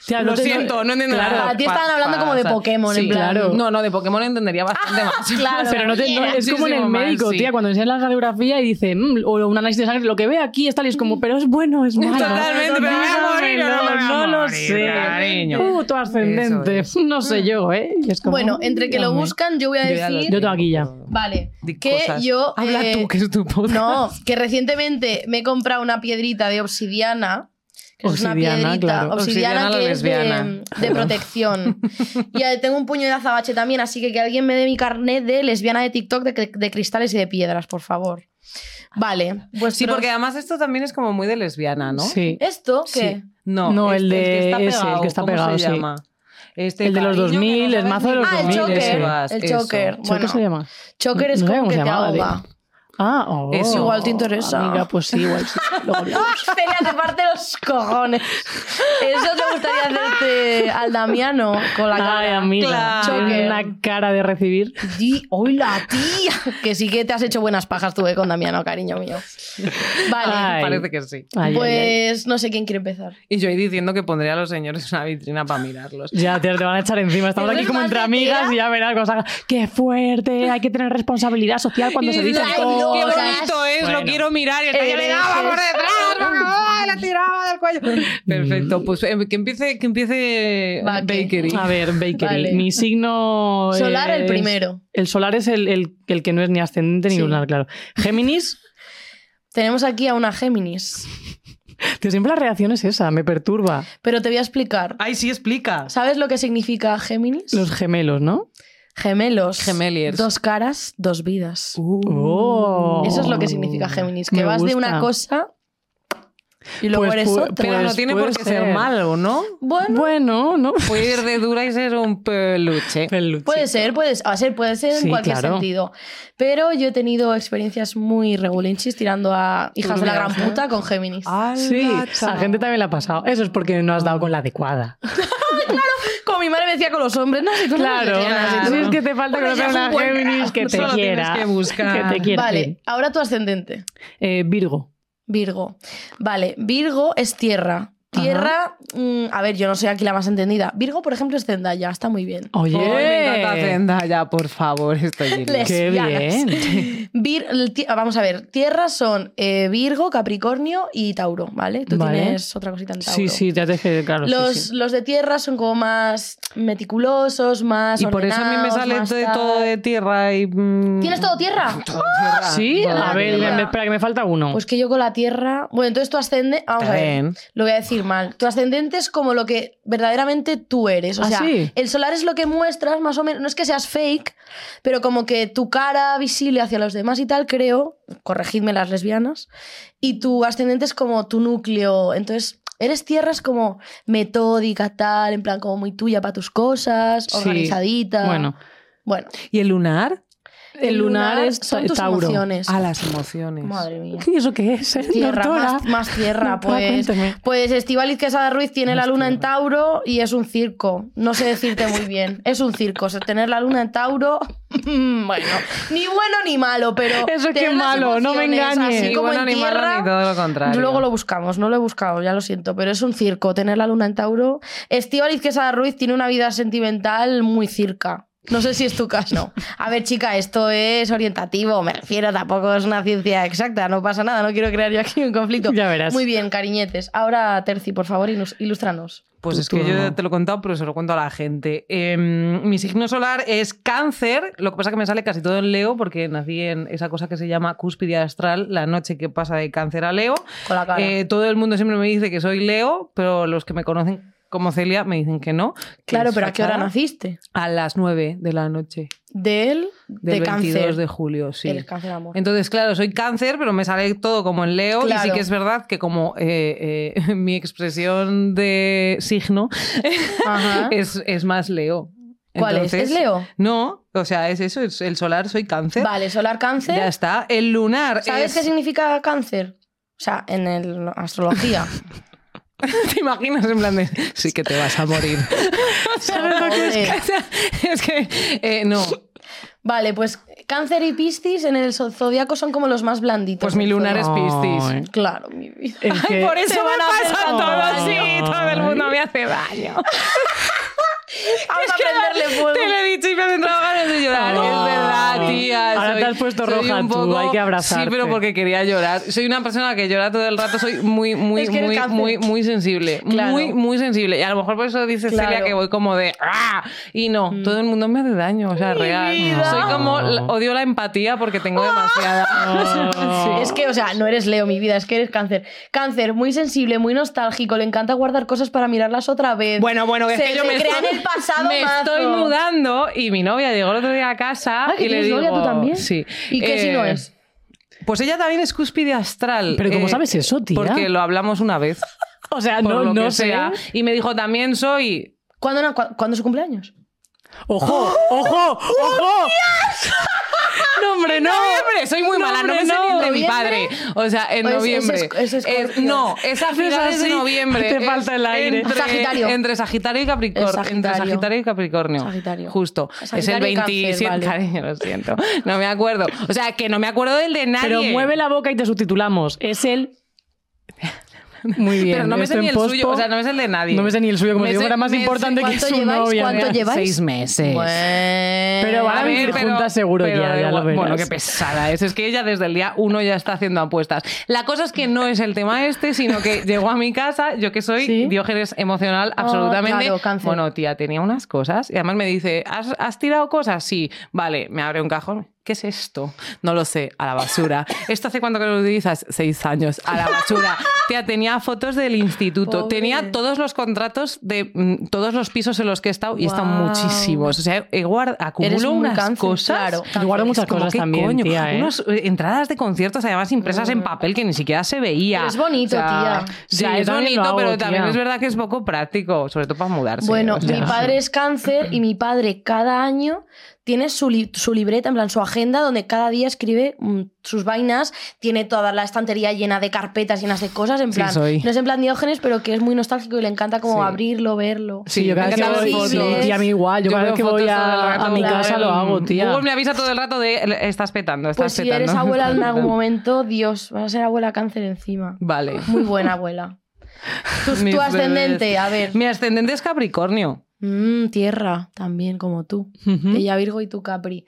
[SPEAKER 5] Tía,
[SPEAKER 4] lo
[SPEAKER 5] no te-
[SPEAKER 4] siento, no entiendo
[SPEAKER 5] Claro.
[SPEAKER 4] nada.
[SPEAKER 1] A ti estaban hablando como de Pokémon, en plan.
[SPEAKER 5] Claro.
[SPEAKER 4] No, no, de Pokémon entendería bastante más.
[SPEAKER 1] claro.
[SPEAKER 5] Pero no te- no- es como en el
[SPEAKER 4] Muchísimo más,
[SPEAKER 5] médico,
[SPEAKER 4] sí.
[SPEAKER 5] tía, cuando enseñas la radiografía y dice, "Mm", o un análisis de sangre, lo que ve aquí está, y es como, pero es bueno, es malo.
[SPEAKER 4] Mm. Totalmente, pero me voy a morir, o no me voy a
[SPEAKER 5] No lo
[SPEAKER 4] morir,
[SPEAKER 5] sé.
[SPEAKER 4] cariño.
[SPEAKER 5] Uh, tu ascendente.
[SPEAKER 4] Eso
[SPEAKER 5] <laughs>
[SPEAKER 4] Mm.
[SPEAKER 5] No sé yo, ¿eh? Y es como,
[SPEAKER 1] Bueno, entre que lo
[SPEAKER 5] dígame.
[SPEAKER 1] buscan, yo voy a
[SPEAKER 4] Yo ya lo
[SPEAKER 1] decir.
[SPEAKER 5] Yo tengo aquí ya.
[SPEAKER 1] Vale.
[SPEAKER 4] Di
[SPEAKER 1] Que
[SPEAKER 4] cosas.
[SPEAKER 1] yo.
[SPEAKER 4] Habla
[SPEAKER 1] eh,
[SPEAKER 4] tú, que es tu podcast.
[SPEAKER 1] No, que recientemente me he comprado una piedrita de obsidiana. Que es una
[SPEAKER 5] Obsidiana,
[SPEAKER 1] piedrita
[SPEAKER 5] claro.
[SPEAKER 1] obsidiana,
[SPEAKER 4] Obsidiana la
[SPEAKER 1] que es de,
[SPEAKER 4] lesbiana.
[SPEAKER 1] de protección. y eh, tengo un puño de azabache también, así que que alguien me dé mi carnet de lesbiana de TikTok de, cri- de cristales y de piedras, por favor. Vale. Pues
[SPEAKER 4] <laughs> Sí, porque además esto también es como muy de lesbiana, ¿no? Eh,
[SPEAKER 5] Sí.
[SPEAKER 1] ¿Esto
[SPEAKER 4] Sí.
[SPEAKER 1] qué?
[SPEAKER 4] No,
[SPEAKER 5] No, el
[SPEAKER 4] este-
[SPEAKER 5] de
[SPEAKER 4] que
[SPEAKER 5] ese,
[SPEAKER 4] está pegado,
[SPEAKER 5] el que está
[SPEAKER 4] ¿cómo
[SPEAKER 5] pegado,
[SPEAKER 4] se
[SPEAKER 5] sí.
[SPEAKER 4] llama? Este
[SPEAKER 5] El de los
[SPEAKER 4] cariño que
[SPEAKER 5] 2000,
[SPEAKER 4] no
[SPEAKER 5] el
[SPEAKER 4] sabes
[SPEAKER 5] mazo de
[SPEAKER 4] ni-
[SPEAKER 5] los
[SPEAKER 1] Ah, el
[SPEAKER 5] 2000,
[SPEAKER 1] choker.
[SPEAKER 5] ese.
[SPEAKER 1] El
[SPEAKER 4] Eso.
[SPEAKER 1] choker.
[SPEAKER 5] ¿Eso qué
[SPEAKER 1] Bueno,
[SPEAKER 5] se llama?
[SPEAKER 1] Choker es
[SPEAKER 5] No sé
[SPEAKER 1] como
[SPEAKER 5] cómo
[SPEAKER 1] que
[SPEAKER 5] se
[SPEAKER 1] te
[SPEAKER 5] llamaba,
[SPEAKER 1] ahoga.
[SPEAKER 5] Ah, oh.
[SPEAKER 4] Eso.
[SPEAKER 1] Igual te interesa.
[SPEAKER 5] Mira, pues sí, igual
[SPEAKER 4] <laughs>
[SPEAKER 5] sí. Luego hablamos.
[SPEAKER 1] Celia, te parte los cojones. Eso te gustaría hacerte al Damiano con la cara.
[SPEAKER 5] Ay, amiga.
[SPEAKER 4] Claro.
[SPEAKER 5] Tiene una cara de recibir.
[SPEAKER 1] Di, hola, tía. Que sí que te has hecho buenas pajas tú eh, con Damiano, cariño mío. Vale.
[SPEAKER 5] Ay,
[SPEAKER 4] Parece que sí.
[SPEAKER 5] Ay, ay,
[SPEAKER 1] pues
[SPEAKER 5] ay.
[SPEAKER 1] no sé quién quiere empezar.
[SPEAKER 4] Y yo ahí diciendo que pondría a los señores en una vitrina para mirarlos.
[SPEAKER 5] Ya, te, te van a echar encima. Estamos
[SPEAKER 1] Eso
[SPEAKER 5] aquí
[SPEAKER 1] es
[SPEAKER 5] como
[SPEAKER 1] más
[SPEAKER 5] entre
[SPEAKER 1] de
[SPEAKER 5] amigas
[SPEAKER 1] tía.
[SPEAKER 5] y ya verás cuando salga. ¡Qué fuerte! Hay que tener responsabilidad social cuando
[SPEAKER 4] Y
[SPEAKER 5] se
[SPEAKER 4] dices,
[SPEAKER 5] dicen
[SPEAKER 1] "Ay,
[SPEAKER 4] "Oh,
[SPEAKER 1] no,
[SPEAKER 4] ¡Qué
[SPEAKER 1] o sea,
[SPEAKER 4] bonito es! Lo
[SPEAKER 5] bueno.
[SPEAKER 4] quiero mirar. Y el taller le
[SPEAKER 1] Eres-
[SPEAKER 4] daba por detrás. me acababa, y la tiraba del cuello. <laughs> Perfecto. Pues eh, que empiece, que empiece eh,
[SPEAKER 1] Baque.
[SPEAKER 4] Bakery.
[SPEAKER 5] A ver, Bakery.
[SPEAKER 1] Vale.
[SPEAKER 5] Mi signo.
[SPEAKER 1] Solar, el
[SPEAKER 5] es-
[SPEAKER 1] primero.
[SPEAKER 5] El solar es el, el- el que no es ni ascendente ni
[SPEAKER 1] Sí.
[SPEAKER 5] lunar, claro. Géminis,
[SPEAKER 1] Tenemos aquí a una Géminis.
[SPEAKER 5] que siempre la reacción es esa, me perturba.
[SPEAKER 1] Pero te voy a explicar.
[SPEAKER 4] Ay, sí, explica.
[SPEAKER 1] ¿Sabes lo que significa Géminis?
[SPEAKER 5] Los gemelos, ¿no?
[SPEAKER 1] gemelos.
[SPEAKER 4] Gemeliers.
[SPEAKER 1] Dos caras, dos vidas.
[SPEAKER 5] Oh.
[SPEAKER 1] Uh. Eso es lo que significa Géminis. Que
[SPEAKER 5] Uh. Me
[SPEAKER 1] vas de una
[SPEAKER 5] gusta.
[SPEAKER 1] cosa y luego
[SPEAKER 5] Pues
[SPEAKER 1] eres
[SPEAKER 5] pu-
[SPEAKER 1] otra.
[SPEAKER 4] Pero no
[SPEAKER 5] Pues
[SPEAKER 4] tiene
[SPEAKER 5] puede
[SPEAKER 4] por qué ser.
[SPEAKER 5] ser.
[SPEAKER 4] malo, ¿no?
[SPEAKER 1] Bueno,
[SPEAKER 5] Bueno, ¿no?
[SPEAKER 4] Puede ir de dura y ser un peluche.
[SPEAKER 5] Peluche.
[SPEAKER 1] Puede ser, puede ser, a ser, puede ser en
[SPEAKER 5] Sí,
[SPEAKER 1] cualquier
[SPEAKER 5] claro.
[SPEAKER 1] sentido. Pero yo he tenido experiencias muy regulinchis tirando a hijas de la
[SPEAKER 4] mira,
[SPEAKER 1] gran
[SPEAKER 4] ¿eh?
[SPEAKER 1] puta con Géminis.
[SPEAKER 5] Sí, a gente también la ha pasado. Eso es porque no has
[SPEAKER 1] Ah.
[SPEAKER 5] dado con la adecuada.
[SPEAKER 1] Como mi madre me decía con los hombres, no, si tú no eres
[SPEAKER 5] Claro,
[SPEAKER 1] lesbiana, si tú
[SPEAKER 5] si
[SPEAKER 1] no-
[SPEAKER 5] es que te falta
[SPEAKER 1] Bueno,
[SPEAKER 5] conocer
[SPEAKER 1] ya es
[SPEAKER 5] una
[SPEAKER 1] un buen-
[SPEAKER 5] Géminis que te
[SPEAKER 4] Solo tienes
[SPEAKER 5] quiera.
[SPEAKER 4] que buscar.
[SPEAKER 5] que te quiera.
[SPEAKER 1] Vale,
[SPEAKER 5] Bien.
[SPEAKER 1] ahora tu ascendente.
[SPEAKER 5] Eh, Virgo.
[SPEAKER 1] Virgo. Vale, Virgo es tierra. Tierra, mm, a ver, yo no soy aquí la más entendida. Virgo, por ejemplo, es Zendaya, está muy bien.
[SPEAKER 5] Oye,
[SPEAKER 4] Ay, me encanta Zendaya, por favor, estoy
[SPEAKER 1] Les-
[SPEAKER 4] llena.
[SPEAKER 5] qué
[SPEAKER 1] lesbianas.
[SPEAKER 5] bien.
[SPEAKER 1] <laughs> Vir- el ti- vamos a ver, tierras son eh, Virgo, Capricornio y Tauro, ¿vale? Tú
[SPEAKER 5] Vale.
[SPEAKER 1] tienes otra cosita en Tauro.
[SPEAKER 5] Sí, sí, ya te dejé, claro. sí,
[SPEAKER 1] Los,
[SPEAKER 5] sí.
[SPEAKER 1] los de tierra son como más meticulosos, más.
[SPEAKER 4] Y por eso a mí me
[SPEAKER 1] ordenados,
[SPEAKER 4] sale
[SPEAKER 1] más
[SPEAKER 4] de
[SPEAKER 1] tal.
[SPEAKER 4] todo de tierra y... mm,
[SPEAKER 1] ¿Tienes todo tierra?
[SPEAKER 4] todo tierra.
[SPEAKER 5] Sí,
[SPEAKER 4] Todo
[SPEAKER 5] a ver,
[SPEAKER 1] mierda.
[SPEAKER 5] me- me- espera, que me falta uno.
[SPEAKER 1] Pues que yo con la tierra. Bueno, entonces tu ascendente. Vamos
[SPEAKER 4] Está
[SPEAKER 1] a ver.
[SPEAKER 4] bien.
[SPEAKER 1] Lo voy a decir mal. Tu ascendente es como lo que verdaderamente tú eres. O
[SPEAKER 5] ¿Ah,
[SPEAKER 1] sea,
[SPEAKER 5] sí?
[SPEAKER 1] el solar es lo que muestras, más o menos. No es que seas fake, pero como que tu cara visible hacia los demás y tal, creo. Corregidme las lesbianas. Y tu ascendente es como tu núcleo. Entonces. Eres tierra es como metódica, tal, en plan como muy tuya para tus cosas,
[SPEAKER 5] Sí.
[SPEAKER 1] organizadita.
[SPEAKER 5] Bueno,
[SPEAKER 1] Bueno,
[SPEAKER 4] ¿Y el lunar?
[SPEAKER 5] el lunar, es
[SPEAKER 1] son
[SPEAKER 5] ta-
[SPEAKER 1] tus
[SPEAKER 5] Tauro.
[SPEAKER 1] emociones.
[SPEAKER 4] A las emociones.
[SPEAKER 1] Madre
[SPEAKER 5] <laughs>
[SPEAKER 1] mía.
[SPEAKER 5] ¿Y eso qué es?
[SPEAKER 1] Tierra,
[SPEAKER 5] Doctora. Ah,
[SPEAKER 1] más, más tierra,
[SPEAKER 5] Doctora,
[SPEAKER 1] pues.
[SPEAKER 5] cuéntame.
[SPEAKER 1] Pues Estivaliz Quesada Ruiz tiene la luna en Tauro y es un circo. No sé decirte muy bien. Es un circo. O sea, tener la luna en Tauro, <laughs> mm, bueno, ni bueno ni malo, pero.
[SPEAKER 5] Eso qué
[SPEAKER 1] tener las
[SPEAKER 5] malo, no me
[SPEAKER 1] emociones
[SPEAKER 5] engañes.
[SPEAKER 1] así
[SPEAKER 5] Ni
[SPEAKER 4] Ni
[SPEAKER 1] como
[SPEAKER 4] bueno
[SPEAKER 1] en
[SPEAKER 4] ni malo,
[SPEAKER 1] tierra,
[SPEAKER 4] ni todo lo contrario.
[SPEAKER 1] Luego lo buscamos, no lo he buscado, ya lo siento, pero es un circo tener la luna en Tauro. Estivaliz Quesada Ruiz tiene una vida sentimental muy circa. No sé si es tu caso. A ver, chica, esto es orientativo, me refiero, tampoco es una ciencia exacta, no pasa nada, no quiero crear yo aquí un
[SPEAKER 4] pues.
[SPEAKER 1] conflicto.
[SPEAKER 5] Ya verás.
[SPEAKER 1] Muy bien, cariñetes. Ahora, Terci, por favor, ilus- ilústranos.
[SPEAKER 4] Pues
[SPEAKER 5] Tu
[SPEAKER 4] es que
[SPEAKER 5] turno.
[SPEAKER 4] yo te lo he contado, pero se lo cuento a la gente. Eh, mi signo solar es cáncer, lo que pasa que me sale casi todo en Leo, porque nací en esa cosa que se llama cúspide astral, la noche que pasa de cáncer a Leo.
[SPEAKER 1] Con la cara.
[SPEAKER 4] Eh, todo el mundo siempre me dice que soy Leo, pero los que me conocen como Celia me dicen que no. que
[SPEAKER 1] claro,
[SPEAKER 4] es
[SPEAKER 1] pero ¿a qué hora
[SPEAKER 4] fachada.
[SPEAKER 1] naciste?
[SPEAKER 4] A las 9 de la noche
[SPEAKER 1] Del, de
[SPEAKER 4] del 22
[SPEAKER 1] cáncer.
[SPEAKER 4] de julio, sí.
[SPEAKER 1] Eres cáncer, amor.
[SPEAKER 4] Entonces, claro, soy cáncer, pero me sale todo como en Leo. Y sí
[SPEAKER 1] Claro.
[SPEAKER 4] que es verdad que como eh, eh, <laughs> mi expresión de signo <laughs>
[SPEAKER 1] Ajá.
[SPEAKER 4] es, es más Leo.
[SPEAKER 1] ¿Cuál es?
[SPEAKER 4] Entonces,
[SPEAKER 1] ¿Es Leo?
[SPEAKER 4] No, o sea, es eso, es el solar, soy cáncer.
[SPEAKER 1] Vale, solar cáncer.
[SPEAKER 4] Ya está. El lunar
[SPEAKER 1] ¿Sabes qué
[SPEAKER 4] es...
[SPEAKER 1] significa cáncer? O sea, en el astrología.
[SPEAKER 4] <laughs> ¿Te imaginas? En plan de... Sí que te vas a
[SPEAKER 1] <laughs>
[SPEAKER 4] morir. <laughs> <laughs> ¿Sabes lo que es?
[SPEAKER 1] Joder.
[SPEAKER 4] Es que... eh, no,
[SPEAKER 1] Vale, pues cáncer y piscis en el zo- zodiaco son como los más blanditos.
[SPEAKER 4] pues mi
[SPEAKER 1] del
[SPEAKER 4] lunar es
[SPEAKER 1] zodiaco.
[SPEAKER 5] Ay.
[SPEAKER 4] Piscis.
[SPEAKER 1] Claro, mi
[SPEAKER 4] <laughs>
[SPEAKER 1] vida.
[SPEAKER 5] El que-
[SPEAKER 4] Por eso
[SPEAKER 1] Te
[SPEAKER 4] me
[SPEAKER 1] van a hacer
[SPEAKER 4] pasa todo
[SPEAKER 5] daño.
[SPEAKER 4] así. Todo el mundo me hace daño.
[SPEAKER 1] Vamos a prenderle fuego.
[SPEAKER 4] Te lo he dicho y me han entrado ganas de llorar.
[SPEAKER 5] Ah.
[SPEAKER 4] Es verdad, tía.
[SPEAKER 5] Ahora
[SPEAKER 4] soy-
[SPEAKER 5] te has puesto
[SPEAKER 4] soy
[SPEAKER 5] roja
[SPEAKER 4] un
[SPEAKER 5] tú,
[SPEAKER 4] poco-
[SPEAKER 5] hay que abrazarte.
[SPEAKER 4] Sí, pero porque quería llorar. Soy una persona que llora todo el rato. Soy muy, muy,
[SPEAKER 1] Es que eres
[SPEAKER 4] muy,
[SPEAKER 1] cáncer.
[SPEAKER 4] muy, muy sensible.
[SPEAKER 1] Claro.
[SPEAKER 4] Muy, muy sensible. Y a lo mejor por eso dice
[SPEAKER 1] Claro. Mm.
[SPEAKER 4] Celia que voy como de ¡ah! Y no, todo el mundo me hace daño. O sea, real.
[SPEAKER 1] vida. Ah.
[SPEAKER 4] Soy como...
[SPEAKER 5] No.
[SPEAKER 4] Odio la empatía porque tengo demasiada...
[SPEAKER 5] <laughs> Oh.
[SPEAKER 1] Es que, o sea, no eres Leo, mi vida, es que eres cáncer. Cáncer, muy sensible, muy nostálgico, le encanta guardar cosas para mirarlas otra vez.
[SPEAKER 4] Bueno, bueno, que es
[SPEAKER 1] Se-
[SPEAKER 4] que yo
[SPEAKER 1] se
[SPEAKER 4] me,
[SPEAKER 1] crea
[SPEAKER 4] estoy,
[SPEAKER 1] en el pasado
[SPEAKER 4] me
[SPEAKER 1] mazo.
[SPEAKER 4] estoy mudando y mi novia llegó el otro día a casa
[SPEAKER 1] Ah, que
[SPEAKER 4] y le
[SPEAKER 1] tienes
[SPEAKER 4] digo...
[SPEAKER 1] novia tú también.
[SPEAKER 4] Sí.
[SPEAKER 1] ¿Y qué si no
[SPEAKER 4] Eh,
[SPEAKER 1] es?
[SPEAKER 4] Pues ella también es cúspide astral.
[SPEAKER 5] Pero ¿cómo sabes eso, tía?
[SPEAKER 4] Eh, Porque lo hablamos una vez.
[SPEAKER 5] O sea,
[SPEAKER 4] por
[SPEAKER 5] no,
[SPEAKER 4] lo
[SPEAKER 5] no
[SPEAKER 4] que
[SPEAKER 5] sé.
[SPEAKER 4] sea. Y me dijo, también soy...
[SPEAKER 1] ¿Cuándo, na- cua- ¿cuándo es su cumpleaños?
[SPEAKER 5] ¡Ojo!
[SPEAKER 4] ¡Oh!
[SPEAKER 5] ¡Ojo! ¡Ojo! ¡No, hombre, no!
[SPEAKER 4] Noviembre, soy muy
[SPEAKER 5] No,
[SPEAKER 4] mala, no
[SPEAKER 5] hombre, Pues
[SPEAKER 4] me sé
[SPEAKER 5] no.
[SPEAKER 4] ni de mi
[SPEAKER 1] ¿Noviembre?
[SPEAKER 4] padre. O sea, en
[SPEAKER 1] O es- es
[SPEAKER 4] noviembre.
[SPEAKER 1] esc- es Escorpio.
[SPEAKER 4] no,
[SPEAKER 5] <laughs>
[SPEAKER 4] es a
[SPEAKER 5] Es
[SPEAKER 4] finales de
[SPEAKER 5] así,
[SPEAKER 4] noviembre.
[SPEAKER 5] <laughs> te
[SPEAKER 4] Es
[SPEAKER 5] falta el aire.
[SPEAKER 4] Entre
[SPEAKER 1] Sagitario.
[SPEAKER 4] Entre Sagitario y Capricornio.
[SPEAKER 1] Es Sagitario.
[SPEAKER 4] Entre Sagitario y Capricornio.
[SPEAKER 1] Sagitario.
[SPEAKER 4] Justo. es el
[SPEAKER 1] Sagitario y Cáncer,
[SPEAKER 4] 27.
[SPEAKER 1] vale.
[SPEAKER 4] <laughs> Cariño, lo siento. No me acuerdo. O sea, que no me acuerdo del de nadie.
[SPEAKER 5] Pero mueve la boca y te subtitulamos. Es el. Muy
[SPEAKER 4] <laughs>
[SPEAKER 5] bien.
[SPEAKER 4] Pero no me
[SPEAKER 5] esto
[SPEAKER 4] sé ni
[SPEAKER 5] en
[SPEAKER 4] el
[SPEAKER 5] pospo-
[SPEAKER 4] suyo. O sea, no me sé el de nadie.
[SPEAKER 5] No me sé ni el suyo, como
[SPEAKER 4] Me
[SPEAKER 5] digo,
[SPEAKER 4] sé-
[SPEAKER 5] era más
[SPEAKER 4] me sé
[SPEAKER 5] importante que
[SPEAKER 1] cuánto
[SPEAKER 5] su
[SPEAKER 1] lleváis,
[SPEAKER 5] novia.
[SPEAKER 1] cuánto
[SPEAKER 5] mira.
[SPEAKER 1] lleváis.
[SPEAKER 4] Seis meses.
[SPEAKER 5] Pero van a
[SPEAKER 4] A ver,
[SPEAKER 5] vivir
[SPEAKER 4] pero-
[SPEAKER 5] juntas seguro
[SPEAKER 4] pero
[SPEAKER 5] ya,
[SPEAKER 4] da
[SPEAKER 5] ya lo
[SPEAKER 4] igual.
[SPEAKER 5] verás.
[SPEAKER 4] Bueno, qué pesada es. Es que ella desde el día uno ya está haciendo apuestas. La cosa es que no es el tema este, sino que llegó a mi casa, yo que soy
[SPEAKER 1] Sí.
[SPEAKER 4] diógenes emocional absolutamente.
[SPEAKER 1] claro, cáncer.
[SPEAKER 4] bueno, tía, tenía unas cosas y además me dice, ¿Has, has tirado cosas? Sí. Vale, me abre un cajón. ¿Qué es esto? No lo sé, a la basura. ¿Esto hace cuánto que lo utilizas? Seis años, a la basura. Tía, tenía fotos del instituto,
[SPEAKER 1] Pobre.
[SPEAKER 4] tenía todos los contratos de mm, todos los pisos en los que he estado y he estado
[SPEAKER 1] Guau.
[SPEAKER 4] muchísimos. O sea, he guardado,
[SPEAKER 1] Eres
[SPEAKER 4] acumulo
[SPEAKER 1] muy
[SPEAKER 4] unas
[SPEAKER 1] cáncer,
[SPEAKER 4] cosas.
[SPEAKER 1] claro.
[SPEAKER 5] Yo guardo muchas
[SPEAKER 4] Como,
[SPEAKER 5] cosas
[SPEAKER 4] ¿qué
[SPEAKER 5] también,
[SPEAKER 4] coño?
[SPEAKER 5] tía, ¿eh?
[SPEAKER 4] Unos, eh, entradas de conciertos, además impresas en papel que ni siquiera se veía.
[SPEAKER 1] Pero es Mm. bonito, tía.
[SPEAKER 5] Sí,
[SPEAKER 4] ya,
[SPEAKER 5] yo
[SPEAKER 4] es
[SPEAKER 5] también
[SPEAKER 4] bonito,
[SPEAKER 5] lo hago,
[SPEAKER 4] pero
[SPEAKER 5] tía.
[SPEAKER 4] también es verdad que es poco práctico, sobre todo para mudarse.
[SPEAKER 1] Bueno,
[SPEAKER 4] o sea.
[SPEAKER 1] mi padre es cáncer y mi padre cada año tiene su, li- su libreta, en plan su agenda, donde cada día escribe mm, sus vainas, tiene toda la estantería llena de carpetas, llenas de cosas, en
[SPEAKER 4] Sí,
[SPEAKER 1] plan,
[SPEAKER 4] soy.
[SPEAKER 1] no es en plan diógenes, pero que es muy nostálgico y le encanta como
[SPEAKER 4] Sí.
[SPEAKER 1] abrirlo, verlo.
[SPEAKER 5] Sí, yo cada vez que
[SPEAKER 1] encanta
[SPEAKER 5] voy,
[SPEAKER 1] ver fotos.
[SPEAKER 5] tía, a mí igual, yo, cada vez
[SPEAKER 4] veo
[SPEAKER 5] que voy
[SPEAKER 4] fotos todo el
[SPEAKER 5] a,
[SPEAKER 4] rato,
[SPEAKER 5] a mi
[SPEAKER 4] claro.
[SPEAKER 5] casa lo hago, tía.
[SPEAKER 4] Google me avisa todo el rato de estás petando, estás
[SPEAKER 1] Pues si
[SPEAKER 4] petando.
[SPEAKER 1] eres
[SPEAKER 4] <laughs>
[SPEAKER 1] abuela en algún momento, Dios, vas a ser abuela cáncer encima.
[SPEAKER 4] Vale.
[SPEAKER 1] Muy buena
[SPEAKER 4] <laughs>
[SPEAKER 1] abuela. Tu,
[SPEAKER 4] Mis
[SPEAKER 1] pues tu ascendente,
[SPEAKER 4] bebés.
[SPEAKER 1] a ver.
[SPEAKER 4] Mi ascendente es Capricornio.
[SPEAKER 1] Mm, tierra, también como tú.
[SPEAKER 4] ¿Mm?
[SPEAKER 1] Ella Virgo y tú Capri.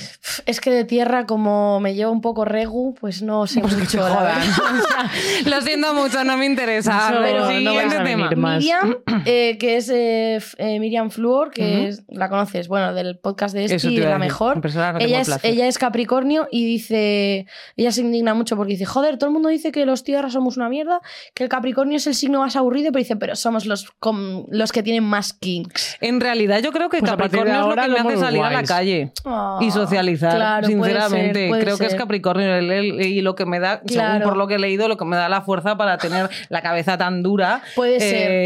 [SPEAKER 1] Uf, Es que de tierra, como me lleva un poco regu, pues no sé mucho. la
[SPEAKER 4] Jodan.
[SPEAKER 1] verdad.
[SPEAKER 4] <laughs> lo siento mucho, no me interesa.
[SPEAKER 5] Eso
[SPEAKER 1] <laughs>
[SPEAKER 4] pero
[SPEAKER 1] no
[SPEAKER 4] siguiente
[SPEAKER 5] vais a
[SPEAKER 4] tema.
[SPEAKER 5] venir. Más.
[SPEAKER 1] Miriam, eh, que es eh, F- eh, Miriam Fluor, que
[SPEAKER 4] Ujú.
[SPEAKER 1] es- la conoces, bueno, del podcast de
[SPEAKER 4] Eso
[SPEAKER 1] este
[SPEAKER 4] te
[SPEAKER 1] y
[SPEAKER 4] iba
[SPEAKER 1] de
[SPEAKER 4] a
[SPEAKER 1] la
[SPEAKER 4] decir.
[SPEAKER 1] mejor.
[SPEAKER 4] En persona no tengo
[SPEAKER 1] Ella
[SPEAKER 4] el
[SPEAKER 1] es,
[SPEAKER 4] placer.
[SPEAKER 1] ella es Capricornio y dice, ella se indigna mucho porque dice, joder, todo el mundo dice que los tierras somos una mierda, que el Capricornio es el signo más aburrido, pero dice, pero somos los, com- los que tienen más kinks.
[SPEAKER 4] En realidad yo creo que
[SPEAKER 5] Pues a partir de
[SPEAKER 4] Capricornio es lo
[SPEAKER 5] ahora
[SPEAKER 4] que me
[SPEAKER 5] somos
[SPEAKER 4] hace salir a la
[SPEAKER 5] guays.
[SPEAKER 4] calle y
[SPEAKER 1] Ah,
[SPEAKER 4] socializar,
[SPEAKER 1] claro, puede
[SPEAKER 4] sinceramente.
[SPEAKER 1] ser, puede
[SPEAKER 4] creo que es
[SPEAKER 1] ser.
[SPEAKER 4] Capricornio el- el- y lo que me da, según
[SPEAKER 1] Claro.
[SPEAKER 4] por lo que he leído, lo que me da la fuerza para tener la cabeza tan dura
[SPEAKER 1] Puede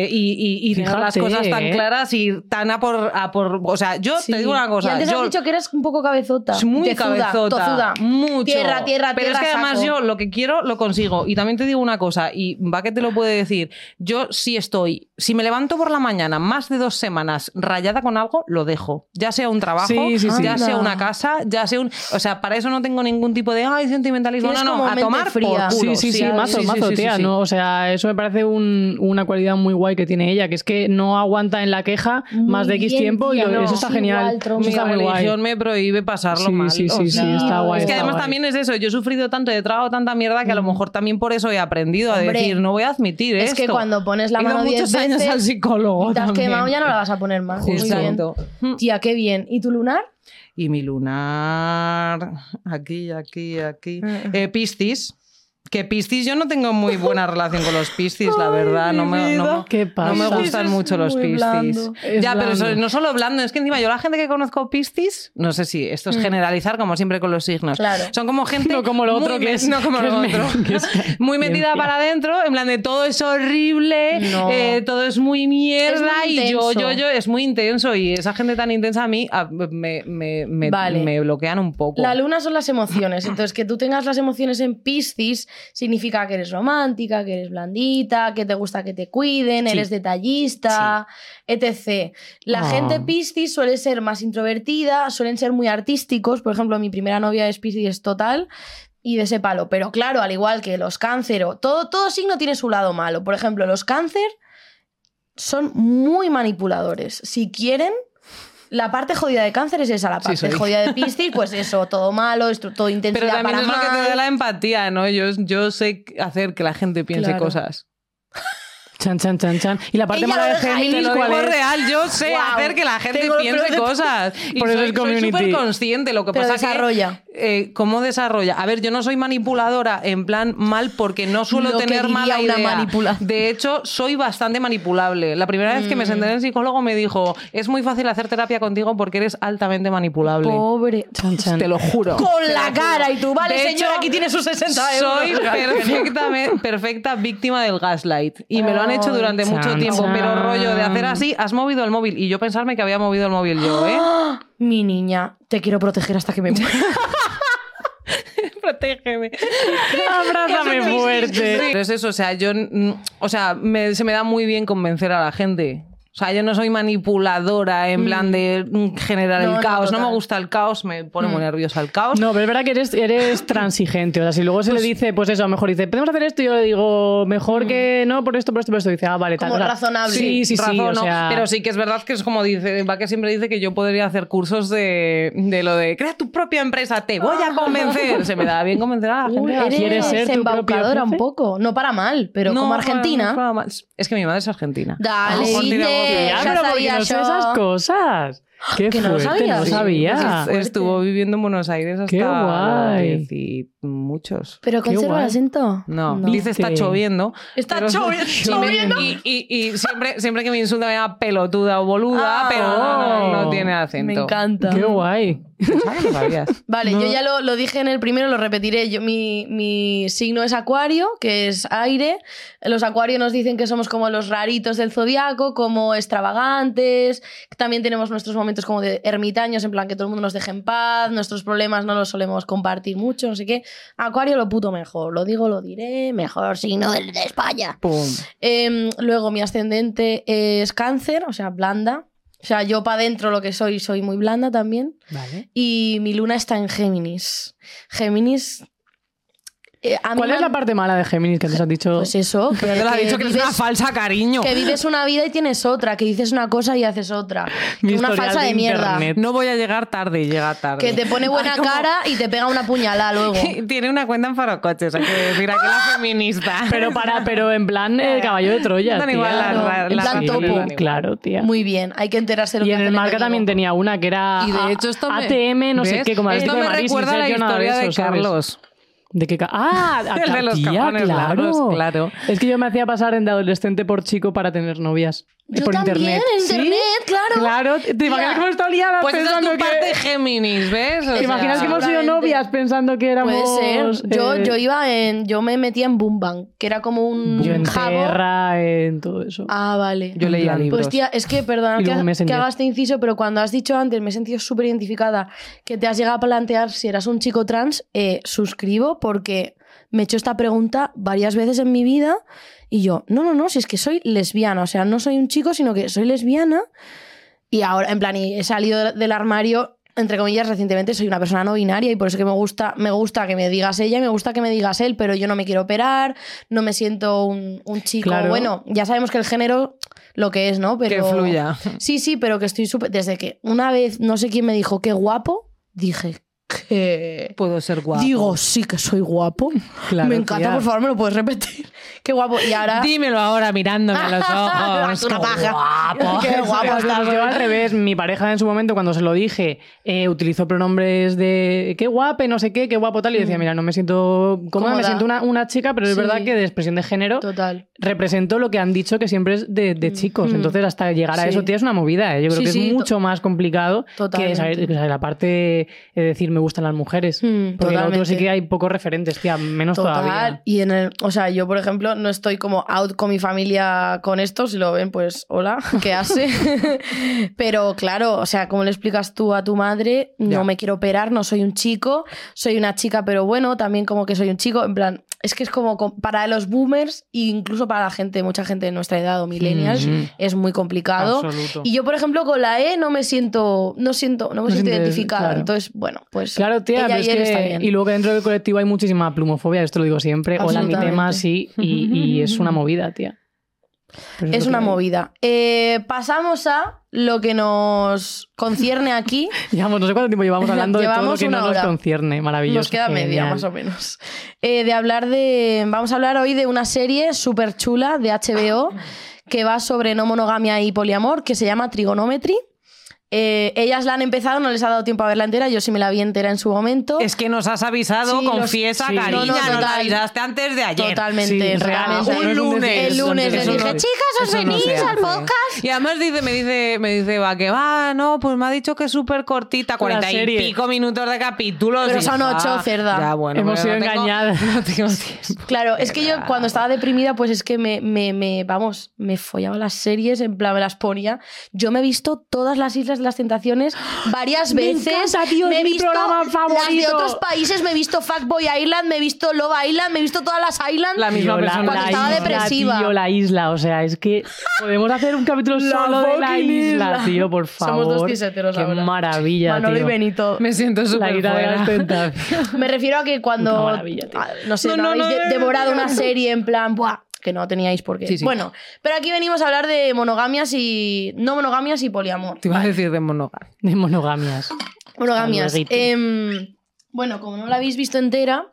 [SPEAKER 4] eh, y, y, y tener las
[SPEAKER 5] Fíjate,
[SPEAKER 4] cosas tan
[SPEAKER 5] eh.
[SPEAKER 4] claras y tan a por, a por... O sea, yo
[SPEAKER 1] Sí.
[SPEAKER 4] te digo una cosa.
[SPEAKER 1] Y antes
[SPEAKER 4] yo-
[SPEAKER 1] has dicho que eres un poco cabezota.
[SPEAKER 4] es muy
[SPEAKER 1] Tezuda,
[SPEAKER 4] cabezota.
[SPEAKER 1] tozuda.
[SPEAKER 4] Mucho.
[SPEAKER 1] Tierra, tierra,
[SPEAKER 4] Pero
[SPEAKER 1] tierra.
[SPEAKER 4] es que además
[SPEAKER 1] saco.
[SPEAKER 4] yo lo que quiero lo consigo. Y también te digo una cosa, y va que te lo puede decir. Yo sí estoy. Si me levanto por la mañana más de dos semanas rayada con algo, lo dejo. Ya sea un trabajo,
[SPEAKER 5] Sí, sí, sí.
[SPEAKER 4] ya sea
[SPEAKER 1] Anda.
[SPEAKER 4] una casa, ya sea un. O sea, para eso no tengo ningún tipo de ay, sentimentalismo.
[SPEAKER 1] Tienes
[SPEAKER 4] No, no,
[SPEAKER 1] como
[SPEAKER 4] a
[SPEAKER 1] mente
[SPEAKER 4] tomar
[SPEAKER 1] fría.
[SPEAKER 4] por culo.
[SPEAKER 5] Sí, sí, sí,
[SPEAKER 1] ¿sabes?
[SPEAKER 5] mazo,
[SPEAKER 1] Sí, sí,
[SPEAKER 5] mazo,
[SPEAKER 4] sí,
[SPEAKER 5] tía.
[SPEAKER 4] sí.
[SPEAKER 5] No, o sea, eso me parece un- una cualidad muy guay que tiene ella, que es que no aguanta en la queja
[SPEAKER 1] Muy
[SPEAKER 5] más de X
[SPEAKER 1] bien,
[SPEAKER 5] tiempo y
[SPEAKER 1] tía,
[SPEAKER 5] lo-
[SPEAKER 1] no.
[SPEAKER 5] eso está
[SPEAKER 1] Sí,
[SPEAKER 5] genial.
[SPEAKER 1] igual,
[SPEAKER 5] eso
[SPEAKER 1] tronco.
[SPEAKER 5] está muy
[SPEAKER 4] mi
[SPEAKER 5] guay.
[SPEAKER 4] religión me prohíbe pasarlo
[SPEAKER 5] Sí,
[SPEAKER 4] mal.
[SPEAKER 5] sí,
[SPEAKER 4] o
[SPEAKER 5] sí,
[SPEAKER 4] sea,
[SPEAKER 5] sí, está guay.
[SPEAKER 4] Es que
[SPEAKER 5] está
[SPEAKER 4] además
[SPEAKER 5] guay.
[SPEAKER 4] también es eso, yo he sufrido tanto, he tragado tanta mierda que a lo mejor también por eso he aprendido
[SPEAKER 1] Mm. Hombre,
[SPEAKER 4] a decir, no voy a admitir
[SPEAKER 1] es
[SPEAKER 4] esto.
[SPEAKER 1] que cuando pones la
[SPEAKER 4] he ido
[SPEAKER 1] mano diez
[SPEAKER 4] muchos años
[SPEAKER 1] veces,
[SPEAKER 4] al psicólogo
[SPEAKER 1] Te has
[SPEAKER 4] <laughs> también.
[SPEAKER 1] quemado, ya no la vas a poner más. Muy bien.
[SPEAKER 4] Exacto. Mm.
[SPEAKER 1] Tía, qué bien. ¿Y tu lunar?
[SPEAKER 4] Y mi lunar, aquí, aquí, aquí.
[SPEAKER 1] Mm.
[SPEAKER 4] Eh, Piscis, que Piscis, yo no tengo muy buena relación con los Piscis, la
[SPEAKER 1] <laughs>
[SPEAKER 4] verdad,
[SPEAKER 1] Ay,
[SPEAKER 4] no
[SPEAKER 1] mi
[SPEAKER 4] me, no
[SPEAKER 1] vida.
[SPEAKER 4] me-
[SPEAKER 5] ¿Qué
[SPEAKER 4] no
[SPEAKER 5] pasa?
[SPEAKER 4] me
[SPEAKER 1] Piscis
[SPEAKER 4] gustan
[SPEAKER 1] es
[SPEAKER 4] mucho los
[SPEAKER 1] muy
[SPEAKER 4] Piscis.
[SPEAKER 1] blando.
[SPEAKER 5] Es
[SPEAKER 4] Ya, pero
[SPEAKER 5] blando.
[SPEAKER 4] so- no solo blando, es que encima yo la gente que conozco Piscis, no sé si esto es generalizar como siempre con los signos.
[SPEAKER 1] Mm. Claro.
[SPEAKER 4] Son
[SPEAKER 5] <laughs>
[SPEAKER 4] como gente
[SPEAKER 5] No como lo
[SPEAKER 4] muy
[SPEAKER 5] otro que
[SPEAKER 4] me-
[SPEAKER 5] es.
[SPEAKER 4] no como
[SPEAKER 5] que
[SPEAKER 4] lo
[SPEAKER 5] es
[SPEAKER 4] otro.
[SPEAKER 5] me- que es-
[SPEAKER 4] Muy metida
[SPEAKER 5] Ciencia.
[SPEAKER 4] para adentro, en plan de todo es horrible,
[SPEAKER 1] No.
[SPEAKER 4] eh, todo es muy mierda
[SPEAKER 1] Es muy
[SPEAKER 4] y yo,
[SPEAKER 1] intenso.
[SPEAKER 4] yo, yo, es muy intenso y esa gente tan intensa a mí a- me, me, me,
[SPEAKER 1] Vale.
[SPEAKER 4] me bloquean un poco.
[SPEAKER 1] La luna son las emociones. Entonces, que tú tengas las emociones en Piscis significa que eres romántica, que eres blandita, que te gusta que te cuiden,
[SPEAKER 4] Sí.
[SPEAKER 1] eres detallista, etc. La
[SPEAKER 5] Ah.
[SPEAKER 1] gente Piscis suele ser más introvertida, suelen ser muy artísticos. Por ejemplo, mi primera novia es Piscis total. Y de ese palo. Pero claro, al igual que los cáncer, o- todo, todo signo tiene su lado malo. Por ejemplo, los cáncer son muy manipuladores. Si quieren, la parte jodida de cáncer es esa, la parte
[SPEAKER 4] soy.
[SPEAKER 1] jodida de Piscis, pues eso, todo malo, estru- todo intensidad
[SPEAKER 4] Pero también
[SPEAKER 1] para
[SPEAKER 4] es lo que te
[SPEAKER 1] mal.
[SPEAKER 4] da la empatía, ¿no? Yo, yo sé hacer que la gente piense
[SPEAKER 1] Claro.
[SPEAKER 4] cosas.
[SPEAKER 5] Chan, chan, chan, chan. Y la parte
[SPEAKER 1] Ella
[SPEAKER 5] mala
[SPEAKER 1] lo
[SPEAKER 5] de
[SPEAKER 1] deja ahí,
[SPEAKER 4] Te
[SPEAKER 5] Géminis,
[SPEAKER 4] lo
[SPEAKER 5] ¿cuál
[SPEAKER 4] digo
[SPEAKER 5] es?
[SPEAKER 4] real, yo sé
[SPEAKER 1] Guau,
[SPEAKER 4] hacer que la gente
[SPEAKER 1] tengo los pelos
[SPEAKER 4] piense
[SPEAKER 1] de-
[SPEAKER 4] cosas. <laughs> Y
[SPEAKER 5] Por eso
[SPEAKER 4] soy,
[SPEAKER 5] es community.
[SPEAKER 4] súper consciente. Lo que
[SPEAKER 1] Pero
[SPEAKER 4] pasa
[SPEAKER 1] desarrolla.
[SPEAKER 4] que... eh, ¿Cómo desarrolla? A ver, yo no soy manipuladora en plan mal porque no suelo
[SPEAKER 1] Lo que
[SPEAKER 4] tener
[SPEAKER 1] diría
[SPEAKER 4] mala
[SPEAKER 1] una
[SPEAKER 4] idea.
[SPEAKER 1] manipula-
[SPEAKER 4] De hecho, soy bastante manipulable. La primera vez que me senté en el psicólogo me dijo, es muy fácil hacer terapia contigo porque eres altamente manipulable.
[SPEAKER 1] Pobre.
[SPEAKER 5] Chan, chan.
[SPEAKER 4] Te lo juro.
[SPEAKER 1] Con la cara y tú, vale,
[SPEAKER 4] De hecho,
[SPEAKER 1] señora, aquí tiene sus 60 euros.
[SPEAKER 4] Soy <laughs> perfectamente, perfecta víctima del gaslight. Y me lo han hecho durante
[SPEAKER 5] Chan,
[SPEAKER 4] mucho tiempo.
[SPEAKER 5] chan.
[SPEAKER 4] Pero rollo de hacer así, has movido el móvil. Y yo pensarme que había movido el móvil yo, ¿eh? <laughs>
[SPEAKER 1] Mi niña, te quiero proteger hasta que me muera.
[SPEAKER 4] Protégeme.
[SPEAKER 5] Abrázame
[SPEAKER 4] Eso sí, sí,
[SPEAKER 5] fuerte.
[SPEAKER 4] sí. Pero es eso, o sea, yo. mm, O sea, me- se me da muy bien convencer a la gente. O sea, yo no soy manipuladora en plan de mm, generar
[SPEAKER 1] No,
[SPEAKER 4] el
[SPEAKER 1] no,
[SPEAKER 4] caos. No, me
[SPEAKER 1] total.
[SPEAKER 4] gusta el caos, me pone muy nerviosa el caos.
[SPEAKER 5] No, pero es verdad que eres, eres transigente. O sea, si luego se le dice, pues eso, a lo mejor dice, podemos hacer esto, y yo le digo, mejor que no, por esto, por esto, por esto. Dice, ah, vale, tal.
[SPEAKER 1] Como
[SPEAKER 5] o sea,
[SPEAKER 1] razonable.
[SPEAKER 5] Sí, sí, sí.
[SPEAKER 4] Razono,
[SPEAKER 5] o sea,
[SPEAKER 4] Pero sí que es verdad que es como dice, va que siempre dice que yo podría hacer cursos de, de lo de crea tu propia empresa, te voy a convencer. Se me da bien convencer a la gente.
[SPEAKER 5] Uy, ¿Quieres ser tu
[SPEAKER 1] desembaucadora
[SPEAKER 5] propio
[SPEAKER 1] un
[SPEAKER 5] jefe?
[SPEAKER 1] poco. No para mal, pero
[SPEAKER 4] No,
[SPEAKER 1] como
[SPEAKER 4] para-
[SPEAKER 1] Argentina.
[SPEAKER 4] para más. es que mi madre es argentina.
[SPEAKER 1] Dale,
[SPEAKER 4] A lo mejor tiene algo que
[SPEAKER 1] Inde,
[SPEAKER 4] ver.
[SPEAKER 5] Ya,
[SPEAKER 1] ya
[SPEAKER 5] pero porque
[SPEAKER 1] sabía
[SPEAKER 5] no sé
[SPEAKER 1] yo.
[SPEAKER 5] esas cosas. Qué
[SPEAKER 1] Que no lo
[SPEAKER 5] fuerte,
[SPEAKER 1] sabías.
[SPEAKER 5] no
[SPEAKER 1] Sí,
[SPEAKER 5] sabía.
[SPEAKER 4] Es- Pues, Estuvo viviendo en Buenos Aires hasta
[SPEAKER 5] Qué guay.
[SPEAKER 4] los diez y muchos.
[SPEAKER 1] Pero
[SPEAKER 5] Qué
[SPEAKER 1] conserva el
[SPEAKER 5] guay.
[SPEAKER 1] acento.
[SPEAKER 4] No, dice está
[SPEAKER 5] Viste.
[SPEAKER 4] lloviendo.
[SPEAKER 1] Está
[SPEAKER 4] pero-
[SPEAKER 1] chovi-
[SPEAKER 4] <laughs> y me-
[SPEAKER 1] lloviendo.
[SPEAKER 4] Y, y- y siempre, siempre que me insulta me llama pelotuda o boluda,
[SPEAKER 1] Ah.
[SPEAKER 4] pero no, no, no tiene acento.
[SPEAKER 1] Me encanta.
[SPEAKER 5] Qué guay.
[SPEAKER 4] Pensaba que lo sabías.
[SPEAKER 1] <laughs> Vale,
[SPEAKER 5] No.
[SPEAKER 1] yo ya lo, lo dije en el primero, lo repetiré. Yo, mi, mi signo es acuario, que es aire. Los acuarios nos dicen que somos como los raritos del zodiaco, como extravagantes. También tenemos nuestros momentos como de ermitaños, en plan que todo el mundo nos deje en paz, nuestros problemas no los solemos compartir mucho, no sé qué. Acuario lo puto mejor, lo digo, lo diré, mejor signo del- de España.
[SPEAKER 4] Pum.
[SPEAKER 1] Em, luego mi ascendente es cáncer, o sea, blanda. O sea, yo para adentro lo que soy, soy muy blanda también.
[SPEAKER 4] Vale.
[SPEAKER 1] Y mi luna está en Géminis. Géminis. eh, a mí
[SPEAKER 5] ¿Cuál
[SPEAKER 1] me
[SPEAKER 5] es la
[SPEAKER 1] han-
[SPEAKER 5] parte mala de Géminis que les has dicho?
[SPEAKER 1] Pues eso. Que,
[SPEAKER 4] Pero te lo ha dicho que es
[SPEAKER 1] vives,
[SPEAKER 4] una falsa, cariño.
[SPEAKER 1] que vives una vida y tienes otra, que dices una cosa y haces otra.
[SPEAKER 5] <laughs> Mi
[SPEAKER 1] Que una
[SPEAKER 5] historial
[SPEAKER 1] falsa de,
[SPEAKER 5] de
[SPEAKER 1] mierda.
[SPEAKER 5] internet.
[SPEAKER 4] No voy a llegar tarde y llega tarde. <laughs>
[SPEAKER 1] Que te pone buena
[SPEAKER 5] <laughs>
[SPEAKER 4] Ay, cómo-
[SPEAKER 1] cara y te pega una puñalada luego.
[SPEAKER 4] Tiene una cuenta en Farocoches, hay que decir aquí la feminista.
[SPEAKER 5] Pero para, pero en plan el caballo de Troya.
[SPEAKER 4] Dan
[SPEAKER 5] tía.
[SPEAKER 4] igual las-
[SPEAKER 1] Claro,
[SPEAKER 4] las-
[SPEAKER 1] en
[SPEAKER 4] las
[SPEAKER 1] plan
[SPEAKER 5] Sí,
[SPEAKER 1] topo.
[SPEAKER 4] dan igual.
[SPEAKER 5] Claro, tía.
[SPEAKER 1] Muy bien, hay que enterarse de lo
[SPEAKER 5] y
[SPEAKER 1] que
[SPEAKER 5] en
[SPEAKER 1] hace
[SPEAKER 5] el marca
[SPEAKER 1] enemigo.
[SPEAKER 5] también tenía una que era
[SPEAKER 4] Y
[SPEAKER 5] a-
[SPEAKER 4] de hecho esto me...
[SPEAKER 5] ATM, no sé
[SPEAKER 4] ¿Ves?
[SPEAKER 5] qué, como has
[SPEAKER 4] Esto
[SPEAKER 5] dicho
[SPEAKER 4] me
[SPEAKER 5] Marisa,
[SPEAKER 4] recuerda a la
[SPEAKER 5] yo nada
[SPEAKER 4] historia de
[SPEAKER 5] eso, ¿sabes?
[SPEAKER 4] Carlos.
[SPEAKER 5] ¿De qué ca- Ah, a
[SPEAKER 4] <laughs> El de los
[SPEAKER 5] tía,
[SPEAKER 4] cajones
[SPEAKER 5] claro.
[SPEAKER 4] largos, claro.
[SPEAKER 5] Es que yo me hacía pasar en de adolescente por chico para tener novias. Y
[SPEAKER 1] Yo
[SPEAKER 5] por
[SPEAKER 1] también,
[SPEAKER 5] internet.
[SPEAKER 1] en
[SPEAKER 5] ¿Sí?
[SPEAKER 1] internet, claro.
[SPEAKER 5] Claro, te imaginas cómo está liada
[SPEAKER 4] Pues esa es
[SPEAKER 5] pensando
[SPEAKER 4] tu parte
[SPEAKER 5] <laughs>
[SPEAKER 4] de
[SPEAKER 5] que.
[SPEAKER 4] Géminis, ¿ves? O
[SPEAKER 5] ¿Te imaginas que
[SPEAKER 4] sea,
[SPEAKER 5] hemos sido
[SPEAKER 1] seguramente.
[SPEAKER 5] novias pensando que éramos.
[SPEAKER 1] Puede ser. Yo,
[SPEAKER 5] eh,
[SPEAKER 1] yo iba en. Yo me metía en Boom Bang, que era como un,
[SPEAKER 5] yo en
[SPEAKER 1] jabo.
[SPEAKER 5] Terra, en todo eso.
[SPEAKER 1] Ah, vale.
[SPEAKER 4] Yo leía
[SPEAKER 5] Pues
[SPEAKER 4] libros.
[SPEAKER 1] Pues
[SPEAKER 5] <laughs>
[SPEAKER 1] tía, es que perdona
[SPEAKER 5] Y luego
[SPEAKER 1] que,
[SPEAKER 5] Messenger.
[SPEAKER 1] que haga este inciso, pero cuando has dicho antes, me he sentido súper identificada, que te has llegado a plantear si eras un chico trans, eh, suscribo porque me he hecho esta pregunta varias veces en mi vida y yo, no, no, no, si es que soy lesbiana, o sea, no soy un chico, sino que soy lesbiana y ahora, en plan, y he salido del- del armario. Entre comillas, recientemente soy una persona no binaria y por eso que me gusta, me gusta que me digas ella y me gusta que me digas él, pero yo no me quiero operar, no me siento un, un chico.
[SPEAKER 5] Claro.
[SPEAKER 1] Bueno, ya sabemos que el género lo que es, ¿no? Pero...
[SPEAKER 4] Que fluya.
[SPEAKER 1] Sí, sí, pero que estoy súper. Desde que una vez no sé quién me dijo qué guapo, dije que.
[SPEAKER 4] Puedo ser guapo.
[SPEAKER 1] Digo, sí que soy guapo.
[SPEAKER 4] Claro,
[SPEAKER 1] me encanta,
[SPEAKER 4] tía.
[SPEAKER 1] por favor, me lo puedes repetir. <laughs> Qué guapo. Y ahora.
[SPEAKER 4] <laughs> Dímelo ahora mirándome a
[SPEAKER 5] <laughs>
[SPEAKER 4] los ojos.
[SPEAKER 1] Hazte una
[SPEAKER 4] Qué
[SPEAKER 1] paja. <laughs>
[SPEAKER 4] guapo. <laughs>
[SPEAKER 1] Qué guapo estás.
[SPEAKER 5] pues, Yo al revés, mi pareja en su momento cuando se lo dije eh, utilizó pronombres de qué guape, no sé qué, qué guapo tal y decía, mira, no me siento cómoda,
[SPEAKER 1] Mm. Cómoda.
[SPEAKER 5] me siento una, una chica, pero es
[SPEAKER 1] Sí.
[SPEAKER 5] verdad que de expresión de género
[SPEAKER 1] Total.
[SPEAKER 5] representó lo que han dicho que siempre es de, de chicos.
[SPEAKER 1] Mm.
[SPEAKER 5] Entonces hasta llegar a
[SPEAKER 1] Sí.
[SPEAKER 5] eso, tía, es una movida. eh. Yo creo
[SPEAKER 1] Sí,
[SPEAKER 5] que
[SPEAKER 1] sí,
[SPEAKER 5] es
[SPEAKER 1] to-
[SPEAKER 5] mucho más complicado que
[SPEAKER 1] Totalmente.
[SPEAKER 5] saber, que saber la parte de decir me gustan las mujeres.
[SPEAKER 1] Mm,
[SPEAKER 5] porque lo otro
[SPEAKER 1] totalmente.
[SPEAKER 5] sí que hay pocos referentes, tía, menos
[SPEAKER 1] Total.
[SPEAKER 5] todavía.
[SPEAKER 1] Y en el. O sea, yo, por ejemplo, no estoy como out con mi familia con esto. Si lo ven, pues hola,
[SPEAKER 5] <laughs>
[SPEAKER 1] ¿qué hace? <laughs> Pero claro, o sea, ¿cómo le explicas tú a tu madre? No
[SPEAKER 4] Ya.
[SPEAKER 1] me quiero operar, no soy un chico, soy una chica, pero bueno, también como que soy un chico. En plan, es que es como co- para los boomers e incluso para la gente, mucha gente de nuestra edad o millennials,
[SPEAKER 5] Mm.
[SPEAKER 1] es muy complicado.
[SPEAKER 5] Absoluto.
[SPEAKER 1] Y yo, por ejemplo, con la E no me siento, no siento, no me
[SPEAKER 5] No
[SPEAKER 1] siento
[SPEAKER 5] sientes-
[SPEAKER 1] identificada.
[SPEAKER 5] claro.
[SPEAKER 1] Entonces, bueno, pues
[SPEAKER 5] Claro, tía,
[SPEAKER 1] ella
[SPEAKER 5] pero
[SPEAKER 1] y
[SPEAKER 5] es
[SPEAKER 1] él está
[SPEAKER 5] que,
[SPEAKER 1] bien.
[SPEAKER 5] y luego que dentro del colectivo hay muchísima plumofobia, esto lo digo siempre. Hola, mi
[SPEAKER 1] Absolutamente.
[SPEAKER 5] tema, sí,
[SPEAKER 1] <laughs>
[SPEAKER 5] y, y es una movida, tía. Pero
[SPEAKER 1] Es
[SPEAKER 5] lo
[SPEAKER 1] una
[SPEAKER 5] que-
[SPEAKER 1] movida. Eh, pasamos a lo que nos concierne
[SPEAKER 4] <laughs>
[SPEAKER 1] aquí.
[SPEAKER 5] Llevamos, no sé cuánto tiempo llevamos hablando de todo lo
[SPEAKER 1] Llevamos
[SPEAKER 5] que no
[SPEAKER 1] una
[SPEAKER 5] nos
[SPEAKER 1] hora.
[SPEAKER 5] concierne, maravilloso.
[SPEAKER 1] Nos queda media, más o menos. Eh, de hablar de. Vamos a hablar hoy de una serie súper chula de HBO
[SPEAKER 4] Ah.
[SPEAKER 1] que va sobre no monogamia y poliamor, que se llama Trigonometry. Eh, ellas la han empezado, no les ha dado tiempo a verla entera. Yo sí me la vi entera en su momento.
[SPEAKER 4] Es que nos has avisado,
[SPEAKER 1] Sí, los-
[SPEAKER 4] confiesa,
[SPEAKER 5] sí.
[SPEAKER 4] cariño,
[SPEAKER 5] No, no,
[SPEAKER 4] nos
[SPEAKER 1] total.
[SPEAKER 4] avisaste antes de ayer. Ah,
[SPEAKER 1] totalmente.
[SPEAKER 5] Sí, real.
[SPEAKER 1] totalmente.
[SPEAKER 5] Un lunes.
[SPEAKER 1] El lunes les
[SPEAKER 5] Eso no-
[SPEAKER 1] dije, chicas, os
[SPEAKER 4] eso no
[SPEAKER 1] venís
[SPEAKER 4] se
[SPEAKER 1] al
[SPEAKER 4] hace.
[SPEAKER 1] podcast.
[SPEAKER 4] Y además dice, me dice, me dice, va, que va, no, pues me ha dicho que es súper cortita, cuarenta y
[SPEAKER 5] serie.
[SPEAKER 4] pico minutos de capítulos.
[SPEAKER 1] Pero son
[SPEAKER 4] hija.
[SPEAKER 1] ocho, cerda.
[SPEAKER 4] Ya, bueno,
[SPEAKER 5] Hemos
[SPEAKER 4] pero
[SPEAKER 5] sido
[SPEAKER 4] no tengo- <laughs>
[SPEAKER 5] engañadas.
[SPEAKER 4] no tengo tiempo.
[SPEAKER 1] Claro, es que yo
[SPEAKER 4] Claro.
[SPEAKER 1] cuando estaba deprimida, pues es que me, me, me- vamos, me follaba las series, en plan me las ponía. Yo me he visto todas las Islas de las Tentaciones varias
[SPEAKER 5] Me
[SPEAKER 1] veces.
[SPEAKER 5] encanta, tío, es
[SPEAKER 1] me he
[SPEAKER 5] mi
[SPEAKER 1] visto
[SPEAKER 5] programa
[SPEAKER 1] las de
[SPEAKER 5] favorito.
[SPEAKER 1] otros países, me he visto Fuckboy Island, me he visto Love Island, me he visto todas las Island.
[SPEAKER 4] La misma
[SPEAKER 5] Tío, la,
[SPEAKER 4] persona.
[SPEAKER 1] Cuando
[SPEAKER 5] la
[SPEAKER 1] estaba
[SPEAKER 5] isla,
[SPEAKER 1] depresiva.
[SPEAKER 5] tío, la isla, o sea, es que podemos hacer un capítulo
[SPEAKER 4] La
[SPEAKER 5] solo de la
[SPEAKER 4] fucking
[SPEAKER 5] isla,
[SPEAKER 4] isla.
[SPEAKER 5] tío, por favor.
[SPEAKER 1] Somos dos tiseteros
[SPEAKER 5] Qué
[SPEAKER 1] ahora.
[SPEAKER 5] maravilla,
[SPEAKER 1] Manolo y
[SPEAKER 5] tío.
[SPEAKER 1] Benito.
[SPEAKER 4] Me siento
[SPEAKER 5] La
[SPEAKER 4] súper
[SPEAKER 5] isla de
[SPEAKER 4] fuera.
[SPEAKER 5] las
[SPEAKER 1] <laughs>
[SPEAKER 5] tentaciones.
[SPEAKER 1] Me refiero a que
[SPEAKER 5] Puta
[SPEAKER 1] cuando,
[SPEAKER 5] maravilla, tío.
[SPEAKER 1] ah, no sé,
[SPEAKER 4] No,
[SPEAKER 1] no
[SPEAKER 4] no,
[SPEAKER 1] habéis
[SPEAKER 4] no,
[SPEAKER 1] de-
[SPEAKER 4] no,
[SPEAKER 1] devorado
[SPEAKER 4] no, no.
[SPEAKER 1] una serie en plan, buah, que no teníais por qué.
[SPEAKER 4] Sí, sí.
[SPEAKER 1] Bueno, pero aquí venimos a hablar de monogamias y no monogamias y poliamor.
[SPEAKER 4] <laughs> Te iba a decir de monogamia.
[SPEAKER 5] De monogamias.
[SPEAKER 1] Monogamias.
[SPEAKER 5] Hasta luego.
[SPEAKER 1] Em, bueno, como no la habéis visto entera,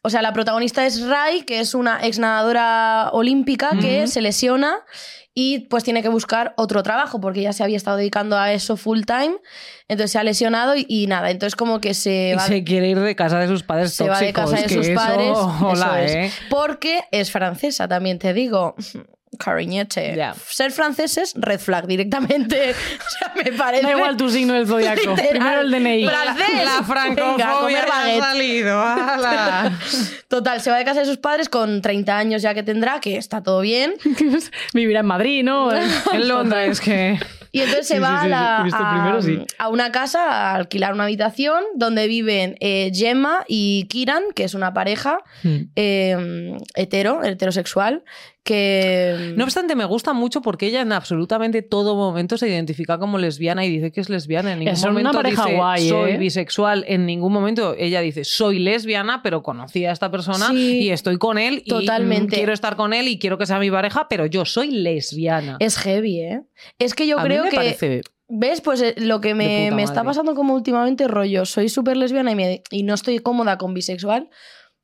[SPEAKER 1] o sea, la protagonista es Rai, que es una ex nadadora olímpica que
[SPEAKER 4] Ujú.
[SPEAKER 1] se lesiona y pues tiene que buscar otro trabajo porque ya se había estado dedicando a eso full time, entonces se ha lesionado y, y nada, entonces como que se
[SPEAKER 4] Y
[SPEAKER 1] va
[SPEAKER 4] se quiere ir de casa de sus padres
[SPEAKER 1] se va
[SPEAKER 4] tóxicos.
[SPEAKER 1] de casa de
[SPEAKER 4] que
[SPEAKER 1] sus
[SPEAKER 4] eso,
[SPEAKER 1] padres.
[SPEAKER 4] <laughs> Hola,
[SPEAKER 1] eso es.
[SPEAKER 4] ¿eh?
[SPEAKER 1] Porque es francesa, también te digo. <laughs> cariñete.
[SPEAKER 4] Ya.
[SPEAKER 1] Ser franceses, red flag directamente. <laughs> O sea, me parece.
[SPEAKER 5] Da igual tu signo del zodiaco.
[SPEAKER 1] Literal.
[SPEAKER 5] Primero el DNI. <laughs>
[SPEAKER 1] Francés.
[SPEAKER 4] La
[SPEAKER 1] Venga, a
[SPEAKER 4] francofobia
[SPEAKER 1] comer
[SPEAKER 4] ya ha
[SPEAKER 1] baguette. <laughs>
[SPEAKER 4] salido. ala.
[SPEAKER 1] Total, se va de casa de sus padres con 30 años ya que tendrá, que está todo bien.
[SPEAKER 5] Vivirá en Madrid, ¿no?
[SPEAKER 4] En Londres, que.
[SPEAKER 1] Y entonces se
[SPEAKER 5] Sí,
[SPEAKER 1] va
[SPEAKER 5] sí,
[SPEAKER 1] a,
[SPEAKER 5] sí,
[SPEAKER 1] la-
[SPEAKER 5] he visto el
[SPEAKER 1] a-
[SPEAKER 5] primero, sí.
[SPEAKER 1] a una casa a alquilar una habitación donde viven eh, Gemma y Kiran, que es una pareja eh, hetero, heterosexual, que... em,
[SPEAKER 4] No pues, obstante, me gusta mucho porque ella en absolutamente todo momento se identifica como lesbiana y dice que es lesbiana. En ningún
[SPEAKER 5] Son una
[SPEAKER 4] momento
[SPEAKER 5] pareja
[SPEAKER 4] dice
[SPEAKER 5] guay,
[SPEAKER 4] soy
[SPEAKER 5] ¿eh?
[SPEAKER 4] bisexual. En ningún momento ella dice soy lesbiana, pero conocí a esta persona
[SPEAKER 1] Sí.
[SPEAKER 4] y estoy con él y
[SPEAKER 1] Totalmente.
[SPEAKER 4] mm, quiero estar con él y quiero que sea mi pareja, pero yo soy lesbiana.
[SPEAKER 1] Es heavy, ¿eh? Es que yo
[SPEAKER 4] a
[SPEAKER 1] creo
[SPEAKER 4] mí me
[SPEAKER 1] que...
[SPEAKER 4] parece
[SPEAKER 1] ¿Ves? Pues eh, lo que me,
[SPEAKER 4] puta
[SPEAKER 1] me está
[SPEAKER 4] madre.
[SPEAKER 1] pasando como últimamente rollo, soy súper lesbiana y, me- y no estoy cómoda con bisexual,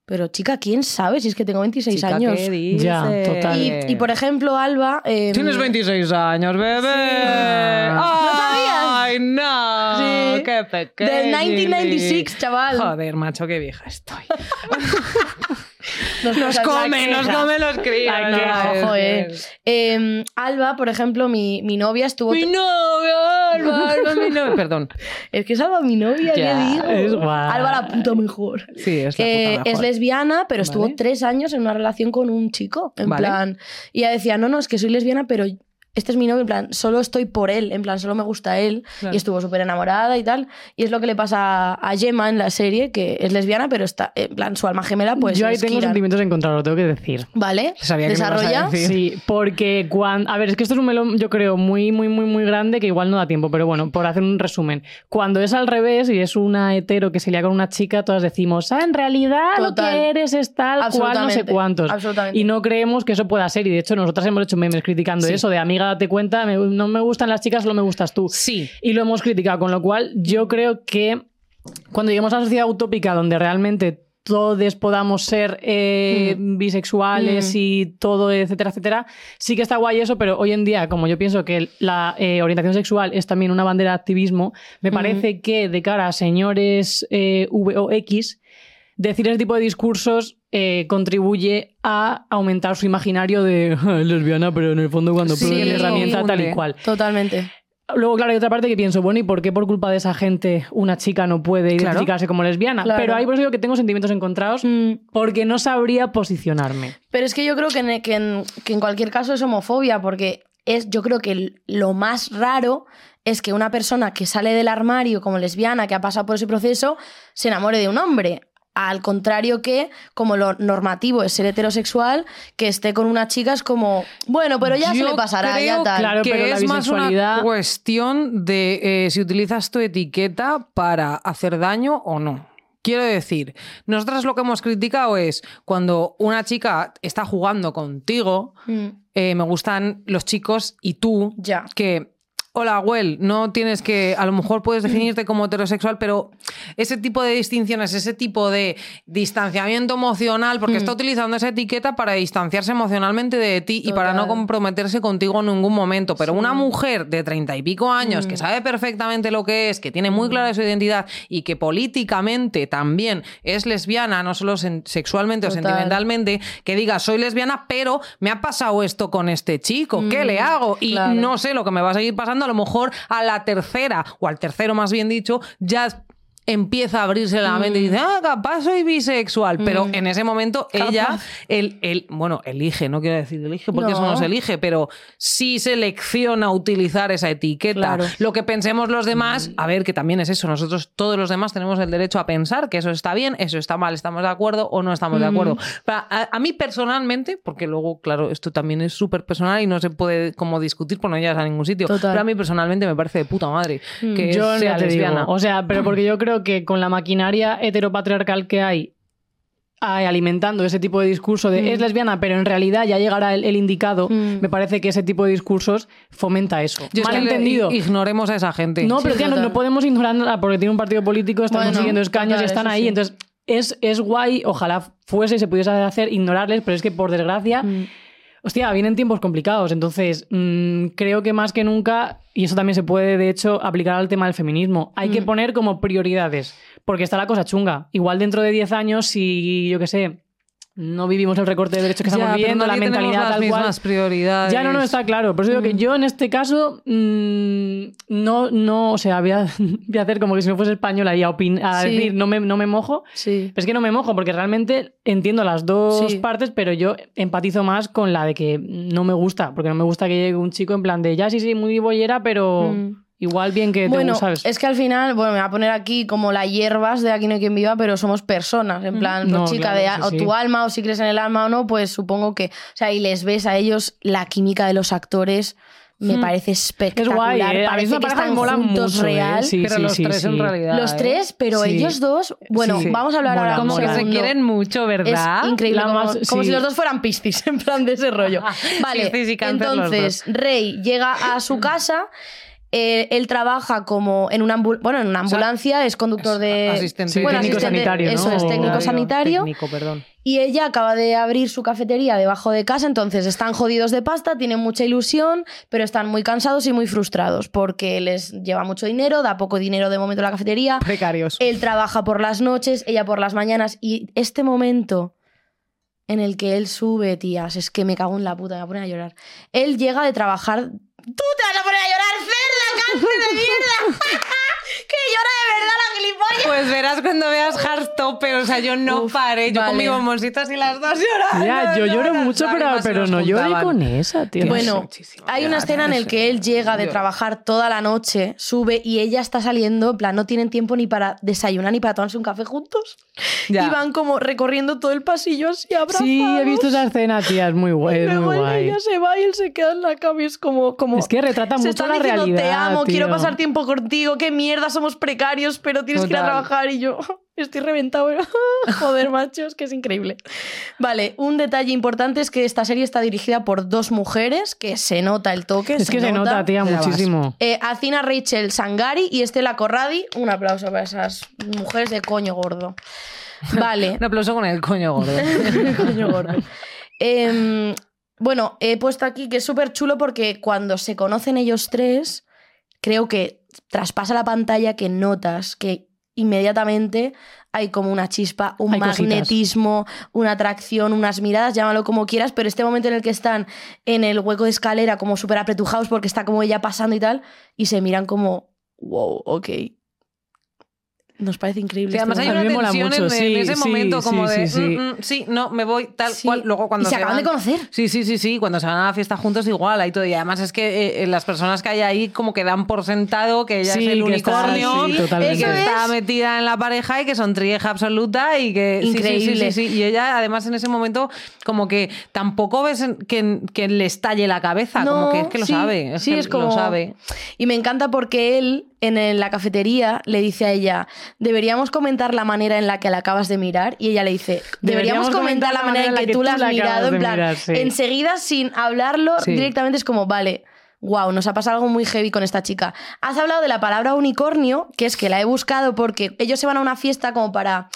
[SPEAKER 1] pero chica, ¿quién sabe si es que tengo 26
[SPEAKER 4] Chica,
[SPEAKER 1] años?
[SPEAKER 4] ¿qué
[SPEAKER 5] Ya,
[SPEAKER 4] dices?
[SPEAKER 5] total.
[SPEAKER 1] Y, y, por ejemplo, Alba... eh,
[SPEAKER 4] Tienes 26 años, bebé.
[SPEAKER 1] Ah.
[SPEAKER 4] Ay, no.
[SPEAKER 1] Sí.
[SPEAKER 4] Qué pequeño.
[SPEAKER 1] Del 1996, chaval.
[SPEAKER 4] Joder, macho, qué vieja <laughs> estoy.
[SPEAKER 1] Nos,
[SPEAKER 4] Nos
[SPEAKER 1] pasa la
[SPEAKER 4] come, nos
[SPEAKER 1] queja.
[SPEAKER 4] come los críos.
[SPEAKER 5] La queja,
[SPEAKER 1] ojo, eh. Eh, Alba, por ejemplo, mi, mi novia estuvo...
[SPEAKER 4] Mi novio, Alba, Alba, mi <laughs> novio. Perdón.
[SPEAKER 1] Es que es Alba mi novia,
[SPEAKER 4] Ya,
[SPEAKER 1] ¿qué digo?
[SPEAKER 5] es guay.
[SPEAKER 1] Alba la puta mejor.
[SPEAKER 4] Sí, es la
[SPEAKER 1] Eh,
[SPEAKER 4] puta
[SPEAKER 1] es
[SPEAKER 4] mejor.
[SPEAKER 1] lesbiana, pero estuvo
[SPEAKER 4] Vale.
[SPEAKER 1] tres años en una relación con un chico. En
[SPEAKER 4] Vale.
[SPEAKER 1] plan. Y ella decía, no, no, es que soy lesbiana, pero este es mi novio, en plan, solo estoy por él, en plan, solo me gusta él.
[SPEAKER 4] Claro.
[SPEAKER 1] Y estuvo súper enamorada y tal. Y es lo que le pasa a Gemma en la serie, que es lesbiana, pero está, en plan, su alma gemela, pues.
[SPEAKER 5] Yo ahí
[SPEAKER 1] es
[SPEAKER 5] tengo
[SPEAKER 1] Kiran.
[SPEAKER 5] sentimientos encontrados, lo tengo que decir.
[SPEAKER 1] Vale.
[SPEAKER 4] Sabía que me ibas a
[SPEAKER 1] Desarrolla.
[SPEAKER 4] decir. Sí.
[SPEAKER 5] Sí, porque cuando. A ver, es que esto es un melón, yo creo, muy, muy, muy, muy grande que igual no da tiempo, pero bueno, por hacer un resumen. Cuando es al revés y es una hetero que se lía con una chica, todas decimos, ah, en realidad
[SPEAKER 1] Total.
[SPEAKER 5] lo que eres es tal cual, no sé
[SPEAKER 1] Absolutamente,
[SPEAKER 5] cuántos.
[SPEAKER 1] absolutamente.
[SPEAKER 5] Y no creemos que eso pueda ser. Y de hecho, nosotras hemos hecho memes criticando
[SPEAKER 4] Sí.
[SPEAKER 5] eso, de amiga, date cuenta, me- no me gustan las chicas, solo me gustas tú.
[SPEAKER 4] Sí.
[SPEAKER 5] y lo hemos criticado, con lo cual yo creo que cuando lleguemos a una sociedad utópica donde realmente todos podamos ser eh, bisexuales
[SPEAKER 1] Mm.
[SPEAKER 5] y todo, etcétera, etcétera, sí que está guay eso, pero hoy en día, como yo pienso que la eh, orientación sexual es también una bandera de activismo, me
[SPEAKER 1] Mm.
[SPEAKER 5] parece que de cara a señores eh, V o X, decir ese tipo de discursos eh, contribuye a aumentar su imaginario de "Ah, lesbiana, pero en el fondo cuando
[SPEAKER 4] Sí,
[SPEAKER 5] pruebe la herramienta tal y
[SPEAKER 4] confunde.
[SPEAKER 5] cual.
[SPEAKER 1] Totalmente.
[SPEAKER 5] Luego, claro, hay otra parte que pienso, bueno, ¿y por qué por culpa de esa gente una chica no puede
[SPEAKER 4] Claro.
[SPEAKER 5] identificarse como lesbiana?
[SPEAKER 1] Claro.
[SPEAKER 5] Pero ahí por eso digo que tengo sentimientos encontrados
[SPEAKER 1] Mm.
[SPEAKER 5] porque no sabría posicionarme.
[SPEAKER 1] Pero es que yo creo que en, e, que en- que en cualquier caso es homofobia, porque es, yo creo que l- lo más raro es que una persona que sale del armario como lesbiana, que ha pasado por ese proceso, se enamore de un hombre. Al contrario que, como lo normativo es ser heterosexual, que esté con una chica es como, bueno, pero ya se
[SPEAKER 4] Yo
[SPEAKER 1] le pasará, ya
[SPEAKER 4] creo
[SPEAKER 1] tal.
[SPEAKER 5] claro,
[SPEAKER 4] que
[SPEAKER 5] pero la
[SPEAKER 4] es más una
[SPEAKER 5] bisexualidad-
[SPEAKER 4] cuestión de eh, si utilizas tu etiqueta para hacer daño o no. Quiero decir, nosotras lo que hemos criticado es cuando una chica está jugando contigo,
[SPEAKER 1] Mm,
[SPEAKER 4] eh, me gustan los chicos y tú,
[SPEAKER 1] ya.
[SPEAKER 4] que, hola, Well, no tienes que, a lo mejor
[SPEAKER 1] <laughs>
[SPEAKER 4] puedes definirte como heterosexual, pero ese tipo de distinciones, ese tipo de distanciamiento emocional, porque
[SPEAKER 1] Mm.
[SPEAKER 4] está utilizando esa etiqueta para distanciarse emocionalmente de ti y para no
[SPEAKER 1] Total.
[SPEAKER 4] comprometerse contigo en ningún momento. Pero una mujer de treinta y pico años
[SPEAKER 1] Mm.
[SPEAKER 4] que sabe perfectamente lo que es, que tiene muy clara su identidad y que políticamente también es lesbiana, no solo sen- sexualmente
[SPEAKER 1] Total.
[SPEAKER 4] o sentimentalmente, que diga soy lesbiana, pero me ha pasado esto con este chico, ¿qué le hago? Y
[SPEAKER 1] Mm, claro.
[SPEAKER 4] no sé lo que me va a seguir pasando, a lo mejor a la tercera, o al tercero más bien dicho, ya empieza a abrirse la mente
[SPEAKER 1] Mm.
[SPEAKER 4] y dice, ah, capaz soy bisexual. Pero en ese momento ella, el, el, bueno, elige, no quiero decir elige porque eso
[SPEAKER 1] No.
[SPEAKER 4] no se elige, pero sí selecciona utilizar esa etiqueta.
[SPEAKER 1] Claro.
[SPEAKER 4] Lo que pensemos los demás,
[SPEAKER 1] Mm.
[SPEAKER 4] a ver, que también es eso, nosotros todos los demás tenemos el derecho a pensar que eso está bien, eso está mal, estamos de acuerdo o no estamos de acuerdo. Pa- A, a mí personalmente, porque luego, claro, esto también es súper personal y no se puede como discutir por no llegas a ningún sitio,
[SPEAKER 1] Total.
[SPEAKER 4] pero a mí personalmente me parece de puta madre que
[SPEAKER 5] yo
[SPEAKER 4] sea
[SPEAKER 5] no te digo.
[SPEAKER 4] lesbiana.
[SPEAKER 5] O sea, pero porque yo creo que con la maquinaria heteropatriarcal que hay a- alimentando ese tipo de discurso
[SPEAKER 4] Mm.
[SPEAKER 5] de es lesbiana, pero en realidad ya llegará el, el indicado,
[SPEAKER 1] Mm.
[SPEAKER 5] me parece que ese tipo de discursos fomenta eso.
[SPEAKER 4] Yo es
[SPEAKER 5] Mal
[SPEAKER 4] que le-
[SPEAKER 5] entendido.
[SPEAKER 4] i- Ignoremos a esa gente.
[SPEAKER 5] No, pero
[SPEAKER 1] Sí,
[SPEAKER 5] tía, no,
[SPEAKER 1] total.
[SPEAKER 5] no podemos ignorarla porque tiene un partido político, están
[SPEAKER 1] Bueno,
[SPEAKER 5] consiguiendo escaños
[SPEAKER 1] total,
[SPEAKER 5] y están
[SPEAKER 1] eso
[SPEAKER 5] ahí.
[SPEAKER 1] sí.
[SPEAKER 5] Entonces, es, es guay, ojalá fuese y se pudiese hacer, ignorarles, pero es que por
[SPEAKER 1] Mm.
[SPEAKER 5] desgracia, hostia, vienen tiempos complicados. Entonces, mm, creo que más que nunca, y eso también se puede, de hecho, aplicar al tema del feminismo, hay
[SPEAKER 4] Mm.
[SPEAKER 5] que poner como prioridades, porque está la cosa chunga. Igual dentro de 10 años, si yo qué sé. no vivimos el recorte de derechos que estamos
[SPEAKER 4] Ya, pero
[SPEAKER 5] viviendo,
[SPEAKER 4] no
[SPEAKER 5] la
[SPEAKER 4] tenemos
[SPEAKER 5] mentalidad
[SPEAKER 4] las
[SPEAKER 5] tal cual.
[SPEAKER 4] mismas prioridades. Mm.
[SPEAKER 5] Ya, no, no, está claro. Por eso digo que yo en este caso mm, no, no, o sea, voy a, <laughs> voy a hacer como que si no fuese española y a, opin- a
[SPEAKER 1] Sí.
[SPEAKER 5] decir no me, no me mojo.
[SPEAKER 1] Sí.
[SPEAKER 5] Pero es que no me mojo porque realmente entiendo las dos
[SPEAKER 1] Sí.
[SPEAKER 5] partes, pero yo empatizo más con la de que no me gusta, porque no me gusta que llegue un chico en plan de ya sí, sí, muy bollera, pero
[SPEAKER 1] Mm.
[SPEAKER 5] igual bien que
[SPEAKER 1] Bueno,
[SPEAKER 5] te ¿sabes?
[SPEAKER 1] es que al final, bueno, me voy a poner aquí como las hierbas de aquí no hay quien viva, pero somos personas, en plan,
[SPEAKER 5] Mm. No,
[SPEAKER 1] pues, chica,
[SPEAKER 5] claro,
[SPEAKER 1] de,
[SPEAKER 5] sí,
[SPEAKER 1] o
[SPEAKER 5] sí.
[SPEAKER 1] tu alma, o si crees en el alma o no, pues supongo que, o sea, y les ves a ellos la química de los actores, me
[SPEAKER 5] Mm.
[SPEAKER 1] parece
[SPEAKER 5] Es
[SPEAKER 1] espectacular,
[SPEAKER 5] guay, ¿eh? a mí es
[SPEAKER 1] parece
[SPEAKER 5] una
[SPEAKER 1] que
[SPEAKER 5] pareja que
[SPEAKER 1] están
[SPEAKER 5] mola
[SPEAKER 1] juntos
[SPEAKER 5] mucho, ¿eh?
[SPEAKER 1] real.
[SPEAKER 5] Sí,
[SPEAKER 4] pero
[SPEAKER 5] sí,
[SPEAKER 4] los
[SPEAKER 5] sí,
[SPEAKER 4] tres en
[SPEAKER 5] sí.
[SPEAKER 4] realidad.
[SPEAKER 1] Los
[SPEAKER 4] ¿eh?
[SPEAKER 1] tres, pero
[SPEAKER 5] Sí.
[SPEAKER 1] ellos dos, bueno,
[SPEAKER 5] Sí, sí.
[SPEAKER 1] vamos a hablar
[SPEAKER 5] Mola,
[SPEAKER 1] ahora
[SPEAKER 5] mola.
[SPEAKER 4] Como que se
[SPEAKER 5] Segundo.
[SPEAKER 4] quieren mucho,
[SPEAKER 1] es
[SPEAKER 4] ¿verdad?
[SPEAKER 1] increíble,
[SPEAKER 5] La
[SPEAKER 1] como,
[SPEAKER 5] más-
[SPEAKER 1] como
[SPEAKER 5] sí.
[SPEAKER 1] si los dos fueran piscis, <laughs> en plan de ese rollo.
[SPEAKER 5] <laughs>
[SPEAKER 1] Vale,
[SPEAKER 4] Piscis y cáncer los
[SPEAKER 1] entonces Rey llega a su casa, eh, él trabaja como en una, ambu- bueno, en una
[SPEAKER 4] sea,
[SPEAKER 1] ambulancia, es conductor de...
[SPEAKER 4] asistente
[SPEAKER 5] Sí,
[SPEAKER 1] bueno,
[SPEAKER 5] técnico
[SPEAKER 1] asistente-
[SPEAKER 5] sanitario, ¿no?
[SPEAKER 1] Eso es, técnico sanitario.
[SPEAKER 4] Técnico, perdón.
[SPEAKER 1] Y ella acaba de abrir su cafetería debajo de casa, entonces están jodidos de pasta, tienen mucha ilusión, pero están muy cansados y muy frustrados porque les lleva mucho dinero, da poco dinero de momento la cafetería,
[SPEAKER 4] Precarios.
[SPEAKER 1] él trabaja por las noches, ella por las mañanas. Y este momento en el que él sube, tías, es que me cago en la puta, me voy a poner a llorar. Él llega de trabajar. ¡Tú te vas a poner a llorar, cerda, cáncer de mierda! <laughs> ¡Que llora de verdad la gilipollas!
[SPEAKER 4] Pues verás cuando veas Hardstopper, o sea, yo no
[SPEAKER 1] Uf,
[SPEAKER 4] paré, yo con
[SPEAKER 1] vale.
[SPEAKER 4] mi bomboncitas y las dos llorando.
[SPEAKER 5] Ya, yo lloro
[SPEAKER 4] llorando,
[SPEAKER 5] mucho,
[SPEAKER 4] las
[SPEAKER 5] pero,
[SPEAKER 4] lágrimas se
[SPEAKER 5] pero
[SPEAKER 4] nos
[SPEAKER 5] no lloré
[SPEAKER 4] juntaban.
[SPEAKER 5] con esa, tío.
[SPEAKER 1] Bueno,
[SPEAKER 4] muchísimo.
[SPEAKER 1] hay una
[SPEAKER 4] Ya,
[SPEAKER 1] escena en
[SPEAKER 4] no
[SPEAKER 1] el
[SPEAKER 4] sé.
[SPEAKER 1] que él llega de
[SPEAKER 4] Yo-
[SPEAKER 1] trabajar toda la noche, sube y ella está saliendo, en plan, no tienen tiempo ni para desayunar ni para tomarse un café juntos.
[SPEAKER 4] Ya.
[SPEAKER 1] Y van como recorriendo todo el pasillo así abrazados.
[SPEAKER 5] sí, he visto esa escena, tía, es muy guay. Es
[SPEAKER 1] Luego
[SPEAKER 5] muy
[SPEAKER 1] el
[SPEAKER 5] guay.
[SPEAKER 1] niño se va y él se queda en la cama y es como... como
[SPEAKER 5] Es que retrata
[SPEAKER 1] se
[SPEAKER 5] mucho
[SPEAKER 1] están
[SPEAKER 5] la
[SPEAKER 1] diciendo,
[SPEAKER 5] realidad.
[SPEAKER 1] te amo, quiero
[SPEAKER 5] tío.
[SPEAKER 1] pasar tiempo contigo, qué mierda, somos precarios, pero tienes que ir a
[SPEAKER 4] Total.
[SPEAKER 1] trabajar. Y yo <laughs> estoy reventado. pero, <laughs> Joder, macho, es que es increíble. Vale, un detalle importante es que esta serie está dirigida por dos mujeres, que se nota el toque.
[SPEAKER 5] Es que se nota, tía,
[SPEAKER 4] Ya vas.
[SPEAKER 5] muchísimo.
[SPEAKER 1] Eh, Azina Rachel Sangari y Estela Corradi. Un aplauso para esas mujeres de coño gordo. Vale.
[SPEAKER 4] Un aplauso con el coño gordo. ¿eh?
[SPEAKER 1] <laughs> Coño gordo. Em, bueno, he puesto aquí que es súper chulo porque cuando se conocen ellos tres, creo que traspasa la pantalla que notas que inmediatamente hay como una chispa, un
[SPEAKER 5] Hay cositas.
[SPEAKER 1] magnetismo, una atracción, unas miradas, llámalo como quieras, pero este momento en el que están en el hueco de escalera como súper apretujados porque está como ella pasando y tal, y se miran como, wow, ok. Nos parece increíble. este
[SPEAKER 4] Sí, además hay
[SPEAKER 5] A
[SPEAKER 1] momento.
[SPEAKER 4] una
[SPEAKER 5] mí me mola
[SPEAKER 4] tensión en,
[SPEAKER 5] mucho, sí,
[SPEAKER 4] en ese
[SPEAKER 5] sí,
[SPEAKER 4] momento
[SPEAKER 5] sí,
[SPEAKER 4] como
[SPEAKER 5] sí,
[SPEAKER 4] de,
[SPEAKER 5] sí.
[SPEAKER 4] "Mm, mm, sí, no, me voy, tal
[SPEAKER 1] Sí.
[SPEAKER 4] cual. Luego cuando
[SPEAKER 1] y se, acaban
[SPEAKER 4] van-
[SPEAKER 1] de conocer.
[SPEAKER 4] Sí, sí, sí, sí. Cuando se van a la fiesta juntos, igual, ahí todo. Y además es que eh, eh, las personas que hay ahí como que dan por sentado que ella
[SPEAKER 5] Sí,
[SPEAKER 4] es el
[SPEAKER 5] que está-
[SPEAKER 4] unicornio
[SPEAKER 5] sí,
[SPEAKER 4] y
[SPEAKER 5] totalmente.
[SPEAKER 4] que
[SPEAKER 1] Eso
[SPEAKER 4] está
[SPEAKER 1] es.
[SPEAKER 4] metida en la pareja y que son trieja absoluta y que... sí, sí, sí,
[SPEAKER 1] Increíble.
[SPEAKER 4] Sí, sí, Y ella, además, en ese momento como que tampoco ves en- que, que le estalle la cabeza. como
[SPEAKER 1] No,
[SPEAKER 4] que es que lo
[SPEAKER 1] sí,
[SPEAKER 4] sabe. Es
[SPEAKER 1] sí,
[SPEAKER 4] que
[SPEAKER 1] es como-
[SPEAKER 4] Lo sabe.
[SPEAKER 1] Y me encanta porque él, en el- la cafetería, le dice a ella, deberíamos comentar la manera en la que la acabas de mirar. Y ella le dice, deberíamos, comentar la manera en que, tú la has
[SPEAKER 5] acabas
[SPEAKER 1] mirado.
[SPEAKER 5] de
[SPEAKER 1] En plan,
[SPEAKER 5] mirar, sí.
[SPEAKER 1] enseguida, sin hablarlo,
[SPEAKER 4] Sí.
[SPEAKER 1] directamente es como, vale. Wow, nos ha pasado algo muy heavy con esta chica. Has hablado de la palabra unicornio, que es que la he buscado porque ellos se van a una fiesta como para,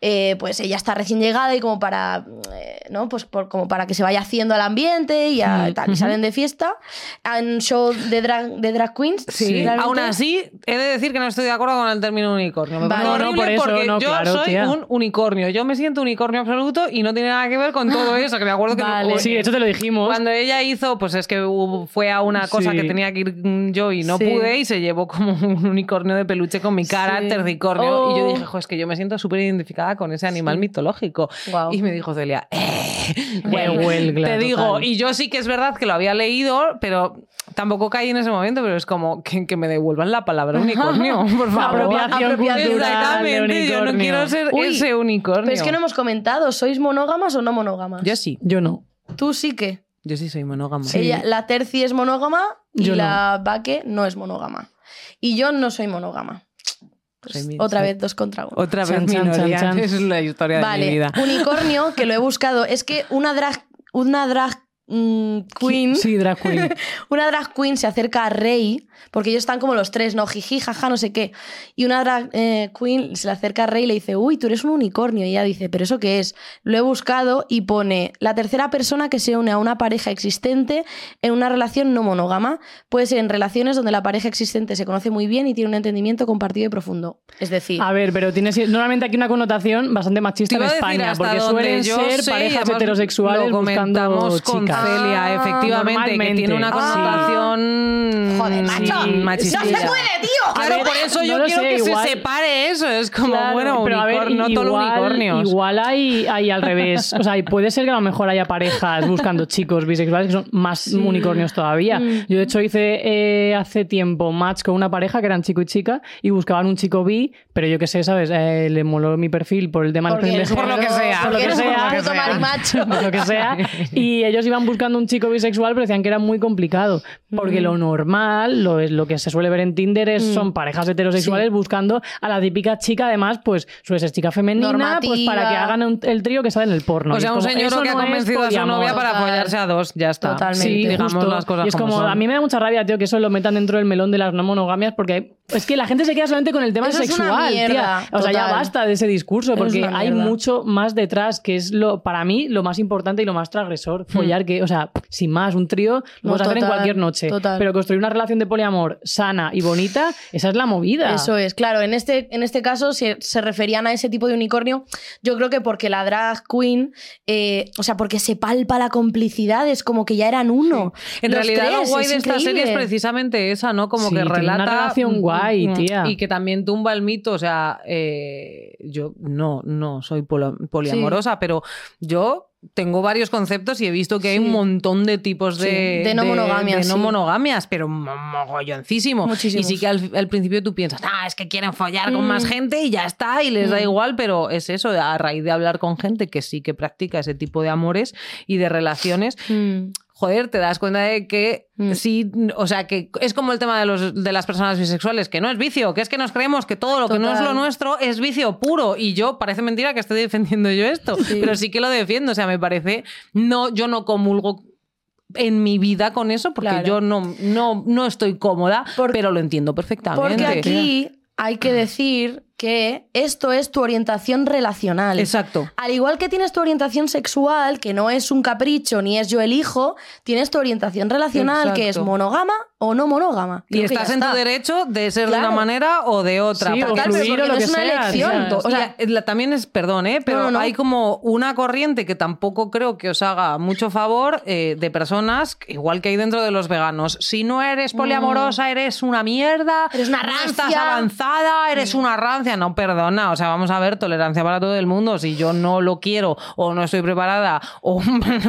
[SPEAKER 1] eh, pues ella está recién llegada y como para, eh, ¿no? Pues por- como para que se vaya haciendo al ambiente y, a-
[SPEAKER 4] Mm,
[SPEAKER 1] tal, y salen de fiesta a un show de drag, de drag queens.
[SPEAKER 4] Sí,
[SPEAKER 1] realmente.
[SPEAKER 4] aún así, he de decir que no estoy de acuerdo con el término unicornio. Me
[SPEAKER 1] Vale.
[SPEAKER 4] parece
[SPEAKER 1] No, no,
[SPEAKER 4] horrible
[SPEAKER 5] por eso,
[SPEAKER 4] porque
[SPEAKER 5] no,
[SPEAKER 4] yo
[SPEAKER 5] claro,
[SPEAKER 4] soy
[SPEAKER 5] tía.
[SPEAKER 4] un unicornio. Yo me siento unicornio absoluto y no tiene nada que ver con
[SPEAKER 1] <laughs>
[SPEAKER 4] todo eso. Que me acuerdo que
[SPEAKER 1] Vale.
[SPEAKER 5] Sí, eso te lo dijimos.
[SPEAKER 4] cuando ella hizo, pues es que hubo- fue a una cosa
[SPEAKER 5] Sí.
[SPEAKER 4] que tenía que ir mm, yo y no
[SPEAKER 1] Sí.
[SPEAKER 4] pude y se llevó como <laughs> un unicornio de peluche con mi cara,
[SPEAKER 1] Sí.
[SPEAKER 4] terricornio. Y yo
[SPEAKER 1] Oh.
[SPEAKER 4] dije, jo, es que yo me siento súper identificada con ese animal mitológico.
[SPEAKER 1] Guau.
[SPEAKER 4] Y me dijo Celia, "Eh,
[SPEAKER 5] Qué
[SPEAKER 4] bueno,
[SPEAKER 1] <laughs>
[SPEAKER 5] huelga,
[SPEAKER 4] te digo,
[SPEAKER 5] total.
[SPEAKER 4] y yo sí que es verdad que lo había leído, pero tampoco caí en ese momento, pero es como que, que me devuelvan la palabra unicornio, por favor.
[SPEAKER 5] apropiación
[SPEAKER 1] apropiación
[SPEAKER 5] cultural de
[SPEAKER 4] Exactamente, yo
[SPEAKER 5] unicornio.
[SPEAKER 4] no quiero ser
[SPEAKER 1] Uy,
[SPEAKER 4] ese unicornio.
[SPEAKER 1] Pero es que no hemos comentado, ¿sois monógamas o no monógamas?
[SPEAKER 4] Yo sí,
[SPEAKER 5] Yo no.
[SPEAKER 1] Tú sí que.
[SPEAKER 4] yo sí soy monógamo.
[SPEAKER 1] Ella, la Terci es monógama y
[SPEAKER 5] Yo no.
[SPEAKER 1] la Baque no es monógama. Y yo no soy monógama.
[SPEAKER 4] Pues
[SPEAKER 1] Pues
[SPEAKER 4] Soy mi-
[SPEAKER 1] Otra
[SPEAKER 4] soy-
[SPEAKER 1] vez dos contra uno.
[SPEAKER 4] Otra
[SPEAKER 5] Chan,
[SPEAKER 4] vez
[SPEAKER 5] chan,
[SPEAKER 4] minoría. <laughs>
[SPEAKER 5] chan, chan.
[SPEAKER 4] Es la historia de mi
[SPEAKER 1] Vale,
[SPEAKER 4] vida.
[SPEAKER 1] unicornio, que lo he buscado, es que una drag, una drag mm,
[SPEAKER 4] <laughs>
[SPEAKER 1] queen,
[SPEAKER 5] Sí, drag queen.
[SPEAKER 1] una drag queen se acerca a Rey, porque ellos están como los tres, ¿no? Jiji, jaja, no sé qué. Y una drag eh, queen se le acerca a Rey y le dice, uy, tú eres un unicornio. Y ella dice, ¿pero eso qué es? Lo he buscado y pone, la tercera persona que se une a una pareja existente en una relación no monógama. Puede ser en relaciones donde la pareja existente se conoce muy bien y tiene un entendimiento compartido y profundo. Es decir,
[SPEAKER 5] A ver, pero tiene si- normalmente aquí una connotación bastante machista en
[SPEAKER 4] Te iba a decir
[SPEAKER 5] España,
[SPEAKER 4] hasta
[SPEAKER 5] porque
[SPEAKER 4] donde
[SPEAKER 5] suelen
[SPEAKER 4] yo
[SPEAKER 5] ser
[SPEAKER 4] sé, y
[SPEAKER 5] parejas
[SPEAKER 4] además
[SPEAKER 5] heterosexuales
[SPEAKER 4] lo
[SPEAKER 5] buscando
[SPEAKER 4] comentamos
[SPEAKER 5] chicas.
[SPEAKER 4] con Celia,
[SPEAKER 1] Ah,
[SPEAKER 4] efectivamente, que tiene una
[SPEAKER 5] normalmente.
[SPEAKER 4] connotación
[SPEAKER 1] joder, macho,
[SPEAKER 5] sí,
[SPEAKER 1] no
[SPEAKER 4] machista.
[SPEAKER 1] se puede, tío.
[SPEAKER 4] Claro,
[SPEAKER 5] A ver,
[SPEAKER 4] por eso
[SPEAKER 5] no
[SPEAKER 4] yo
[SPEAKER 5] lo
[SPEAKER 4] quiero
[SPEAKER 5] sé,
[SPEAKER 4] que
[SPEAKER 5] igual-
[SPEAKER 4] se separe eso. Es como,
[SPEAKER 5] Claro,
[SPEAKER 4] bueno,
[SPEAKER 5] pero a ver,
[SPEAKER 4] unicornio, no todos los
[SPEAKER 5] igual-
[SPEAKER 4] unicornios.
[SPEAKER 5] Igual hay, hay al revés. O sea, y puede ser que a lo mejor haya parejas buscando chicos bisexuales que son más unicornios todavía.
[SPEAKER 4] Mm.
[SPEAKER 5] Yo, de hecho, hice eh, hace tiempo match con una pareja que eran chico y chica y buscaban un chico bi, pero yo qué sé, ¿sabes? Eh, le moló mi perfil por el tema del perfil de
[SPEAKER 4] por lo
[SPEAKER 5] género,
[SPEAKER 4] que sea,
[SPEAKER 5] por lo
[SPEAKER 1] porque
[SPEAKER 5] que
[SPEAKER 1] eres un
[SPEAKER 5] sea,
[SPEAKER 1] puto marimacho.
[SPEAKER 5] <laughs> por lo que sea. Y ellos iban buscando un chico bisexual, pero decían que era muy complicado. Porque lo normal, lo, es, lo que se suele ver en Tinder, es, son parejas heterosexuales buscando a la típica chica, además, pues suele ser chica femenina, pues
[SPEAKER 1] Normativa.
[SPEAKER 5] para que hagan un- el trío que sale en el porno.
[SPEAKER 4] o sea,
[SPEAKER 5] Y
[SPEAKER 4] un
[SPEAKER 5] es como,
[SPEAKER 4] señor
[SPEAKER 5] eso
[SPEAKER 4] que ha
[SPEAKER 5] no es
[SPEAKER 4] convencido a su
[SPEAKER 5] poliamor.
[SPEAKER 4] novia para
[SPEAKER 1] Total.
[SPEAKER 4] follarse a dos, ya está.
[SPEAKER 1] Totalmente.
[SPEAKER 5] Sí,
[SPEAKER 4] digamos
[SPEAKER 5] justo.
[SPEAKER 4] las cosas
[SPEAKER 5] Y es como,
[SPEAKER 4] son.
[SPEAKER 5] a mí me da mucha rabia, tío, que eso lo metan dentro del melón de las no monogamias, porque es que la gente se queda solamente con el tema
[SPEAKER 1] Eso es una
[SPEAKER 5] sexual,
[SPEAKER 1] mierda,
[SPEAKER 5] tía. O sea, ya
[SPEAKER 1] total.
[SPEAKER 5] basta de ese discurso,
[SPEAKER 1] Eso es
[SPEAKER 5] porque
[SPEAKER 1] una
[SPEAKER 5] hay
[SPEAKER 1] mierda.
[SPEAKER 5] mucho más detrás, que es lo, para mí, lo más importante y lo más transgresor. Follar, que, o sea, sin más, un trío lo
[SPEAKER 1] Hmm. No,
[SPEAKER 5] vas a hacer en
[SPEAKER 1] total,
[SPEAKER 5] cualquier noche.
[SPEAKER 1] total.
[SPEAKER 5] Pero construir una relación de poliamor sana y bonita, esa es la movida.
[SPEAKER 1] Eso es, claro, en este, en este caso se, se referían a ese tipo de unicornio, yo creo que porque la drag queen, eh, o sea, porque se palpa la complicidad, es como que ya eran uno.
[SPEAKER 4] En
[SPEAKER 1] Los
[SPEAKER 4] realidad
[SPEAKER 1] tres,
[SPEAKER 4] lo guay
[SPEAKER 1] es
[SPEAKER 4] de esta serie es
[SPEAKER 1] increíble.
[SPEAKER 4] precisamente esa, ¿no? Como
[SPEAKER 5] Sí,
[SPEAKER 4] que
[SPEAKER 5] tiene una
[SPEAKER 4] relata...
[SPEAKER 5] relación guay, tía.
[SPEAKER 4] Y que también tumba el mito, o sea, eh, yo no, no soy polo- poliamorosa, pero yo tengo varios conceptos y he visto que hay un montón de tipos de...
[SPEAKER 1] Sí, de no monogamias,
[SPEAKER 4] de no
[SPEAKER 1] sí.
[SPEAKER 4] monogamias, pero mo- mogolloncísimo.
[SPEAKER 1] Muchísimos. Mm.
[SPEAKER 4] Y sí que al, al principio tú piensas, ah, es que quieren follar con más gente y ya está, y les da igual, pero es eso, a raíz de hablar con gente que sí que practica ese tipo de amores y de relaciones,
[SPEAKER 1] Mm.
[SPEAKER 4] joder, te das cuenta de que
[SPEAKER 1] Mm.
[SPEAKER 4] sí, o sea, que es como el tema de, los, de las personas bisexuales, que no es vicio, que es que nos creemos que todo lo que no es lo
[SPEAKER 1] Total.
[SPEAKER 4] nuestro es vicio puro. Y yo, parece mentira que esté defendiendo yo esto,
[SPEAKER 1] Sí.
[SPEAKER 4] pero sí que lo defiendo. O sea, me parece, no, yo no comulgo en mi vida con eso porque
[SPEAKER 1] Claro.
[SPEAKER 4] yo no, no, no estoy cómoda,
[SPEAKER 1] Por-
[SPEAKER 4] pero lo entiendo perfectamente.
[SPEAKER 1] Porque aquí hay que decir que esto es tu orientación relacional.
[SPEAKER 4] Exacto.
[SPEAKER 1] Al igual que tienes tu orientación sexual, que no es un capricho ni es yo elijo, tienes tu orientación relacional, que es
[SPEAKER 4] Exacto.
[SPEAKER 1] monógama o no monógama.
[SPEAKER 4] Y
[SPEAKER 1] Creo que
[SPEAKER 4] estás
[SPEAKER 1] ya
[SPEAKER 4] en tu
[SPEAKER 1] está.
[SPEAKER 4] derecho de ser de
[SPEAKER 1] Claro.
[SPEAKER 4] una manera o de otra.
[SPEAKER 5] Sí, o
[SPEAKER 4] Porque al
[SPEAKER 1] Claro,
[SPEAKER 5] fluir
[SPEAKER 1] porque
[SPEAKER 5] o lo
[SPEAKER 1] no
[SPEAKER 5] que
[SPEAKER 1] es una
[SPEAKER 5] sea,
[SPEAKER 1] elección.
[SPEAKER 5] exacto.
[SPEAKER 1] O sea,
[SPEAKER 4] Y, eh, la- también es, perdón, ¿eh? pero
[SPEAKER 1] No, no, no.
[SPEAKER 4] hay como una corriente que tampoco creo que os haga mucho favor eh, de personas, igual que hay dentro de los veganos. Si no eres poliamorosa, eres una mierda.
[SPEAKER 1] Mm. Eres una
[SPEAKER 4] no
[SPEAKER 1] rancia. Mm.
[SPEAKER 4] estás avanzada, eres una rancia. No, perdona. O sea, vamos a ver, tolerancia para todo el mundo. Si yo no lo quiero o no estoy preparada <laughs> o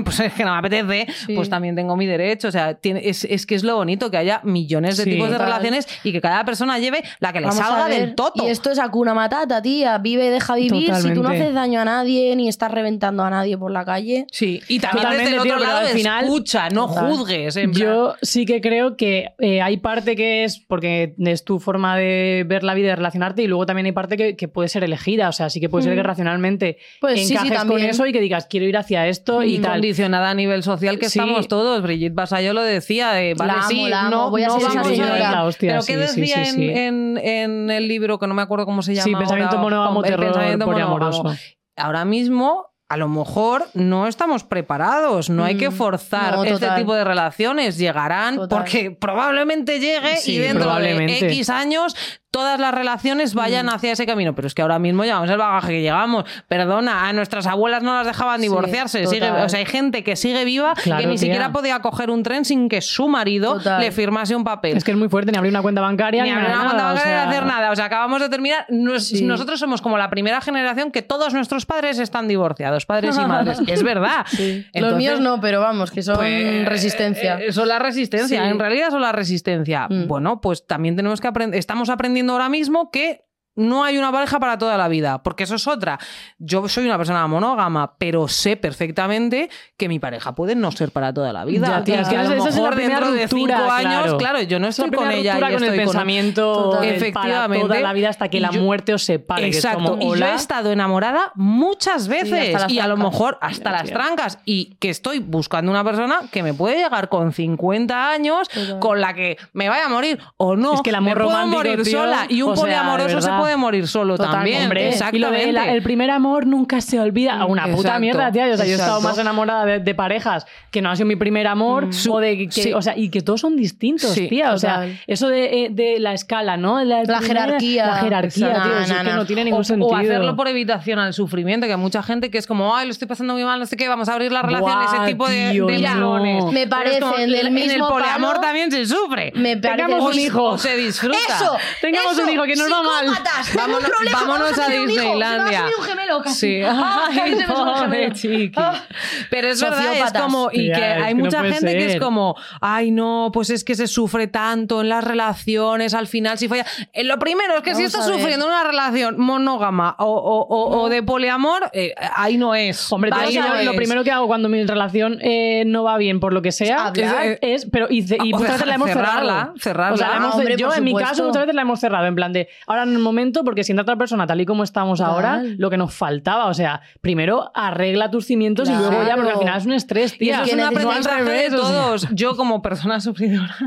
[SPEAKER 4] pues es que no me apetece, pues también tengo mi derecho. O sea, tiene- es, es que es lo bonito que haya millones de
[SPEAKER 5] Sí.
[SPEAKER 4] tipos de
[SPEAKER 1] Total.
[SPEAKER 4] relaciones y que cada persona lleve la que le
[SPEAKER 1] Vamos
[SPEAKER 4] salga
[SPEAKER 1] a ver,
[SPEAKER 4] del toto.
[SPEAKER 1] Y esto es Hakuna Matata, tía. Vive y deja vivir. Si tú no
[SPEAKER 5] Totalmente.
[SPEAKER 1] haces daño a nadie, ni estás reventando a nadie por la calle.
[SPEAKER 4] Sí, y también
[SPEAKER 5] Totalmente,
[SPEAKER 4] desde el otro
[SPEAKER 5] tío, pero
[SPEAKER 4] lado
[SPEAKER 5] al final-
[SPEAKER 4] escucha, no
[SPEAKER 5] Total.
[SPEAKER 4] juzgues. en plan,
[SPEAKER 5] Yo sí que creo que eh, hay parte que es porque es tu forma de ver la vida, de relacionarte, y luego también hay parte que, que puede ser elegida. O sea, sí que puede
[SPEAKER 4] Mm.
[SPEAKER 5] ser que racionalmente
[SPEAKER 1] Pues sí, sí,
[SPEAKER 5] encajes con
[SPEAKER 1] también.
[SPEAKER 5] eso y que digas, quiero ir hacia esto y
[SPEAKER 4] y
[SPEAKER 5] tal.
[SPEAKER 4] condicionada a nivel social que
[SPEAKER 5] Sí.
[SPEAKER 4] estamos todos. Brigitte Basayo lo decía, de, vale,
[SPEAKER 1] La amo,
[SPEAKER 4] sí,
[SPEAKER 1] la amo,
[SPEAKER 4] no,
[SPEAKER 1] voy a
[SPEAKER 4] no
[SPEAKER 1] ser esa
[SPEAKER 4] vamos
[SPEAKER 1] señora.
[SPEAKER 4] ver.
[SPEAKER 5] La hostia,
[SPEAKER 4] Pero
[SPEAKER 5] sí,
[SPEAKER 4] ¿qué
[SPEAKER 5] sí,
[SPEAKER 4] decía
[SPEAKER 5] sí,
[SPEAKER 4] en,
[SPEAKER 5] sí.
[SPEAKER 4] En, en el libro, que no me acuerdo cómo se llama
[SPEAKER 5] Sí, pensamiento
[SPEAKER 4] ahora,
[SPEAKER 5] monógamo,
[SPEAKER 4] el
[SPEAKER 5] terror,
[SPEAKER 4] pensamiento monógamo.
[SPEAKER 5] poliamoroso.
[SPEAKER 4] Ahora mismo... A lo mejor no estamos preparados, no hay que
[SPEAKER 1] Mm,
[SPEAKER 4] forzar
[SPEAKER 1] no,
[SPEAKER 4] este
[SPEAKER 1] total.
[SPEAKER 4] tipo de relaciones. Llegarán
[SPEAKER 1] Total.
[SPEAKER 4] porque probablemente llegue
[SPEAKER 5] Sí,
[SPEAKER 4] y dentro de
[SPEAKER 5] probablemente.
[SPEAKER 4] X años todas las relaciones
[SPEAKER 1] Mm.
[SPEAKER 4] vayan hacia ese camino. Pero es que ahora mismo llevamos el bagaje que llevamos. Perdona, a nuestras abuelas no las dejaban divorciarse. sigue-
[SPEAKER 1] total.
[SPEAKER 4] o sea, hay gente que sigue viva
[SPEAKER 5] Claro,
[SPEAKER 4] que ni
[SPEAKER 5] tía.
[SPEAKER 4] siquiera podía coger un tren sin que su marido
[SPEAKER 1] Total.
[SPEAKER 4] le firmase un papel.
[SPEAKER 5] Es que es muy fuerte ni abrir una cuenta bancaria
[SPEAKER 4] ni
[SPEAKER 5] ni,
[SPEAKER 4] hablar,
[SPEAKER 5] nada,
[SPEAKER 4] no
[SPEAKER 5] o
[SPEAKER 4] acaban de
[SPEAKER 5] sea,
[SPEAKER 4] hacer nada. O sea, acabamos de terminar. Nos- Nosotros somos como la primera generación que todos nuestros padres están divorciados, padres y madres. Es
[SPEAKER 5] <laughs>
[SPEAKER 4] verdad.
[SPEAKER 1] Los
[SPEAKER 4] Entonces,
[SPEAKER 1] míos no, pero vamos, que son
[SPEAKER 4] pues,
[SPEAKER 1] resistencia.
[SPEAKER 4] eh, son la resistencia,
[SPEAKER 1] Sí.
[SPEAKER 5] Mm.
[SPEAKER 4] en realidad son la resistencia. Bueno, pues también tenemos que aprender, estamos aprendiendo ahora mismo que No hay una pareja para toda la vida, porque eso es otra. Yo soy una persona monógama, pero sé perfectamente que mi pareja puede no ser para toda la vida.
[SPEAKER 5] Ya, tía,
[SPEAKER 4] Y
[SPEAKER 5] es
[SPEAKER 4] que
[SPEAKER 5] que
[SPEAKER 4] a
[SPEAKER 5] esa
[SPEAKER 4] lo
[SPEAKER 5] es la
[SPEAKER 4] mejor
[SPEAKER 5] primera
[SPEAKER 4] dentro de
[SPEAKER 5] ruptura,
[SPEAKER 4] cinco años,
[SPEAKER 5] claro.
[SPEAKER 4] claro, yo no
[SPEAKER 5] Es la
[SPEAKER 4] estoy con
[SPEAKER 5] primera
[SPEAKER 4] ella
[SPEAKER 5] ruptura
[SPEAKER 4] y
[SPEAKER 5] con el
[SPEAKER 4] estoy
[SPEAKER 5] pensamiento
[SPEAKER 1] Total.
[SPEAKER 5] del
[SPEAKER 4] Efectivamente.
[SPEAKER 5] para toda la vida hasta que la
[SPEAKER 4] Yo-
[SPEAKER 5] muerte os separe.
[SPEAKER 4] Exacto.
[SPEAKER 5] Que es como,
[SPEAKER 4] y yo
[SPEAKER 5] hola.
[SPEAKER 4] he estado enamorada muchas veces
[SPEAKER 5] las
[SPEAKER 4] y, a lo
[SPEAKER 5] trancas.
[SPEAKER 4] mejor hasta
[SPEAKER 5] Ya,
[SPEAKER 4] las
[SPEAKER 5] tía.
[SPEAKER 4] trancas y que estoy buscando una persona que me puede llegar con 50 años,
[SPEAKER 1] Total.
[SPEAKER 4] con la que me vaya a morir o no.
[SPEAKER 5] Es que el amor
[SPEAKER 4] me puedo
[SPEAKER 5] romántico,
[SPEAKER 4] morir
[SPEAKER 5] tío,
[SPEAKER 4] sola y un
[SPEAKER 5] o sea, de
[SPEAKER 4] poliamoroso se
[SPEAKER 5] verdad.
[SPEAKER 4] puede morir solo
[SPEAKER 5] Total,
[SPEAKER 4] también.
[SPEAKER 5] hombre. Y lo de
[SPEAKER 4] Exactamente.
[SPEAKER 5] la- el primer amor nunca se olvida. A Una puta
[SPEAKER 4] Exacto,
[SPEAKER 5] mierda, tía. O sea, yo he estado
[SPEAKER 4] exacto.
[SPEAKER 5] más enamorada de, de parejas que no ha sido mi primer amor. O de que,
[SPEAKER 4] sí.
[SPEAKER 5] o sea, y que todos son distintos,
[SPEAKER 4] Sí,
[SPEAKER 5] tía. O
[SPEAKER 1] total.
[SPEAKER 5] sea, eso de, eh, de la escala, ¿no? La,
[SPEAKER 1] La jerarquía.
[SPEAKER 5] La jerarquía,
[SPEAKER 1] Exacto.
[SPEAKER 5] tío.
[SPEAKER 1] Na,
[SPEAKER 5] eso
[SPEAKER 1] na,
[SPEAKER 5] es que
[SPEAKER 1] na.
[SPEAKER 5] no tiene ningún
[SPEAKER 4] o,
[SPEAKER 5] sentido.
[SPEAKER 4] o hacerlo
[SPEAKER 5] <laughs>
[SPEAKER 4] por evitación al sufrimiento, que hay mucha gente que es como, ay, lo estoy pasando muy mal, no sé qué, vamos a abrir la relación,
[SPEAKER 5] Buah,
[SPEAKER 4] ese tipo de,
[SPEAKER 5] tío,
[SPEAKER 4] de
[SPEAKER 5] no.
[SPEAKER 4] melones.
[SPEAKER 5] Me
[SPEAKER 4] Pero es
[SPEAKER 1] parece,
[SPEAKER 4] como,
[SPEAKER 1] del
[SPEAKER 4] en el
[SPEAKER 1] mismo
[SPEAKER 4] poliamor
[SPEAKER 1] palo-
[SPEAKER 4] también se sufre. pues,
[SPEAKER 1] Me parece
[SPEAKER 5] Tengamos
[SPEAKER 1] muy-
[SPEAKER 5] un hijo.
[SPEAKER 4] O se disfruta.
[SPEAKER 1] Eso,
[SPEAKER 5] Tengamos
[SPEAKER 1] eso,
[SPEAKER 5] un hijo que nos va mal.
[SPEAKER 1] psicópatas, tengo un
[SPEAKER 4] Vámonos-
[SPEAKER 1] problema,
[SPEAKER 4] vámonos
[SPEAKER 1] vamos
[SPEAKER 4] a
[SPEAKER 1] tener un hijo, se me va a
[SPEAKER 4] Disneylandia.
[SPEAKER 1] salir un gemelo casi.
[SPEAKER 4] Sí.
[SPEAKER 5] <laughs>
[SPEAKER 1] Ah,
[SPEAKER 4] Ay,
[SPEAKER 1] casi se me sale un
[SPEAKER 4] pobre
[SPEAKER 1] gemelo.
[SPEAKER 4] chiqui.
[SPEAKER 1] Ah.
[SPEAKER 4] Pero es verdad, es
[SPEAKER 1] Sociópatas.
[SPEAKER 4] como, y
[SPEAKER 5] Tía,
[SPEAKER 4] que
[SPEAKER 5] es
[SPEAKER 4] hay
[SPEAKER 5] que no
[SPEAKER 4] mucha
[SPEAKER 5] puede
[SPEAKER 4] gente que es
[SPEAKER 5] ser.
[SPEAKER 4] como, ay, no, pues es que se sufre tanto en las relaciones, al final si falla. Eh, lo primero es que si
[SPEAKER 1] Vamos
[SPEAKER 4] estás
[SPEAKER 1] a ver.
[SPEAKER 4] sufriendo una relación monógama o, o- o- o de poliamor, eh, ahí no es.
[SPEAKER 5] Hombre, tío,
[SPEAKER 4] ahí
[SPEAKER 5] yo
[SPEAKER 4] no
[SPEAKER 5] lo
[SPEAKER 4] es.
[SPEAKER 5] primero que hago cuando mi relación eh, no va bien por lo que sea
[SPEAKER 1] Hablar.
[SPEAKER 5] es, es- pero y, ce- y
[SPEAKER 4] O
[SPEAKER 5] muchas veces la hemos
[SPEAKER 4] cerrarla,
[SPEAKER 5] cerrado.
[SPEAKER 4] cerrarla.
[SPEAKER 5] O sea, la hemos-
[SPEAKER 1] Ah, hombre,
[SPEAKER 5] yo
[SPEAKER 1] por
[SPEAKER 5] en mi
[SPEAKER 1] supuesto.
[SPEAKER 5] caso muchas veces la hemos cerrado en plan de ahora en el momento porque siendo otra persona tal y como estamos ahora
[SPEAKER 1] Total.
[SPEAKER 5] lo que nos faltaba, o sea, primero arregla tus cimientos y luego ya
[SPEAKER 1] Claro.
[SPEAKER 5] porque al final es un estrés,
[SPEAKER 4] Y
[SPEAKER 5] tía.
[SPEAKER 4] eso es
[SPEAKER 1] que
[SPEAKER 4] un
[SPEAKER 1] una necesitas-
[SPEAKER 5] no
[SPEAKER 4] aprendizaje
[SPEAKER 5] al revés,
[SPEAKER 4] de
[SPEAKER 5] o sea.
[SPEAKER 4] todos. Yo, como persona sufridora.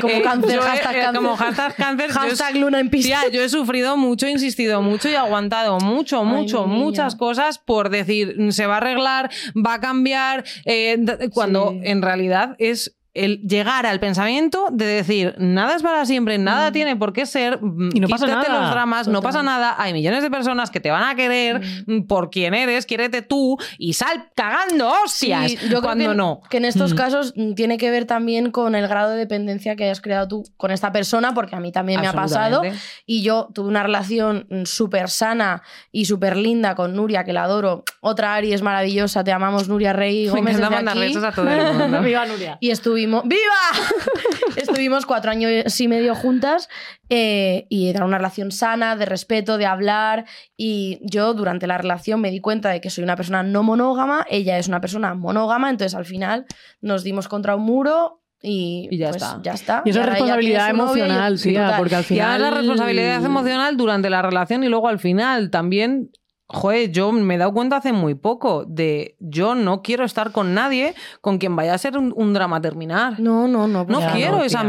[SPEAKER 1] Como cáncer,
[SPEAKER 4] yo he-
[SPEAKER 1] hashtag
[SPEAKER 4] eh,
[SPEAKER 1] cáncer.
[SPEAKER 4] Como hashtag cáncer. yo he-
[SPEAKER 1] Hashtag luna en pista.
[SPEAKER 4] Tía, yo he sufrido mucho, he insistido mucho y aguantado mucho, mucho,
[SPEAKER 1] mi niña.
[SPEAKER 4] muchas cosas por decir, mm, se va a arreglar, va a cambiar, eh, d- cuando
[SPEAKER 1] Sí.
[SPEAKER 4] en realidad es el llegar al pensamiento de decir, nada es para siempre, nada tiene por qué ser, mm,
[SPEAKER 5] Y no pasa
[SPEAKER 4] quítate
[SPEAKER 5] nada.
[SPEAKER 4] los dramas, no
[SPEAKER 1] Total.
[SPEAKER 4] pasa nada, hay millones de personas que te van a querer mm, por quien eres, quiérete tú y sal cagando, hostias,
[SPEAKER 1] Sí, yo creo
[SPEAKER 4] cuando
[SPEAKER 1] que,
[SPEAKER 4] no.
[SPEAKER 1] que en estos
[SPEAKER 5] Mm.
[SPEAKER 1] casos mm, tiene que ver también con el grado de dependencia que hayas creado tú con esta persona, porque a mí también me ha pasado.
[SPEAKER 4] Absolutamente.
[SPEAKER 1] Y yo tuve una relación mm, súper sana y súper linda con Nuria, que la adoro. Otra Aries maravillosa, te amamos Nuria Rey.
[SPEAKER 4] <laughs> Me
[SPEAKER 1] Gómez
[SPEAKER 4] encanta
[SPEAKER 1] desde
[SPEAKER 4] mandar
[SPEAKER 1] aquí.
[SPEAKER 4] besos a todo el
[SPEAKER 1] <laughs>
[SPEAKER 4] mundo. <laughs>
[SPEAKER 5] Viva Nuria.
[SPEAKER 1] Y estuvimos. ¡Viva! estuvimos cuatro años y medio juntas eh, y era una relación sana, de respeto, de hablar. Y yo durante la relación me di cuenta de que soy una persona no monógama, ella es una persona monógama, entonces al final nos dimos contra un muro y,
[SPEAKER 4] Y ya
[SPEAKER 1] pues,
[SPEAKER 4] está.
[SPEAKER 1] ya está.
[SPEAKER 5] Y eso
[SPEAKER 1] ahora
[SPEAKER 5] es
[SPEAKER 1] ella
[SPEAKER 5] responsabilidad
[SPEAKER 1] tiene su novio y-
[SPEAKER 5] emocional,
[SPEAKER 1] sí,
[SPEAKER 5] tía,
[SPEAKER 1] total.
[SPEAKER 5] porque al
[SPEAKER 4] Y
[SPEAKER 5] final
[SPEAKER 4] además la responsabilidad emocional durante la relación y luego al final también. Joder, yo me he dado cuenta hace muy poco de yo no quiero estar con nadie con quien vaya a ser un, un drama terminar. No,
[SPEAKER 1] No, no, no. por favor.
[SPEAKER 4] quiero
[SPEAKER 5] no,
[SPEAKER 4] esa
[SPEAKER 5] tía.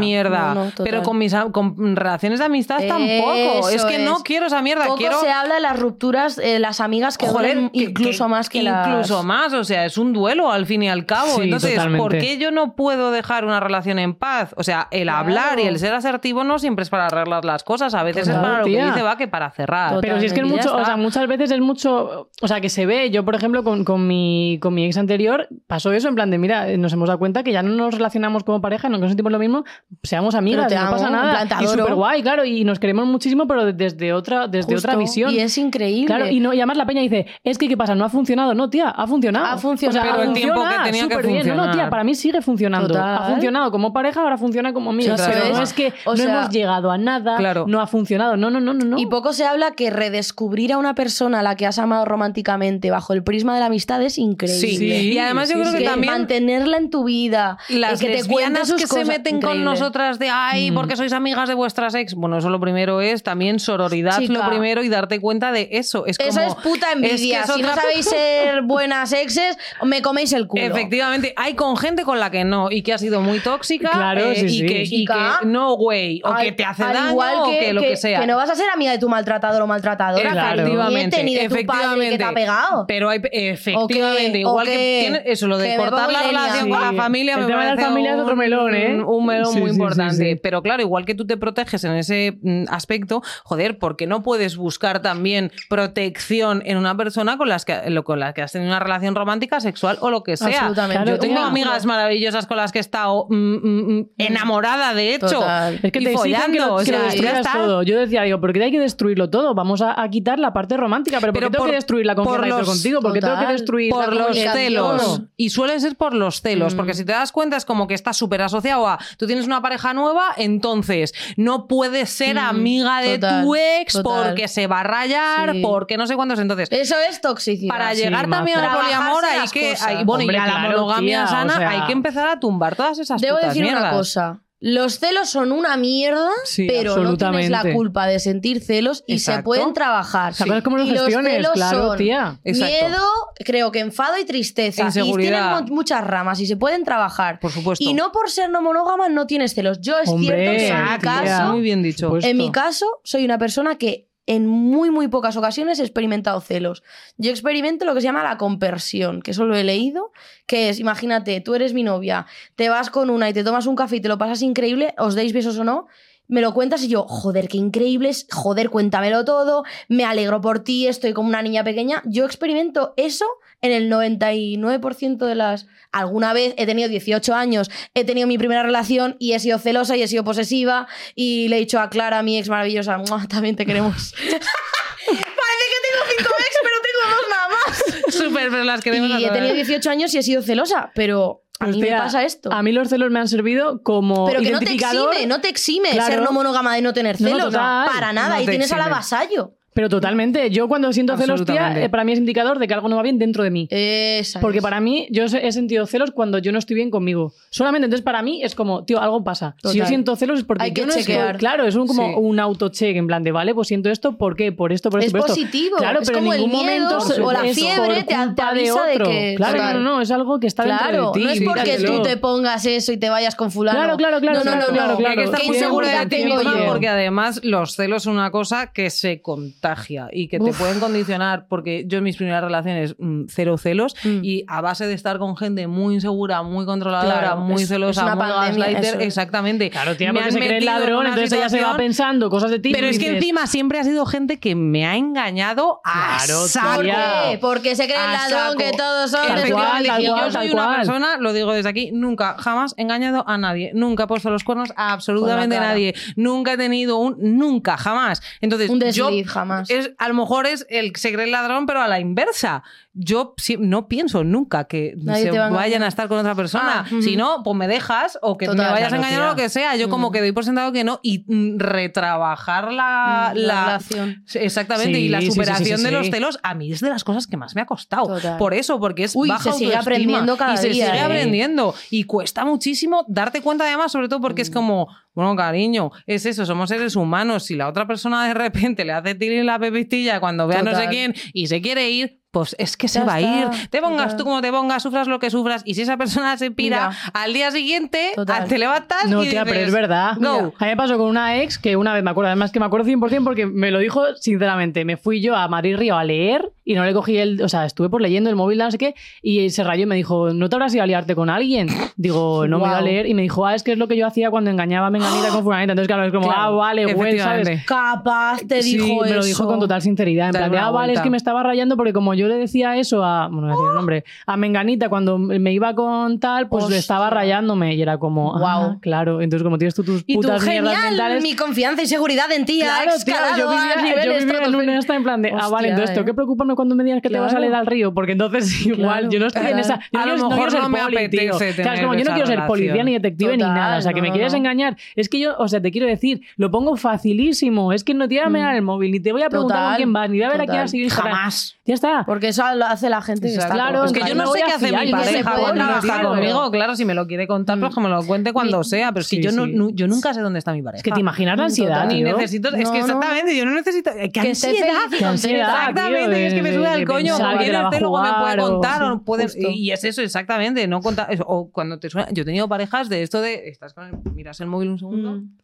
[SPEAKER 1] No,
[SPEAKER 4] mierda.
[SPEAKER 1] no, total.
[SPEAKER 4] pero con mis a- con relaciones de amistad tampoco. Es
[SPEAKER 1] Eso
[SPEAKER 4] que no
[SPEAKER 1] es.
[SPEAKER 4] quiero esa mierda.
[SPEAKER 1] Poco
[SPEAKER 4] quiero
[SPEAKER 1] se habla de las rupturas, eh, las amigas que
[SPEAKER 4] Joder,
[SPEAKER 1] duelen
[SPEAKER 4] que-
[SPEAKER 1] incluso
[SPEAKER 4] que-
[SPEAKER 1] más que las...
[SPEAKER 4] Incluso más, o sea, es un duelo al fin y al cabo.
[SPEAKER 5] Sí,
[SPEAKER 4] Entonces, ¿por
[SPEAKER 5] totalmente.
[SPEAKER 4] qué yo no puedo dejar una relación en paz? O sea, el
[SPEAKER 1] Claro.
[SPEAKER 4] hablar y el ser asertivo no siempre es para arreglar las cosas, a veces
[SPEAKER 5] Claro,
[SPEAKER 4] es para lo que
[SPEAKER 5] tía.
[SPEAKER 4] dice va que para cerrar.
[SPEAKER 1] Total.
[SPEAKER 5] Pero si es que es
[SPEAKER 1] Totalmente,
[SPEAKER 5] mucho,
[SPEAKER 4] ya
[SPEAKER 5] o sea,
[SPEAKER 4] está.
[SPEAKER 5] muchas veces es mucho, o sea, que se ve, yo por ejemplo con, con mi, con mi ex anterior pasó eso en plan de, mira, nos hemos dado cuenta que ya no nos relacionamos como pareja, no nos sentimos lo mismo, seamos amigas,
[SPEAKER 1] te
[SPEAKER 5] no
[SPEAKER 1] amo,
[SPEAKER 5] pasa
[SPEAKER 1] en plan, te
[SPEAKER 5] nada. Y
[SPEAKER 1] adoro.
[SPEAKER 5] súper guay, claro, y nos queremos muchísimo, pero de- desde otra, desde otra
[SPEAKER 1] Justo.
[SPEAKER 5] visión.
[SPEAKER 1] Y es increíble.
[SPEAKER 5] Claro, y, no, y además la peña dice, es que ¿qué pasa? No ha funcionado. No, tía, ha funcionado.
[SPEAKER 1] Ha funcionado.
[SPEAKER 5] O sea,
[SPEAKER 1] Pero el
[SPEAKER 4] tiempo
[SPEAKER 5] funciona
[SPEAKER 4] que tenía que
[SPEAKER 5] superbién. No, no,
[SPEAKER 4] funcionar.
[SPEAKER 5] tía, para mí sigue funcionando.
[SPEAKER 1] Total.
[SPEAKER 5] Ha funcionado como pareja, ahora funciona como amiga.
[SPEAKER 1] Sí,
[SPEAKER 5] pero
[SPEAKER 1] claro.
[SPEAKER 5] no es que
[SPEAKER 1] O
[SPEAKER 5] no
[SPEAKER 1] sea,
[SPEAKER 5] hemos llegado a nada,
[SPEAKER 4] claro.
[SPEAKER 5] no ha funcionado. No, no, no, no. no.
[SPEAKER 1] Y poco se habla que redescubrir a una persona a la que has amado románticamente bajo el prisma de la amistad es increíble.
[SPEAKER 4] Sí. y además yo
[SPEAKER 5] sí,
[SPEAKER 4] creo
[SPEAKER 5] sí.
[SPEAKER 4] que
[SPEAKER 1] Que
[SPEAKER 4] también
[SPEAKER 1] mantenerla en tu vida,
[SPEAKER 4] las
[SPEAKER 1] eh, que te cuente
[SPEAKER 4] lesbianas
[SPEAKER 1] sus
[SPEAKER 4] que se
[SPEAKER 1] cosas,
[SPEAKER 4] meten con
[SPEAKER 1] increíble.
[SPEAKER 4] nosotras de
[SPEAKER 5] Mm.
[SPEAKER 4] ay, porque sois amigas de vuestras ex. Bueno, eso lo primero es también sororidad,
[SPEAKER 1] Chica.
[SPEAKER 4] lo primero y darte cuenta de eso. Es como,
[SPEAKER 1] Esa es puta
[SPEAKER 4] que
[SPEAKER 1] envidia.
[SPEAKER 4] es
[SPEAKER 1] si no
[SPEAKER 4] otra- <laughs>
[SPEAKER 1] sabéis ser buenas exes, me coméis el culo.
[SPEAKER 4] Efectivamente, hay con gente con la que no y que ha sido muy tóxica eh,
[SPEAKER 5] Claro, sí,
[SPEAKER 4] y,
[SPEAKER 5] sí.
[SPEAKER 4] Que, y
[SPEAKER 1] Chica.
[SPEAKER 4] que no, güey, o
[SPEAKER 1] Al-
[SPEAKER 4] que te hace
[SPEAKER 1] al
[SPEAKER 4] daño
[SPEAKER 1] igual
[SPEAKER 4] o que lo que sea.
[SPEAKER 1] Que no vas a ser amiga de tu maltratador o maltratadora.
[SPEAKER 5] Claro.
[SPEAKER 4] Efectivamente,
[SPEAKER 1] Efectivamente. Ni de tu padre que te ha pegado.
[SPEAKER 4] Pero hay, efectivamente,
[SPEAKER 1] O que-
[SPEAKER 4] igual
[SPEAKER 1] o
[SPEAKER 4] que,
[SPEAKER 1] que-
[SPEAKER 4] tiene- eso, lo de
[SPEAKER 1] que me
[SPEAKER 4] cortar
[SPEAKER 1] pongo
[SPEAKER 4] la
[SPEAKER 1] millennial.
[SPEAKER 4] relación con
[SPEAKER 5] Sí.
[SPEAKER 4] la familia
[SPEAKER 5] El
[SPEAKER 4] me
[SPEAKER 5] tema de la
[SPEAKER 4] parece
[SPEAKER 5] familia es otro
[SPEAKER 4] un-
[SPEAKER 5] melón, ¿eh?
[SPEAKER 4] Un melón
[SPEAKER 5] Sí,
[SPEAKER 4] muy
[SPEAKER 5] sí, sí,
[SPEAKER 4] importante.
[SPEAKER 5] sí.
[SPEAKER 4] Pero claro, igual que tú te proteges en ese mm, aspecto, joder, ¿por qué no puedes buscar también protección en una persona con, las que, lo- con la que has tenido una relación romántica, sexual o lo que sea?
[SPEAKER 1] Absolutamente.
[SPEAKER 5] Claro,
[SPEAKER 4] Yo tengo
[SPEAKER 5] tía.
[SPEAKER 4] amigas maravillosas con las que he estado mm, mm, mm, enamorada, de hecho.
[SPEAKER 1] Total.
[SPEAKER 5] Es que
[SPEAKER 4] y
[SPEAKER 5] te exigen que
[SPEAKER 4] follando,
[SPEAKER 5] lo,
[SPEAKER 4] o
[SPEAKER 5] que lo
[SPEAKER 4] sea, ya
[SPEAKER 5] destruyas
[SPEAKER 4] está.
[SPEAKER 5] todo. Yo decía, digo, ¿por qué hay que destruirlo todo? Vamos a, a quitar la parte romántica, pero ¿por qué
[SPEAKER 4] Pero
[SPEAKER 5] tengo
[SPEAKER 4] por-
[SPEAKER 5] que destruir la
[SPEAKER 4] por
[SPEAKER 5] confianza que tengo
[SPEAKER 4] los-
[SPEAKER 5] contigo? ¿Por qué tengo que
[SPEAKER 1] total,
[SPEAKER 5] destruir
[SPEAKER 4] por
[SPEAKER 5] la
[SPEAKER 4] los
[SPEAKER 5] comunicación?
[SPEAKER 4] celos. Y suele ser por los celos,
[SPEAKER 5] Mm.
[SPEAKER 4] porque si te das cuenta es como que estás súper asociado a tú tienes una pareja nueva, entonces no puedes ser
[SPEAKER 1] Mm,
[SPEAKER 4] amiga de
[SPEAKER 1] total,
[SPEAKER 4] tu ex
[SPEAKER 1] total.
[SPEAKER 4] porque se va a rayar,
[SPEAKER 1] Sí.
[SPEAKER 4] porque no sé cuántos. Entonces,
[SPEAKER 1] Eso es toxicidad.
[SPEAKER 4] para
[SPEAKER 5] sí,
[SPEAKER 4] llegar también
[SPEAKER 5] mazo.
[SPEAKER 4] a la poliamor
[SPEAKER 1] Trabajarse
[SPEAKER 4] hay
[SPEAKER 1] las
[SPEAKER 4] que.
[SPEAKER 1] cosas.
[SPEAKER 4] hay- bueno,
[SPEAKER 5] Hombre,
[SPEAKER 4] y a la
[SPEAKER 5] claro,
[SPEAKER 4] monogamia
[SPEAKER 5] tía, o
[SPEAKER 4] sana
[SPEAKER 5] sea-
[SPEAKER 4] hay que empezar a tumbar todas esas
[SPEAKER 1] Debo
[SPEAKER 4] putas
[SPEAKER 1] decir una
[SPEAKER 4] mierdas.
[SPEAKER 1] cosa. Los celos son una mierda,
[SPEAKER 5] Sí,
[SPEAKER 1] pero no tienes la
[SPEAKER 5] absolutamente.
[SPEAKER 1] culpa de sentir celos y se
[SPEAKER 4] Exacto.
[SPEAKER 1] pueden trabajar.
[SPEAKER 5] ¿Sabes cómo los
[SPEAKER 1] Y
[SPEAKER 5] gestiones?
[SPEAKER 1] celos
[SPEAKER 5] claro,
[SPEAKER 1] son
[SPEAKER 5] tía.
[SPEAKER 4] Exacto.
[SPEAKER 1] Miedo, creo que enfado y tristeza.
[SPEAKER 4] Inseguridad.
[SPEAKER 1] Y tienen mu- muchas ramas y se pueden trabajar.
[SPEAKER 4] Por supuesto.
[SPEAKER 1] Y no por ser no monógama no tienes celos. Yo es
[SPEAKER 5] Hombre,
[SPEAKER 1] cierto que en mi
[SPEAKER 5] exacto.
[SPEAKER 1] caso,
[SPEAKER 4] Muy bien
[SPEAKER 1] <laughs>
[SPEAKER 4] dicho.
[SPEAKER 5] Pues-
[SPEAKER 1] en mi
[SPEAKER 5] justo.
[SPEAKER 1] caso soy una persona que en muy muy pocas ocasiones he experimentado celos. Yo experimento lo que se llama la compersión, que eso lo he leído, que es, imagínate, tú eres mi novia, te vas con una y te tomas un café y te lo pasas increíble, os deis besos o no, me lo cuentas y yo, joder, qué increíbles, joder, cuéntamelo todo, me alegro por ti, estoy como una niña pequeña. Yo experimento eso en el 99% de las... Alguna vez he tenido 18 años, he tenido mi primera relación y he sido celosa y he sido posesiva y le he dicho a Clara, mi ex maravillosa, "Mua, también te queremos. <laughs> Parece que tengo 5 ex, pero tengo dos nada
[SPEAKER 5] <laughs>
[SPEAKER 1] más.
[SPEAKER 4] Súper, pero las queremos a
[SPEAKER 1] Y he
[SPEAKER 4] todas.
[SPEAKER 1] tenido 18 años y he sido celosa, pero a mí
[SPEAKER 5] ¿eh? Hostia,
[SPEAKER 1] me pasa esto.
[SPEAKER 5] Pues A mí los celos me han servido como
[SPEAKER 1] Pero que no te
[SPEAKER 5] identificador,
[SPEAKER 1] exime, no te exime
[SPEAKER 5] Claro.
[SPEAKER 1] ser no monógama de no tener
[SPEAKER 5] No,
[SPEAKER 1] celos.
[SPEAKER 5] total.
[SPEAKER 1] para nada.
[SPEAKER 4] No
[SPEAKER 1] y
[SPEAKER 4] te
[SPEAKER 1] tienes al
[SPEAKER 4] exime.
[SPEAKER 1] avasallo.
[SPEAKER 5] pero totalmente. Yo cuando siento celos, tía,
[SPEAKER 4] Absolutamente.
[SPEAKER 5] eh, para mí es indicador de que algo no va bien dentro de mí.
[SPEAKER 1] Esa
[SPEAKER 5] Porque
[SPEAKER 1] es.
[SPEAKER 5] para mí, yo he sentido celos cuando yo no estoy bien conmigo. Solamente entonces para mí es como, tío, algo pasa. Si yo
[SPEAKER 1] Total.
[SPEAKER 5] siento celos es porque
[SPEAKER 1] Hay que
[SPEAKER 5] yo no estoy-
[SPEAKER 1] chequear.
[SPEAKER 5] Claro, es un, como
[SPEAKER 4] Sí.
[SPEAKER 5] un autocheck en plan de, vale, pues siento esto, ¿por qué? Por esto, por esto,
[SPEAKER 1] Es
[SPEAKER 5] por esto.
[SPEAKER 1] positivo,
[SPEAKER 5] Claro,
[SPEAKER 1] es
[SPEAKER 5] pero
[SPEAKER 1] como
[SPEAKER 5] en
[SPEAKER 1] el
[SPEAKER 5] ningún
[SPEAKER 1] miedo
[SPEAKER 5] momento
[SPEAKER 1] o la
[SPEAKER 5] es por
[SPEAKER 1] fiebre te- te
[SPEAKER 5] culpa de
[SPEAKER 1] avisa de
[SPEAKER 5] otro.
[SPEAKER 1] que-
[SPEAKER 5] Claro,
[SPEAKER 1] Total.
[SPEAKER 5] no, no, es algo que está dentro
[SPEAKER 1] Claro,
[SPEAKER 5] de ti.
[SPEAKER 1] no es porque
[SPEAKER 5] míralo.
[SPEAKER 1] tú te pongas eso y te vayas con fulano.
[SPEAKER 5] Claro, claro, claro,
[SPEAKER 1] No, no, no,
[SPEAKER 5] claro,
[SPEAKER 1] no.
[SPEAKER 5] claro, claro.
[SPEAKER 4] Hay que estar
[SPEAKER 1] Qué
[SPEAKER 4] muy segura
[SPEAKER 1] inseguridad
[SPEAKER 4] de ti
[SPEAKER 1] tengo
[SPEAKER 4] misma,
[SPEAKER 1] yo.
[SPEAKER 4] Porque además los celos son una cosa que se contagia y que te
[SPEAKER 1] Uf.
[SPEAKER 4] pueden condicionar. Porque yo en mis primeras relaciones, mm, cero celos.
[SPEAKER 1] Mm.
[SPEAKER 4] Y a base de estar con gente muy insegura, muy controladora,
[SPEAKER 1] Claro,
[SPEAKER 4] muy
[SPEAKER 1] es-
[SPEAKER 4] celosa,
[SPEAKER 1] es una
[SPEAKER 4] muy
[SPEAKER 1] pandemia,
[SPEAKER 4] gaslighter,
[SPEAKER 1] eso es.
[SPEAKER 4] Exactamente.
[SPEAKER 5] Claro, tía,
[SPEAKER 4] Me
[SPEAKER 5] porque
[SPEAKER 4] han
[SPEAKER 5] se cree el
[SPEAKER 4] metido en
[SPEAKER 5] ladrón,
[SPEAKER 4] una
[SPEAKER 5] entonces ella se va
[SPEAKER 4] situación-
[SPEAKER 5] pensando cosas de ti.
[SPEAKER 4] Pero
[SPEAKER 5] y
[SPEAKER 4] es que
[SPEAKER 5] dices,
[SPEAKER 4] encima siempre ha sido gente que me ha engañado a
[SPEAKER 5] Claro,
[SPEAKER 4] saco.
[SPEAKER 1] ¿Por
[SPEAKER 5] Ya.
[SPEAKER 1] qué? Porque se cree el
[SPEAKER 4] A
[SPEAKER 1] ladrón
[SPEAKER 4] saco.
[SPEAKER 1] que todos son.
[SPEAKER 5] Tal
[SPEAKER 1] de-
[SPEAKER 5] cual, tal
[SPEAKER 4] Efectivamente, y
[SPEAKER 5] cual,
[SPEAKER 4] yo soy
[SPEAKER 5] tal
[SPEAKER 4] una
[SPEAKER 5] cual.
[SPEAKER 4] persona, lo digo desde aquí, nunca, jamás he engañado a nadie. Nunca he puesto los cuernos a absolutamente
[SPEAKER 1] Con la cara.
[SPEAKER 4] nadie. Nunca he tenido un. Nunca, jamás. Entonces,
[SPEAKER 1] Un
[SPEAKER 4] yo.
[SPEAKER 1] desliz, jamás.
[SPEAKER 4] Es, a lo mejor es el que se cree el ladrón, pero a la inversa. Yo si- no pienso nunca que
[SPEAKER 1] Nadie
[SPEAKER 4] se
[SPEAKER 1] te va a engañar.
[SPEAKER 4] vayan a estar con otra persona.
[SPEAKER 1] Ah, ujú.
[SPEAKER 4] Si no, pues me dejas o que
[SPEAKER 1] Total,
[SPEAKER 4] me vayas
[SPEAKER 5] claro,
[SPEAKER 4] a engañar
[SPEAKER 5] tía.
[SPEAKER 4] o lo que sea. Yo como que doy por sentado que no. Y mm, retrabajar la,
[SPEAKER 1] Mm, la
[SPEAKER 4] la-
[SPEAKER 1] relación.
[SPEAKER 4] Sí, Exactamente, y la
[SPEAKER 5] Sí, sí, sí, sí,
[SPEAKER 4] superación de
[SPEAKER 5] sí.
[SPEAKER 4] los celos a mí es de las cosas que más me ha costado.
[SPEAKER 1] Total.
[SPEAKER 4] Por eso, porque es
[SPEAKER 1] Uy,
[SPEAKER 4] baja
[SPEAKER 1] se sigue
[SPEAKER 4] autoestima
[SPEAKER 1] aprendiendo cada
[SPEAKER 4] y se
[SPEAKER 1] día,
[SPEAKER 4] sigue
[SPEAKER 1] ¿eh?
[SPEAKER 4] aprendiendo y cuesta muchísimo darte cuenta además, sobre todo
[SPEAKER 1] Mm.
[SPEAKER 4] porque es como, bueno, cariño, es eso, somos seres humanos, si la otra persona de repente le hace tirar la pepistilla cuando vea no sé
[SPEAKER 1] Total.
[SPEAKER 4] quién y se quiere ir, pues es que se
[SPEAKER 1] Ya
[SPEAKER 4] va a
[SPEAKER 1] está,
[SPEAKER 4] ir. Te pongas
[SPEAKER 1] total.
[SPEAKER 4] tú como te pongas, sufras lo que sufras y si esa persona se pira,
[SPEAKER 1] Mira.
[SPEAKER 4] al día siguiente ah,
[SPEAKER 1] Total.
[SPEAKER 4] te levantas
[SPEAKER 5] No,
[SPEAKER 4] y
[SPEAKER 5] tía, pero
[SPEAKER 4] dices,
[SPEAKER 5] es verdad.
[SPEAKER 4] Go.
[SPEAKER 5] A mí me pasó con una ex que una vez me acuerdo, además que me acuerdo 100% porque me lo dijo sinceramente. Me fui yo a Madrid Río a leer y no le cogí el. O sea, estuve por leyendo el móvil, no sé qué, y se rayó y me dijo, ¿no te habrás ido a liarte con alguien? Digo, no me iba a
[SPEAKER 1] Guau.
[SPEAKER 5] leer. Y me dijo, ah, es que es lo que yo hacía cuando engañaba a Menganita con Fulanita. Entonces, claro, es como,
[SPEAKER 4] Claro,
[SPEAKER 5] ah, vale, güey, ¿sabes?
[SPEAKER 4] efectivamente.
[SPEAKER 1] Capaz te
[SPEAKER 5] Sí,
[SPEAKER 1] dijo
[SPEAKER 5] me lo
[SPEAKER 1] eso.
[SPEAKER 5] dijo con total sinceridad. En
[SPEAKER 4] Dale
[SPEAKER 5] plan, de,
[SPEAKER 4] una
[SPEAKER 5] ah, vale, es
[SPEAKER 4] vuelta".
[SPEAKER 5] que me estaba rayando porque como yo le decía eso a, bueno, no voy a decir el nombre, a Menganita cuando me iba con tal, pues le estaba
[SPEAKER 1] Hostia.
[SPEAKER 5] rayándome y era como, ah,
[SPEAKER 1] Guau.
[SPEAKER 5] claro. Entonces, como tienes tú tus
[SPEAKER 1] Y tú,
[SPEAKER 5] putas mierdas
[SPEAKER 1] genial,
[SPEAKER 5] mentales.
[SPEAKER 1] mi confianza y seguridad en ti ha
[SPEAKER 5] Claro, tío,
[SPEAKER 1] escalado
[SPEAKER 5] yo
[SPEAKER 1] a
[SPEAKER 5] vivía, yo
[SPEAKER 1] niveles
[SPEAKER 5] vivía en un
[SPEAKER 1] estratosféricos.
[SPEAKER 5] esta en plan de, ah, vale,
[SPEAKER 1] Hostia,
[SPEAKER 5] entonces tengo
[SPEAKER 1] eh.
[SPEAKER 5] que preocuparme cuando me digas que te vas a
[SPEAKER 1] Claro.
[SPEAKER 5] leer al río, porque entonces <laughs> igual yo no estoy en
[SPEAKER 1] claro.
[SPEAKER 5] esa.
[SPEAKER 4] A
[SPEAKER 5] Yo no,
[SPEAKER 4] lo
[SPEAKER 5] quiero- no
[SPEAKER 4] mejor
[SPEAKER 5] quiero ser
[SPEAKER 4] no me
[SPEAKER 5] poli, tío.
[SPEAKER 4] apetece
[SPEAKER 5] Claro, es
[SPEAKER 4] tener
[SPEAKER 5] como yo no
[SPEAKER 4] esa
[SPEAKER 5] quiero ser
[SPEAKER 4] relación.
[SPEAKER 5] policía ni detective ni
[SPEAKER 1] Total,
[SPEAKER 5] nada. O sea, que me
[SPEAKER 1] no,
[SPEAKER 5] quieres
[SPEAKER 1] no.
[SPEAKER 5] engañar. Es que yo, o sea, te quiero decir, lo pongo facilísimo. Es que no te voy a mirar el móvil, ni te voy a preguntar con
[SPEAKER 1] Total,
[SPEAKER 5] quién vas, ni voy a ver a quién
[SPEAKER 1] total.
[SPEAKER 5] has ido. Instagram.
[SPEAKER 4] Mm. Jamás.
[SPEAKER 5] Ya está.
[SPEAKER 1] Porque eso lo hace la gente que
[SPEAKER 4] Exacto.
[SPEAKER 1] está
[SPEAKER 5] Claro,
[SPEAKER 4] es que
[SPEAKER 5] claro.
[SPEAKER 4] yo
[SPEAKER 5] Me
[SPEAKER 4] no
[SPEAKER 5] voy
[SPEAKER 4] sé
[SPEAKER 5] a
[SPEAKER 4] qué hace
[SPEAKER 5] fiar y
[SPEAKER 4] mi
[SPEAKER 5] que se Mm.
[SPEAKER 4] pareja
[SPEAKER 1] puede
[SPEAKER 4] cuando no
[SPEAKER 1] hablar,
[SPEAKER 4] está
[SPEAKER 1] claro.
[SPEAKER 4] conmigo. Claro, si me lo quiere contar, pues que me lo cuente cuando sea. Pero es que
[SPEAKER 5] Sí,
[SPEAKER 4] yo no-
[SPEAKER 5] sí.
[SPEAKER 4] no- yo nunca sé dónde está mi pareja.
[SPEAKER 5] Es que te imaginas la ansiedad.
[SPEAKER 1] Total,
[SPEAKER 4] Ni
[SPEAKER 5] tío.
[SPEAKER 4] Mm, necesito, es
[SPEAKER 1] No,
[SPEAKER 4] que
[SPEAKER 1] no.
[SPEAKER 4] exactamente, yo no necesito. eh, ¡Qué
[SPEAKER 1] Que esté
[SPEAKER 4] ansiedad!
[SPEAKER 1] feliz y
[SPEAKER 5] Qué ansiedad,
[SPEAKER 4] Exactamente,
[SPEAKER 5] tío,
[SPEAKER 4] es que me
[SPEAKER 5] de-
[SPEAKER 4] sube
[SPEAKER 5] de-
[SPEAKER 4] al
[SPEAKER 5] de
[SPEAKER 4] coño.
[SPEAKER 5] pensar
[SPEAKER 4] Porque
[SPEAKER 5] que la va
[SPEAKER 4] el
[SPEAKER 5] a
[SPEAKER 4] luego me puede
[SPEAKER 5] jugar o-
[SPEAKER 4] contar. o
[SPEAKER 5] sí,
[SPEAKER 4] no puede-
[SPEAKER 1] justo.
[SPEAKER 4] y es eso, exactamente. No contar, eso, o cuando te suena. Yo he tenido parejas de esto de. Estás con el- miras el móvil un segundo.
[SPEAKER 5] Mm.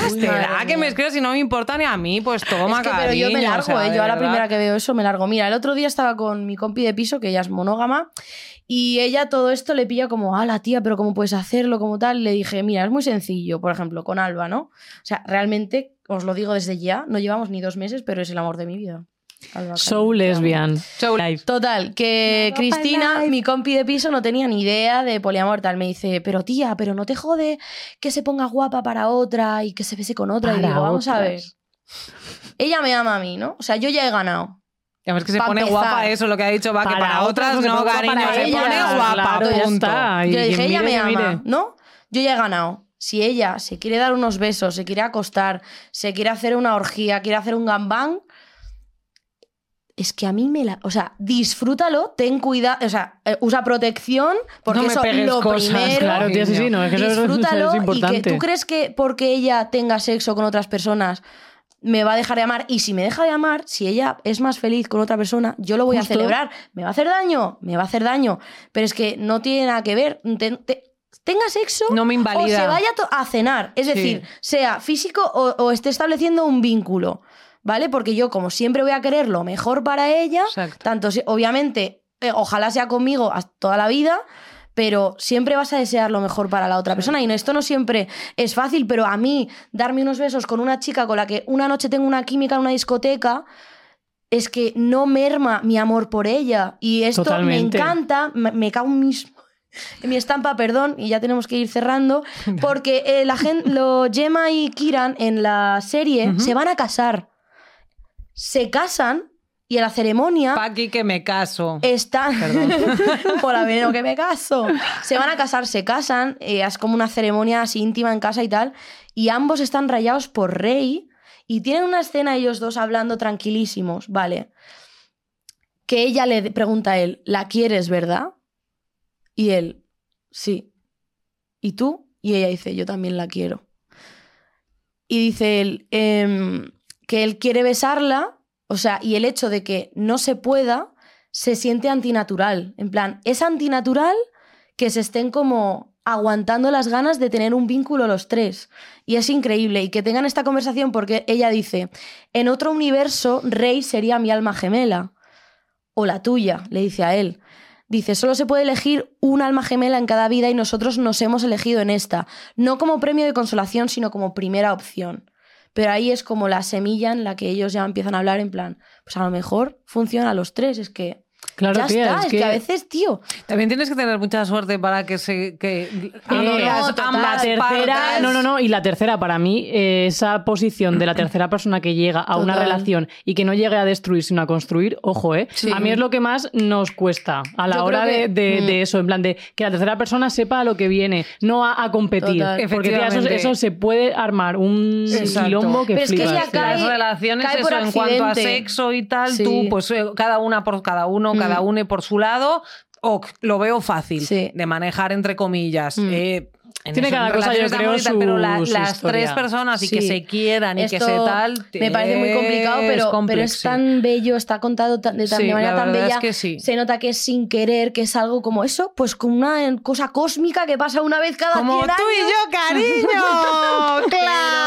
[SPEAKER 4] Pues Te da que me escribas y no me importa ni a mí, pues toma,
[SPEAKER 1] Es que, pero yo me
[SPEAKER 4] cariño, o
[SPEAKER 1] largo,
[SPEAKER 4] sea,
[SPEAKER 1] eh,
[SPEAKER 4] de
[SPEAKER 1] yo a la
[SPEAKER 4] verdad.
[SPEAKER 1] primera que veo eso me largo. Mira, el otro día estaba con mi compi de piso, que ella es monógama, y ella todo esto le pilla como, ah, la tía, pero ¿cómo puedes hacerlo? Como tal. Le dije, mira, es muy sencillo, por ejemplo, con Alba, ¿no? O sea, realmente, os lo digo desde ya, no llevamos ni dos meses, pero es el amor de mi vida. Alba,
[SPEAKER 5] So
[SPEAKER 1] cariño, te amo.
[SPEAKER 5] lesbian.
[SPEAKER 4] So
[SPEAKER 5] life.
[SPEAKER 1] Total, que Cristina, mi compi de piso, no tenía ni idea de poliamor. Tal. Me dice, pero tía, pero no te jode que se ponga guapa para otra y que se bese con otra. y
[SPEAKER 5] Para
[SPEAKER 1] digo, vamos a ver.
[SPEAKER 5] otras.
[SPEAKER 1] Ella me ama a mí, ¿no? O sea, yo ya he ganado.
[SPEAKER 4] Además que se
[SPEAKER 1] Pa'
[SPEAKER 4] pone
[SPEAKER 1] empezar.
[SPEAKER 4] guapa eso, lo que ha dicho va que para otras
[SPEAKER 5] lo que
[SPEAKER 4] no,
[SPEAKER 5] ponga
[SPEAKER 4] cariño,
[SPEAKER 5] para
[SPEAKER 4] se
[SPEAKER 1] ellas,
[SPEAKER 4] pone guapa,
[SPEAKER 5] claro, ya
[SPEAKER 4] punto.
[SPEAKER 5] está. Y
[SPEAKER 1] Yo dije,
[SPEAKER 5] quien
[SPEAKER 1] ella me
[SPEAKER 5] mire, que
[SPEAKER 1] ama,
[SPEAKER 5] mire.
[SPEAKER 1] ¿no? Yo ya he ganado. Si ella se quiere dar unos besos, se quiere acostar, se quiere hacer una orgía, quiere hacer un gambán, es que a mí me la... O sea, disfrútalo, ten cuidado, o sea, eh, usa protección, porque
[SPEAKER 4] no me
[SPEAKER 1] eso
[SPEAKER 4] pegues
[SPEAKER 1] lo
[SPEAKER 4] cosas,
[SPEAKER 1] primero...
[SPEAKER 5] Claro, tío, sí, sí, no, es que eso es- eso es
[SPEAKER 1] disfrútalo y
[SPEAKER 5] importante.
[SPEAKER 1] que tú crees que porque ella tenga sexo con otras personas me va a dejar de amar y si me deja de amar, si ella es más feliz con otra persona, yo lo voy
[SPEAKER 5] Justo.
[SPEAKER 1] a celebrar. ¿Me va a hacer daño? Me va a hacer daño. Pero es que no tiene nada que ver. Ten- te- tenga sexo
[SPEAKER 4] No me
[SPEAKER 1] o
[SPEAKER 4] invalida.
[SPEAKER 1] se vaya to- a cenar. Es
[SPEAKER 4] Sí.
[SPEAKER 1] decir, sea físico o, o esté estableciendo un vínculo. ¿Vale? Porque yo, como siempre, voy a querer lo mejor para ella.
[SPEAKER 4] Exacto.
[SPEAKER 1] Tanto, si- obviamente, eh, ojalá sea conmigo hasta toda la vida, pero siempre vas a desear lo mejor para la otra persona. Y no, esto no siempre es fácil, pero a mí darme unos besos con una chica con la que una noche tengo una química en una discoteca. Es que no merma mi amor por ella. Y esto
[SPEAKER 5] Totalmente.
[SPEAKER 1] me encanta, me, me cago en mis <laughs> en mi estampa, perdón, y ya tenemos que ir
[SPEAKER 4] <laughs>
[SPEAKER 1] cerrando, porque eh, la gente, lo, Gemma y Kiran en la serie
[SPEAKER 4] Ujú.
[SPEAKER 1] se van a casar. Se casan y en la ceremonia
[SPEAKER 4] Paqui, que me caso.
[SPEAKER 1] Eh, están
[SPEAKER 4] Perdón.
[SPEAKER 1] <laughs> por aveneno que me caso. Se van a casar, se casan, eh, es como una ceremonia así íntima en casa y tal, y ambos están rayados por Rey y tienen una escena ellos dos hablando tranquilísimos, ¿vale? Que ella le pregunta a él, ¿la quieres, verdad? Y él, sí. ¿Y tú? Y ella dice, yo también la quiero. Y dice él em, que él quiere besarla, o sea, y el hecho de que no se pueda se siente antinatural. En plan, es antinatural que se estén como aguantando las ganas de tener un vínculo los tres. Y es increíble. Y que tengan esta conversación porque ella dice, en otro universo, Rey sería mi alma gemela. O la tuya, le dice a él. Dice, solo se puede elegir un alma gemela en cada vida y nosotros nos hemos elegido en esta. No como premio de consolación, sino como primera opción. Pero ahí es como la semilla en la que ellos ya empiezan a hablar en plan, pues a lo mejor funciona a los tres, es que
[SPEAKER 5] Claro,
[SPEAKER 1] ya
[SPEAKER 5] tía,
[SPEAKER 1] está,
[SPEAKER 5] es que...
[SPEAKER 1] a veces, tío,
[SPEAKER 4] También tienes que tener mucha suerte para que se que ambas-
[SPEAKER 1] no, total.
[SPEAKER 4] ambas
[SPEAKER 1] La
[SPEAKER 4] partes-
[SPEAKER 5] Eh, tercera, no, no, no, y la tercera, para mí, eh, esa posición de la tercera persona que llega a una
[SPEAKER 1] Total.
[SPEAKER 5] relación y que no llegue a destruir, sino a construir, ojo, ¿eh?
[SPEAKER 4] Sí.
[SPEAKER 5] A mí es lo que más nos cuesta a la
[SPEAKER 1] Yo
[SPEAKER 5] hora
[SPEAKER 1] creo
[SPEAKER 5] de,
[SPEAKER 1] que-
[SPEAKER 5] de-
[SPEAKER 1] Mm.
[SPEAKER 5] de eso, en plan de que la tercera persona sepa a lo que viene, no a, a competir.
[SPEAKER 1] Total.
[SPEAKER 5] Porque tía, eso,
[SPEAKER 4] Efectivamente.
[SPEAKER 5] eso se puede armar un
[SPEAKER 4] Exacto.
[SPEAKER 5] quilombo que
[SPEAKER 1] Pero es que
[SPEAKER 5] flipas,
[SPEAKER 1] ella
[SPEAKER 5] tío.
[SPEAKER 1] cae-
[SPEAKER 4] las relaciones
[SPEAKER 1] cae
[SPEAKER 4] eso,
[SPEAKER 1] por
[SPEAKER 4] en cuanto a
[SPEAKER 1] accidente.
[SPEAKER 4] sexo y tal
[SPEAKER 1] Sí.
[SPEAKER 4] tú pues eh, cada una por cada uno
[SPEAKER 1] Mm.
[SPEAKER 4] cada une por su lado o lo veo fácil
[SPEAKER 1] Sí.
[SPEAKER 4] de manejar entre comillas
[SPEAKER 1] Mm.
[SPEAKER 4] eh, en
[SPEAKER 5] Tiene
[SPEAKER 4] eso,
[SPEAKER 5] cada
[SPEAKER 4] en
[SPEAKER 5] cosa,
[SPEAKER 4] relaciones
[SPEAKER 5] yo
[SPEAKER 4] de amor
[SPEAKER 5] creo,
[SPEAKER 4] y tal, pero la-
[SPEAKER 5] su- su
[SPEAKER 4] las
[SPEAKER 5] historia.
[SPEAKER 4] tres personas y que
[SPEAKER 1] Sí.
[SPEAKER 4] se quieran y que
[SPEAKER 1] Esto
[SPEAKER 4] se tal
[SPEAKER 1] me parece muy complicado,
[SPEAKER 4] es
[SPEAKER 1] pero, pero
[SPEAKER 4] complex,
[SPEAKER 1] es
[SPEAKER 4] sí.
[SPEAKER 1] tan bello, está contado tan- de, tan-
[SPEAKER 4] Sí,
[SPEAKER 1] de manera
[SPEAKER 4] la
[SPEAKER 1] tan
[SPEAKER 4] verdad
[SPEAKER 1] bella,
[SPEAKER 4] es que sí.
[SPEAKER 1] se nota que es sin querer, que es algo como eso, pues como una cosa cósmica que pasa una vez cada
[SPEAKER 4] como
[SPEAKER 1] 100
[SPEAKER 4] tú y
[SPEAKER 1] años.
[SPEAKER 4] yo
[SPEAKER 1] <laughs>
[SPEAKER 4] cariño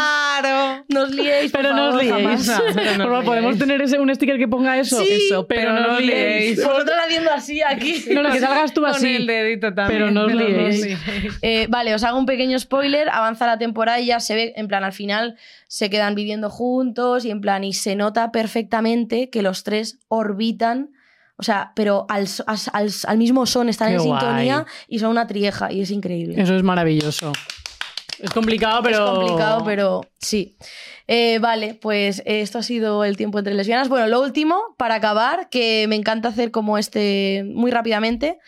[SPEAKER 4] claro
[SPEAKER 1] Nos liéis, por
[SPEAKER 5] Pero no os
[SPEAKER 1] favor, jamás.
[SPEAKER 5] liéis.
[SPEAKER 4] jamás. No, no
[SPEAKER 5] <laughs> Por
[SPEAKER 4] os
[SPEAKER 5] favor, ¿Podemos
[SPEAKER 4] liéis.
[SPEAKER 5] tener ese, un sticker que ponga eso?
[SPEAKER 1] Sí,
[SPEAKER 5] eso, pero, no os liéis.
[SPEAKER 1] <laughs> Vosotros haciendo así aquí.
[SPEAKER 5] No, no, que salgas tú
[SPEAKER 4] Con
[SPEAKER 5] así.
[SPEAKER 4] el dedito también
[SPEAKER 5] Pero no os liéis.
[SPEAKER 1] Eh, vale, os hago un pequeño spoiler. Avanza la temporada y ya se ve, en plan, al final se quedan viviendo juntos y en plan, y se nota perfectamente que los tres orbitan, o sea, pero al, so- as- al- al mismo son, están
[SPEAKER 5] Qué
[SPEAKER 1] en
[SPEAKER 5] guay.
[SPEAKER 1] sintonía y son una trieja y es increíble.
[SPEAKER 5] Eso es maravilloso. Es complicado, pero.
[SPEAKER 1] Es complicado, pero sí. Eh, vale, pues eh, esto ha sido el tiempo entre lesbianas. Bueno, lo último, para acabar, que me encanta hacer como este muy rápidamente.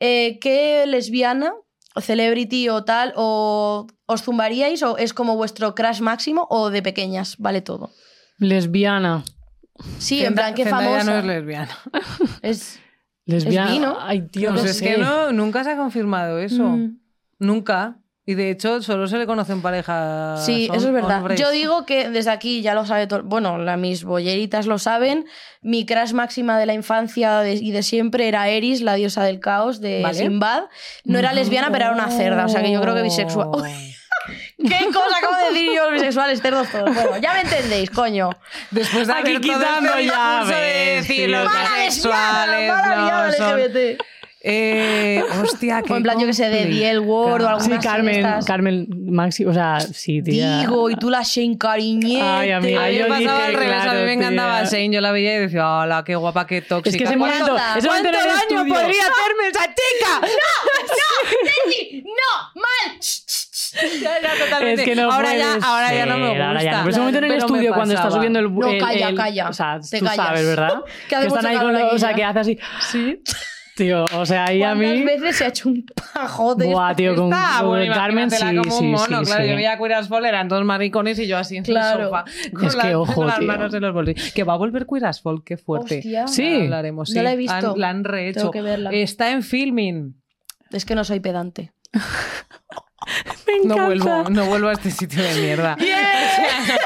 [SPEAKER 1] eh, ¿Qué lesbiana, o celebrity o tal, o os zumbaríais o es como vuestro crush máximo o de pequeñas? Vale todo.
[SPEAKER 5] Lesbiana.
[SPEAKER 1] Sí, en plan, qué
[SPEAKER 4] Zendaya
[SPEAKER 1] famosa.
[SPEAKER 4] no es lesbiana
[SPEAKER 1] Es-
[SPEAKER 5] Lesbiana.
[SPEAKER 1] Es bi, ¿no?
[SPEAKER 5] Ay, tío,
[SPEAKER 4] Pues
[SPEAKER 5] no
[SPEAKER 4] es
[SPEAKER 5] sé.
[SPEAKER 4] que no, nunca se ha confirmado eso.
[SPEAKER 1] Mm.
[SPEAKER 4] Nunca. Y de hecho, solo se le conocen parejas.
[SPEAKER 1] Sí, eso es
[SPEAKER 4] hom-
[SPEAKER 1] verdad.
[SPEAKER 4] hombres.
[SPEAKER 1] Yo digo que desde aquí ya lo sabe todo. Bueno, la, mis bolleritas lo saben. Mi crush máxima de la infancia de- y de siempre era Eris, la diosa del caos de
[SPEAKER 4] Vale.
[SPEAKER 1] Sinbad. No era lesbiana, pero era una cerda. O sea que yo creo que bisexual.
[SPEAKER 4] Oh.
[SPEAKER 1] Uy, <laughs> ¿Qué cosa acabo de decir yo, bisexuales, cerdos todos? Bueno, ya me entendéis, coño.
[SPEAKER 4] Después de
[SPEAKER 5] Aquí
[SPEAKER 4] haber todo
[SPEAKER 5] quitando
[SPEAKER 4] este
[SPEAKER 5] ya,
[SPEAKER 4] discurso de
[SPEAKER 5] ves,
[SPEAKER 4] decir
[SPEAKER 5] tío.
[SPEAKER 4] los
[SPEAKER 5] Mala
[SPEAKER 4] bisexuales,
[SPEAKER 1] mala
[SPEAKER 4] no,
[SPEAKER 1] liada,
[SPEAKER 4] son-
[SPEAKER 1] LGBT.
[SPEAKER 4] Eh, hostia,
[SPEAKER 1] <laughs> O en plan, yo que sé, de Diel Ward o
[SPEAKER 4] complicado.
[SPEAKER 1] alguna así
[SPEAKER 5] Sí,
[SPEAKER 1] de
[SPEAKER 5] Carmen.
[SPEAKER 1] estas.
[SPEAKER 5] Carmen Maxi. O sea, sí, tía.
[SPEAKER 1] Digo, y tú la Shane Cariñete.
[SPEAKER 5] Ay, amiga,
[SPEAKER 4] A mí me
[SPEAKER 5] yo
[SPEAKER 4] pasaba
[SPEAKER 5] dije,
[SPEAKER 4] al revés, a mí
[SPEAKER 5] claro,
[SPEAKER 4] me encantaba
[SPEAKER 5] tía.
[SPEAKER 4] Shane, yo la veía y decía, hola, qué guapa, qué tóxica.
[SPEAKER 5] Es que ese
[SPEAKER 4] ¿Cuánto-
[SPEAKER 5] momento.
[SPEAKER 1] Nada.
[SPEAKER 5] Ese
[SPEAKER 4] ¿Cuánto
[SPEAKER 5] momento en el
[SPEAKER 4] daño
[SPEAKER 5] estudio.
[SPEAKER 4] podría hacerme esa chica?
[SPEAKER 1] ¡No! ¡Mal!
[SPEAKER 4] Ya, <laughs> ya, totalmente.
[SPEAKER 5] Es que no
[SPEAKER 4] ahora ya,
[SPEAKER 5] puedes
[SPEAKER 4] ahora ya no me
[SPEAKER 5] ser,
[SPEAKER 4] gusta.
[SPEAKER 5] ahora ya no. Pero en ese momento en el
[SPEAKER 4] Pero me
[SPEAKER 5] estudio, cuando está
[SPEAKER 4] pasaba.
[SPEAKER 5] subiendo el.
[SPEAKER 1] No,
[SPEAKER 5] el-
[SPEAKER 1] calla,
[SPEAKER 5] el-
[SPEAKER 1] calla.
[SPEAKER 5] O sea,
[SPEAKER 1] Te
[SPEAKER 5] tú
[SPEAKER 1] callas.
[SPEAKER 5] sabes,
[SPEAKER 4] <laughs>
[SPEAKER 5] ¿verdad?
[SPEAKER 1] Que hace
[SPEAKER 5] están
[SPEAKER 1] mucho
[SPEAKER 5] ahí con
[SPEAKER 1] calor
[SPEAKER 5] los.
[SPEAKER 1] aquí
[SPEAKER 5] O sea,
[SPEAKER 1] ya.
[SPEAKER 5] que hace así.
[SPEAKER 4] Sí.
[SPEAKER 5] <laughs> Tío, o sea, ahí a
[SPEAKER 1] ¿Cuántas
[SPEAKER 5] mí.
[SPEAKER 1] veces se ha hecho un pajote?
[SPEAKER 5] Buah, tío, con,
[SPEAKER 4] Está,
[SPEAKER 5] con
[SPEAKER 4] bueno,
[SPEAKER 5] Carmen sí,
[SPEAKER 4] imagínatela como
[SPEAKER 5] sí,
[SPEAKER 4] un mono,
[SPEAKER 5] sí,
[SPEAKER 4] claro.
[SPEAKER 5] sí.
[SPEAKER 4] Yo veía a Queer Fall, eran dos maricones y yo así en
[SPEAKER 1] Claro.
[SPEAKER 4] el sofá. Con
[SPEAKER 5] Es que,
[SPEAKER 4] las-
[SPEAKER 5] ojo,
[SPEAKER 4] con las
[SPEAKER 5] tío.
[SPEAKER 4] manos en los bolsillos. Que va a volver Queer as Fall, qué fuerte.
[SPEAKER 1] Hostia.
[SPEAKER 5] Sí.
[SPEAKER 4] Ahora hablaremos,
[SPEAKER 1] No
[SPEAKER 4] sí.
[SPEAKER 1] la he visto.
[SPEAKER 4] Han- la han rehecho.
[SPEAKER 1] Tengo que verla.
[SPEAKER 4] Está en filming.
[SPEAKER 1] Es que no soy pedante.
[SPEAKER 5] Me
[SPEAKER 4] No
[SPEAKER 5] encanta.
[SPEAKER 4] vuelvo, no vuelvo a este sitio de
[SPEAKER 1] <laughs>
[SPEAKER 4] mierda. <laughs>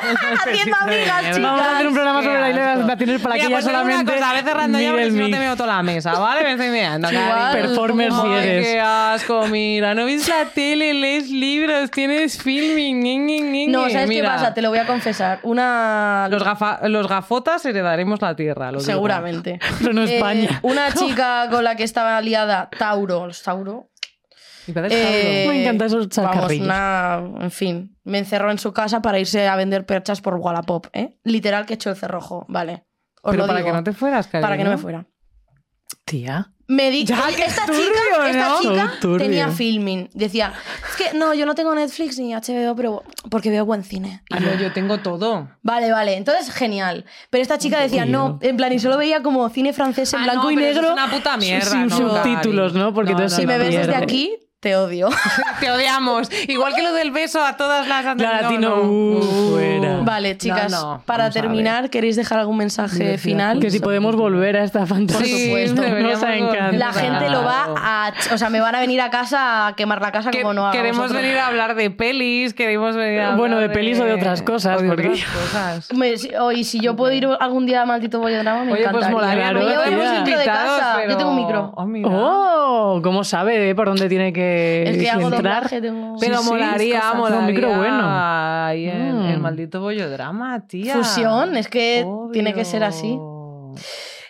[SPEAKER 4] Este
[SPEAKER 1] Haciendo amigas,
[SPEAKER 4] Mierda.
[SPEAKER 1] chicas.
[SPEAKER 5] Vamos a hacer un programa
[SPEAKER 4] Qué
[SPEAKER 5] sobre la isla de las
[SPEAKER 4] asco.
[SPEAKER 5] naciones para
[SPEAKER 4] Mira,
[SPEAKER 5] que ya
[SPEAKER 4] pues te digo una
[SPEAKER 5] solamente.
[SPEAKER 4] cosa, a veces rando ya porque
[SPEAKER 5] mire
[SPEAKER 4] si no
[SPEAKER 5] el
[SPEAKER 4] te
[SPEAKER 5] mic.
[SPEAKER 4] veo toda la mesa, ¿vale? Me estoy mirando.
[SPEAKER 1] Igual,
[SPEAKER 4] cariño.
[SPEAKER 5] Performer si
[SPEAKER 4] Ay,
[SPEAKER 5] eres.
[SPEAKER 4] qué asco, mira. No ves la tele, lees libros, tienes filming. ñe, ñe, ñe,
[SPEAKER 1] No,
[SPEAKER 4] ñe.
[SPEAKER 1] ¿sabes
[SPEAKER 4] Mira,
[SPEAKER 1] qué pasa? Te lo voy a confesar. Una.
[SPEAKER 4] Los, gafa- los gafotas heredaremos la tierra. lo digo.
[SPEAKER 1] Seguramente.
[SPEAKER 5] Pero no
[SPEAKER 1] Eh,
[SPEAKER 5] España.
[SPEAKER 1] una chica con la que estaba aliada, Tauro, los Tauro.
[SPEAKER 4] Mi padre es
[SPEAKER 1] eh,
[SPEAKER 5] Me encantan esos
[SPEAKER 1] Vamos,
[SPEAKER 5] chacarrillos.
[SPEAKER 1] una- en fin, me encerró en su casa para irse a vender perchas por Wallapop, ¿eh? Literal que echó el cerrojo, vale. Os
[SPEAKER 4] Pero
[SPEAKER 1] lo
[SPEAKER 4] para
[SPEAKER 1] digo,
[SPEAKER 4] que no te fueras, cariño.
[SPEAKER 1] para que no me fuera.
[SPEAKER 5] Tía.
[SPEAKER 1] Me di
[SPEAKER 4] Ya, qué
[SPEAKER 1] esta
[SPEAKER 4] turbio,
[SPEAKER 1] chica, esta
[SPEAKER 4] ¿no?
[SPEAKER 1] chica
[SPEAKER 5] Son turbio.
[SPEAKER 1] tenía filming. Decía, es que no, yo no tengo Netflix ni HBO, pero porque veo buen cine.
[SPEAKER 4] Ah, no, yo tengo todo.
[SPEAKER 1] Vale, vale, entonces genial. Pero esta chica decía,
[SPEAKER 5] Tío.
[SPEAKER 1] no, en plan, y solo veía como cine francés en
[SPEAKER 4] Ah,
[SPEAKER 1] blanco
[SPEAKER 4] no,
[SPEAKER 1] y
[SPEAKER 4] pero eso
[SPEAKER 1] negro.
[SPEAKER 4] Es una puta mierda.
[SPEAKER 5] sin
[SPEAKER 4] no,
[SPEAKER 5] subtítulos,
[SPEAKER 4] Cari.
[SPEAKER 5] ¿no? Porque entonces
[SPEAKER 1] Si
[SPEAKER 5] no,
[SPEAKER 1] me
[SPEAKER 5] no,
[SPEAKER 1] ves desde
[SPEAKER 5] mierda.
[SPEAKER 1] aquí, te odio.
[SPEAKER 4] <laughs> Te odiamos. Igual que lo del beso a todas las
[SPEAKER 5] Claro, a ti no. Uh, fuera.
[SPEAKER 1] Vale, chicas,
[SPEAKER 4] No, no,
[SPEAKER 1] para
[SPEAKER 4] vamos a ver.
[SPEAKER 1] terminar, ¿queréis dejar algún mensaje
[SPEAKER 4] Diversidad
[SPEAKER 1] final?
[SPEAKER 5] Que si podemos volver a esta fantasía.
[SPEAKER 4] Sí,
[SPEAKER 1] supuesto.
[SPEAKER 4] deberíamos
[SPEAKER 5] <laughs> Nos ha encantado.
[SPEAKER 1] La gente lo va a... O sea, me van a venir a casa a quemar la casa
[SPEAKER 4] Que-
[SPEAKER 1] como no hagamos
[SPEAKER 4] queremos
[SPEAKER 1] otro.
[SPEAKER 4] venir a hablar de pelis, queremos venir a
[SPEAKER 5] Bueno,
[SPEAKER 4] hablar
[SPEAKER 5] de pelis o de otras cosas,
[SPEAKER 4] o de
[SPEAKER 5] porque-
[SPEAKER 4] otras cosas.
[SPEAKER 1] Me- si- oye, si yo puedo ir algún día a Maldito Bollodrama, <laughs> me
[SPEAKER 4] Oye, pues
[SPEAKER 1] encantaría.
[SPEAKER 4] molaría,
[SPEAKER 5] ¿no?
[SPEAKER 1] Me llevo
[SPEAKER 5] Tenemos
[SPEAKER 1] un micro de
[SPEAKER 4] invitados,
[SPEAKER 1] casa. Yo
[SPEAKER 4] pero-
[SPEAKER 1] tengo un micro.
[SPEAKER 4] Oh, mira.
[SPEAKER 5] ¡Oh! ¿Cómo sabe eh, por dónde tiene que,
[SPEAKER 1] es que hago
[SPEAKER 5] entrar?
[SPEAKER 1] doblaje, tengo...
[SPEAKER 4] Pero
[SPEAKER 5] Sí, sí,
[SPEAKER 4] molaría,
[SPEAKER 5] cosas.
[SPEAKER 4] molaría.
[SPEAKER 5] Un micro bueno.
[SPEAKER 4] Ahí en
[SPEAKER 5] Mm.
[SPEAKER 4] el maldito bollodrama, tía.
[SPEAKER 1] Fusión, es que tiene que ser así.
[SPEAKER 4] Obvio.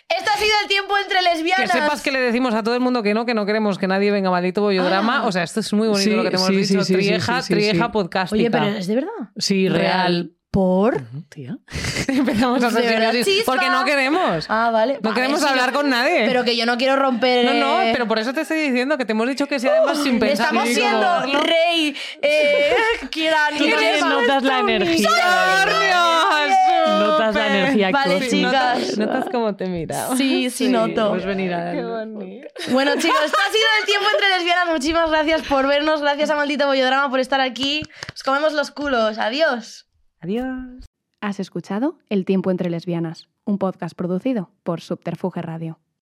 [SPEAKER 1] Esto ha sido el tiempo entre
[SPEAKER 4] Que
[SPEAKER 1] lesbianas.
[SPEAKER 4] sepas que le decimos a todo el mundo que no, que no queremos que nadie venga a maldito bollodrama.
[SPEAKER 1] Ah.
[SPEAKER 4] O sea, esto es muy bonito
[SPEAKER 5] Sí,
[SPEAKER 4] lo que te hemos
[SPEAKER 5] sí,
[SPEAKER 4] dicho.
[SPEAKER 5] sí, sí, sí,
[SPEAKER 4] trieja,
[SPEAKER 5] sí, sí,
[SPEAKER 4] trieja
[SPEAKER 5] sí.
[SPEAKER 4] podcastica. <laughs>
[SPEAKER 1] Oye, pero es de verdad.
[SPEAKER 5] Sí, real.
[SPEAKER 1] ¿Por?
[SPEAKER 5] Tía.
[SPEAKER 4] Empezamos a
[SPEAKER 1] De verdad,
[SPEAKER 4] hacer
[SPEAKER 1] chispa.
[SPEAKER 4] Porque no queremos.
[SPEAKER 1] Ah, vale.
[SPEAKER 4] No
[SPEAKER 1] A
[SPEAKER 4] queremos
[SPEAKER 1] ver si
[SPEAKER 4] hablar
[SPEAKER 1] yo-
[SPEAKER 4] con nadie.
[SPEAKER 1] Pero que yo no quiero romper.
[SPEAKER 4] No, no,
[SPEAKER 1] eh,
[SPEAKER 4] pero por eso te estoy diciendo que te hemos dicho que sea además
[SPEAKER 1] <gasps>
[SPEAKER 4] sin pensar.
[SPEAKER 1] Estamos
[SPEAKER 4] ni
[SPEAKER 1] siendo
[SPEAKER 4] como-
[SPEAKER 1] rey.
[SPEAKER 4] <laughs>
[SPEAKER 1] Eh, Kieran y
[SPEAKER 5] Tú también
[SPEAKER 1] Eva.
[SPEAKER 5] notas la energía.
[SPEAKER 4] ¡Dios!
[SPEAKER 5] Notas la energía
[SPEAKER 1] Vale,
[SPEAKER 5] actual.
[SPEAKER 1] sí.
[SPEAKER 4] Notas-
[SPEAKER 1] chicas.
[SPEAKER 4] Notas cómo te mira.
[SPEAKER 1] Sí, sí, noto.
[SPEAKER 4] pues
[SPEAKER 5] Puedes venir a...
[SPEAKER 4] Qué bonito.
[SPEAKER 1] Bueno, chicos, esto ha sido el tiempo entre lesbianas. Muchísimas gracias por vernos. Gracias a Maldito Bollodrama por estar aquí. Os comemos los culos. Adiós.
[SPEAKER 4] Adiós.
[SPEAKER 2] Has escuchado El tiempo entre lesbianas, un podcast producido por Subterfuge Radio.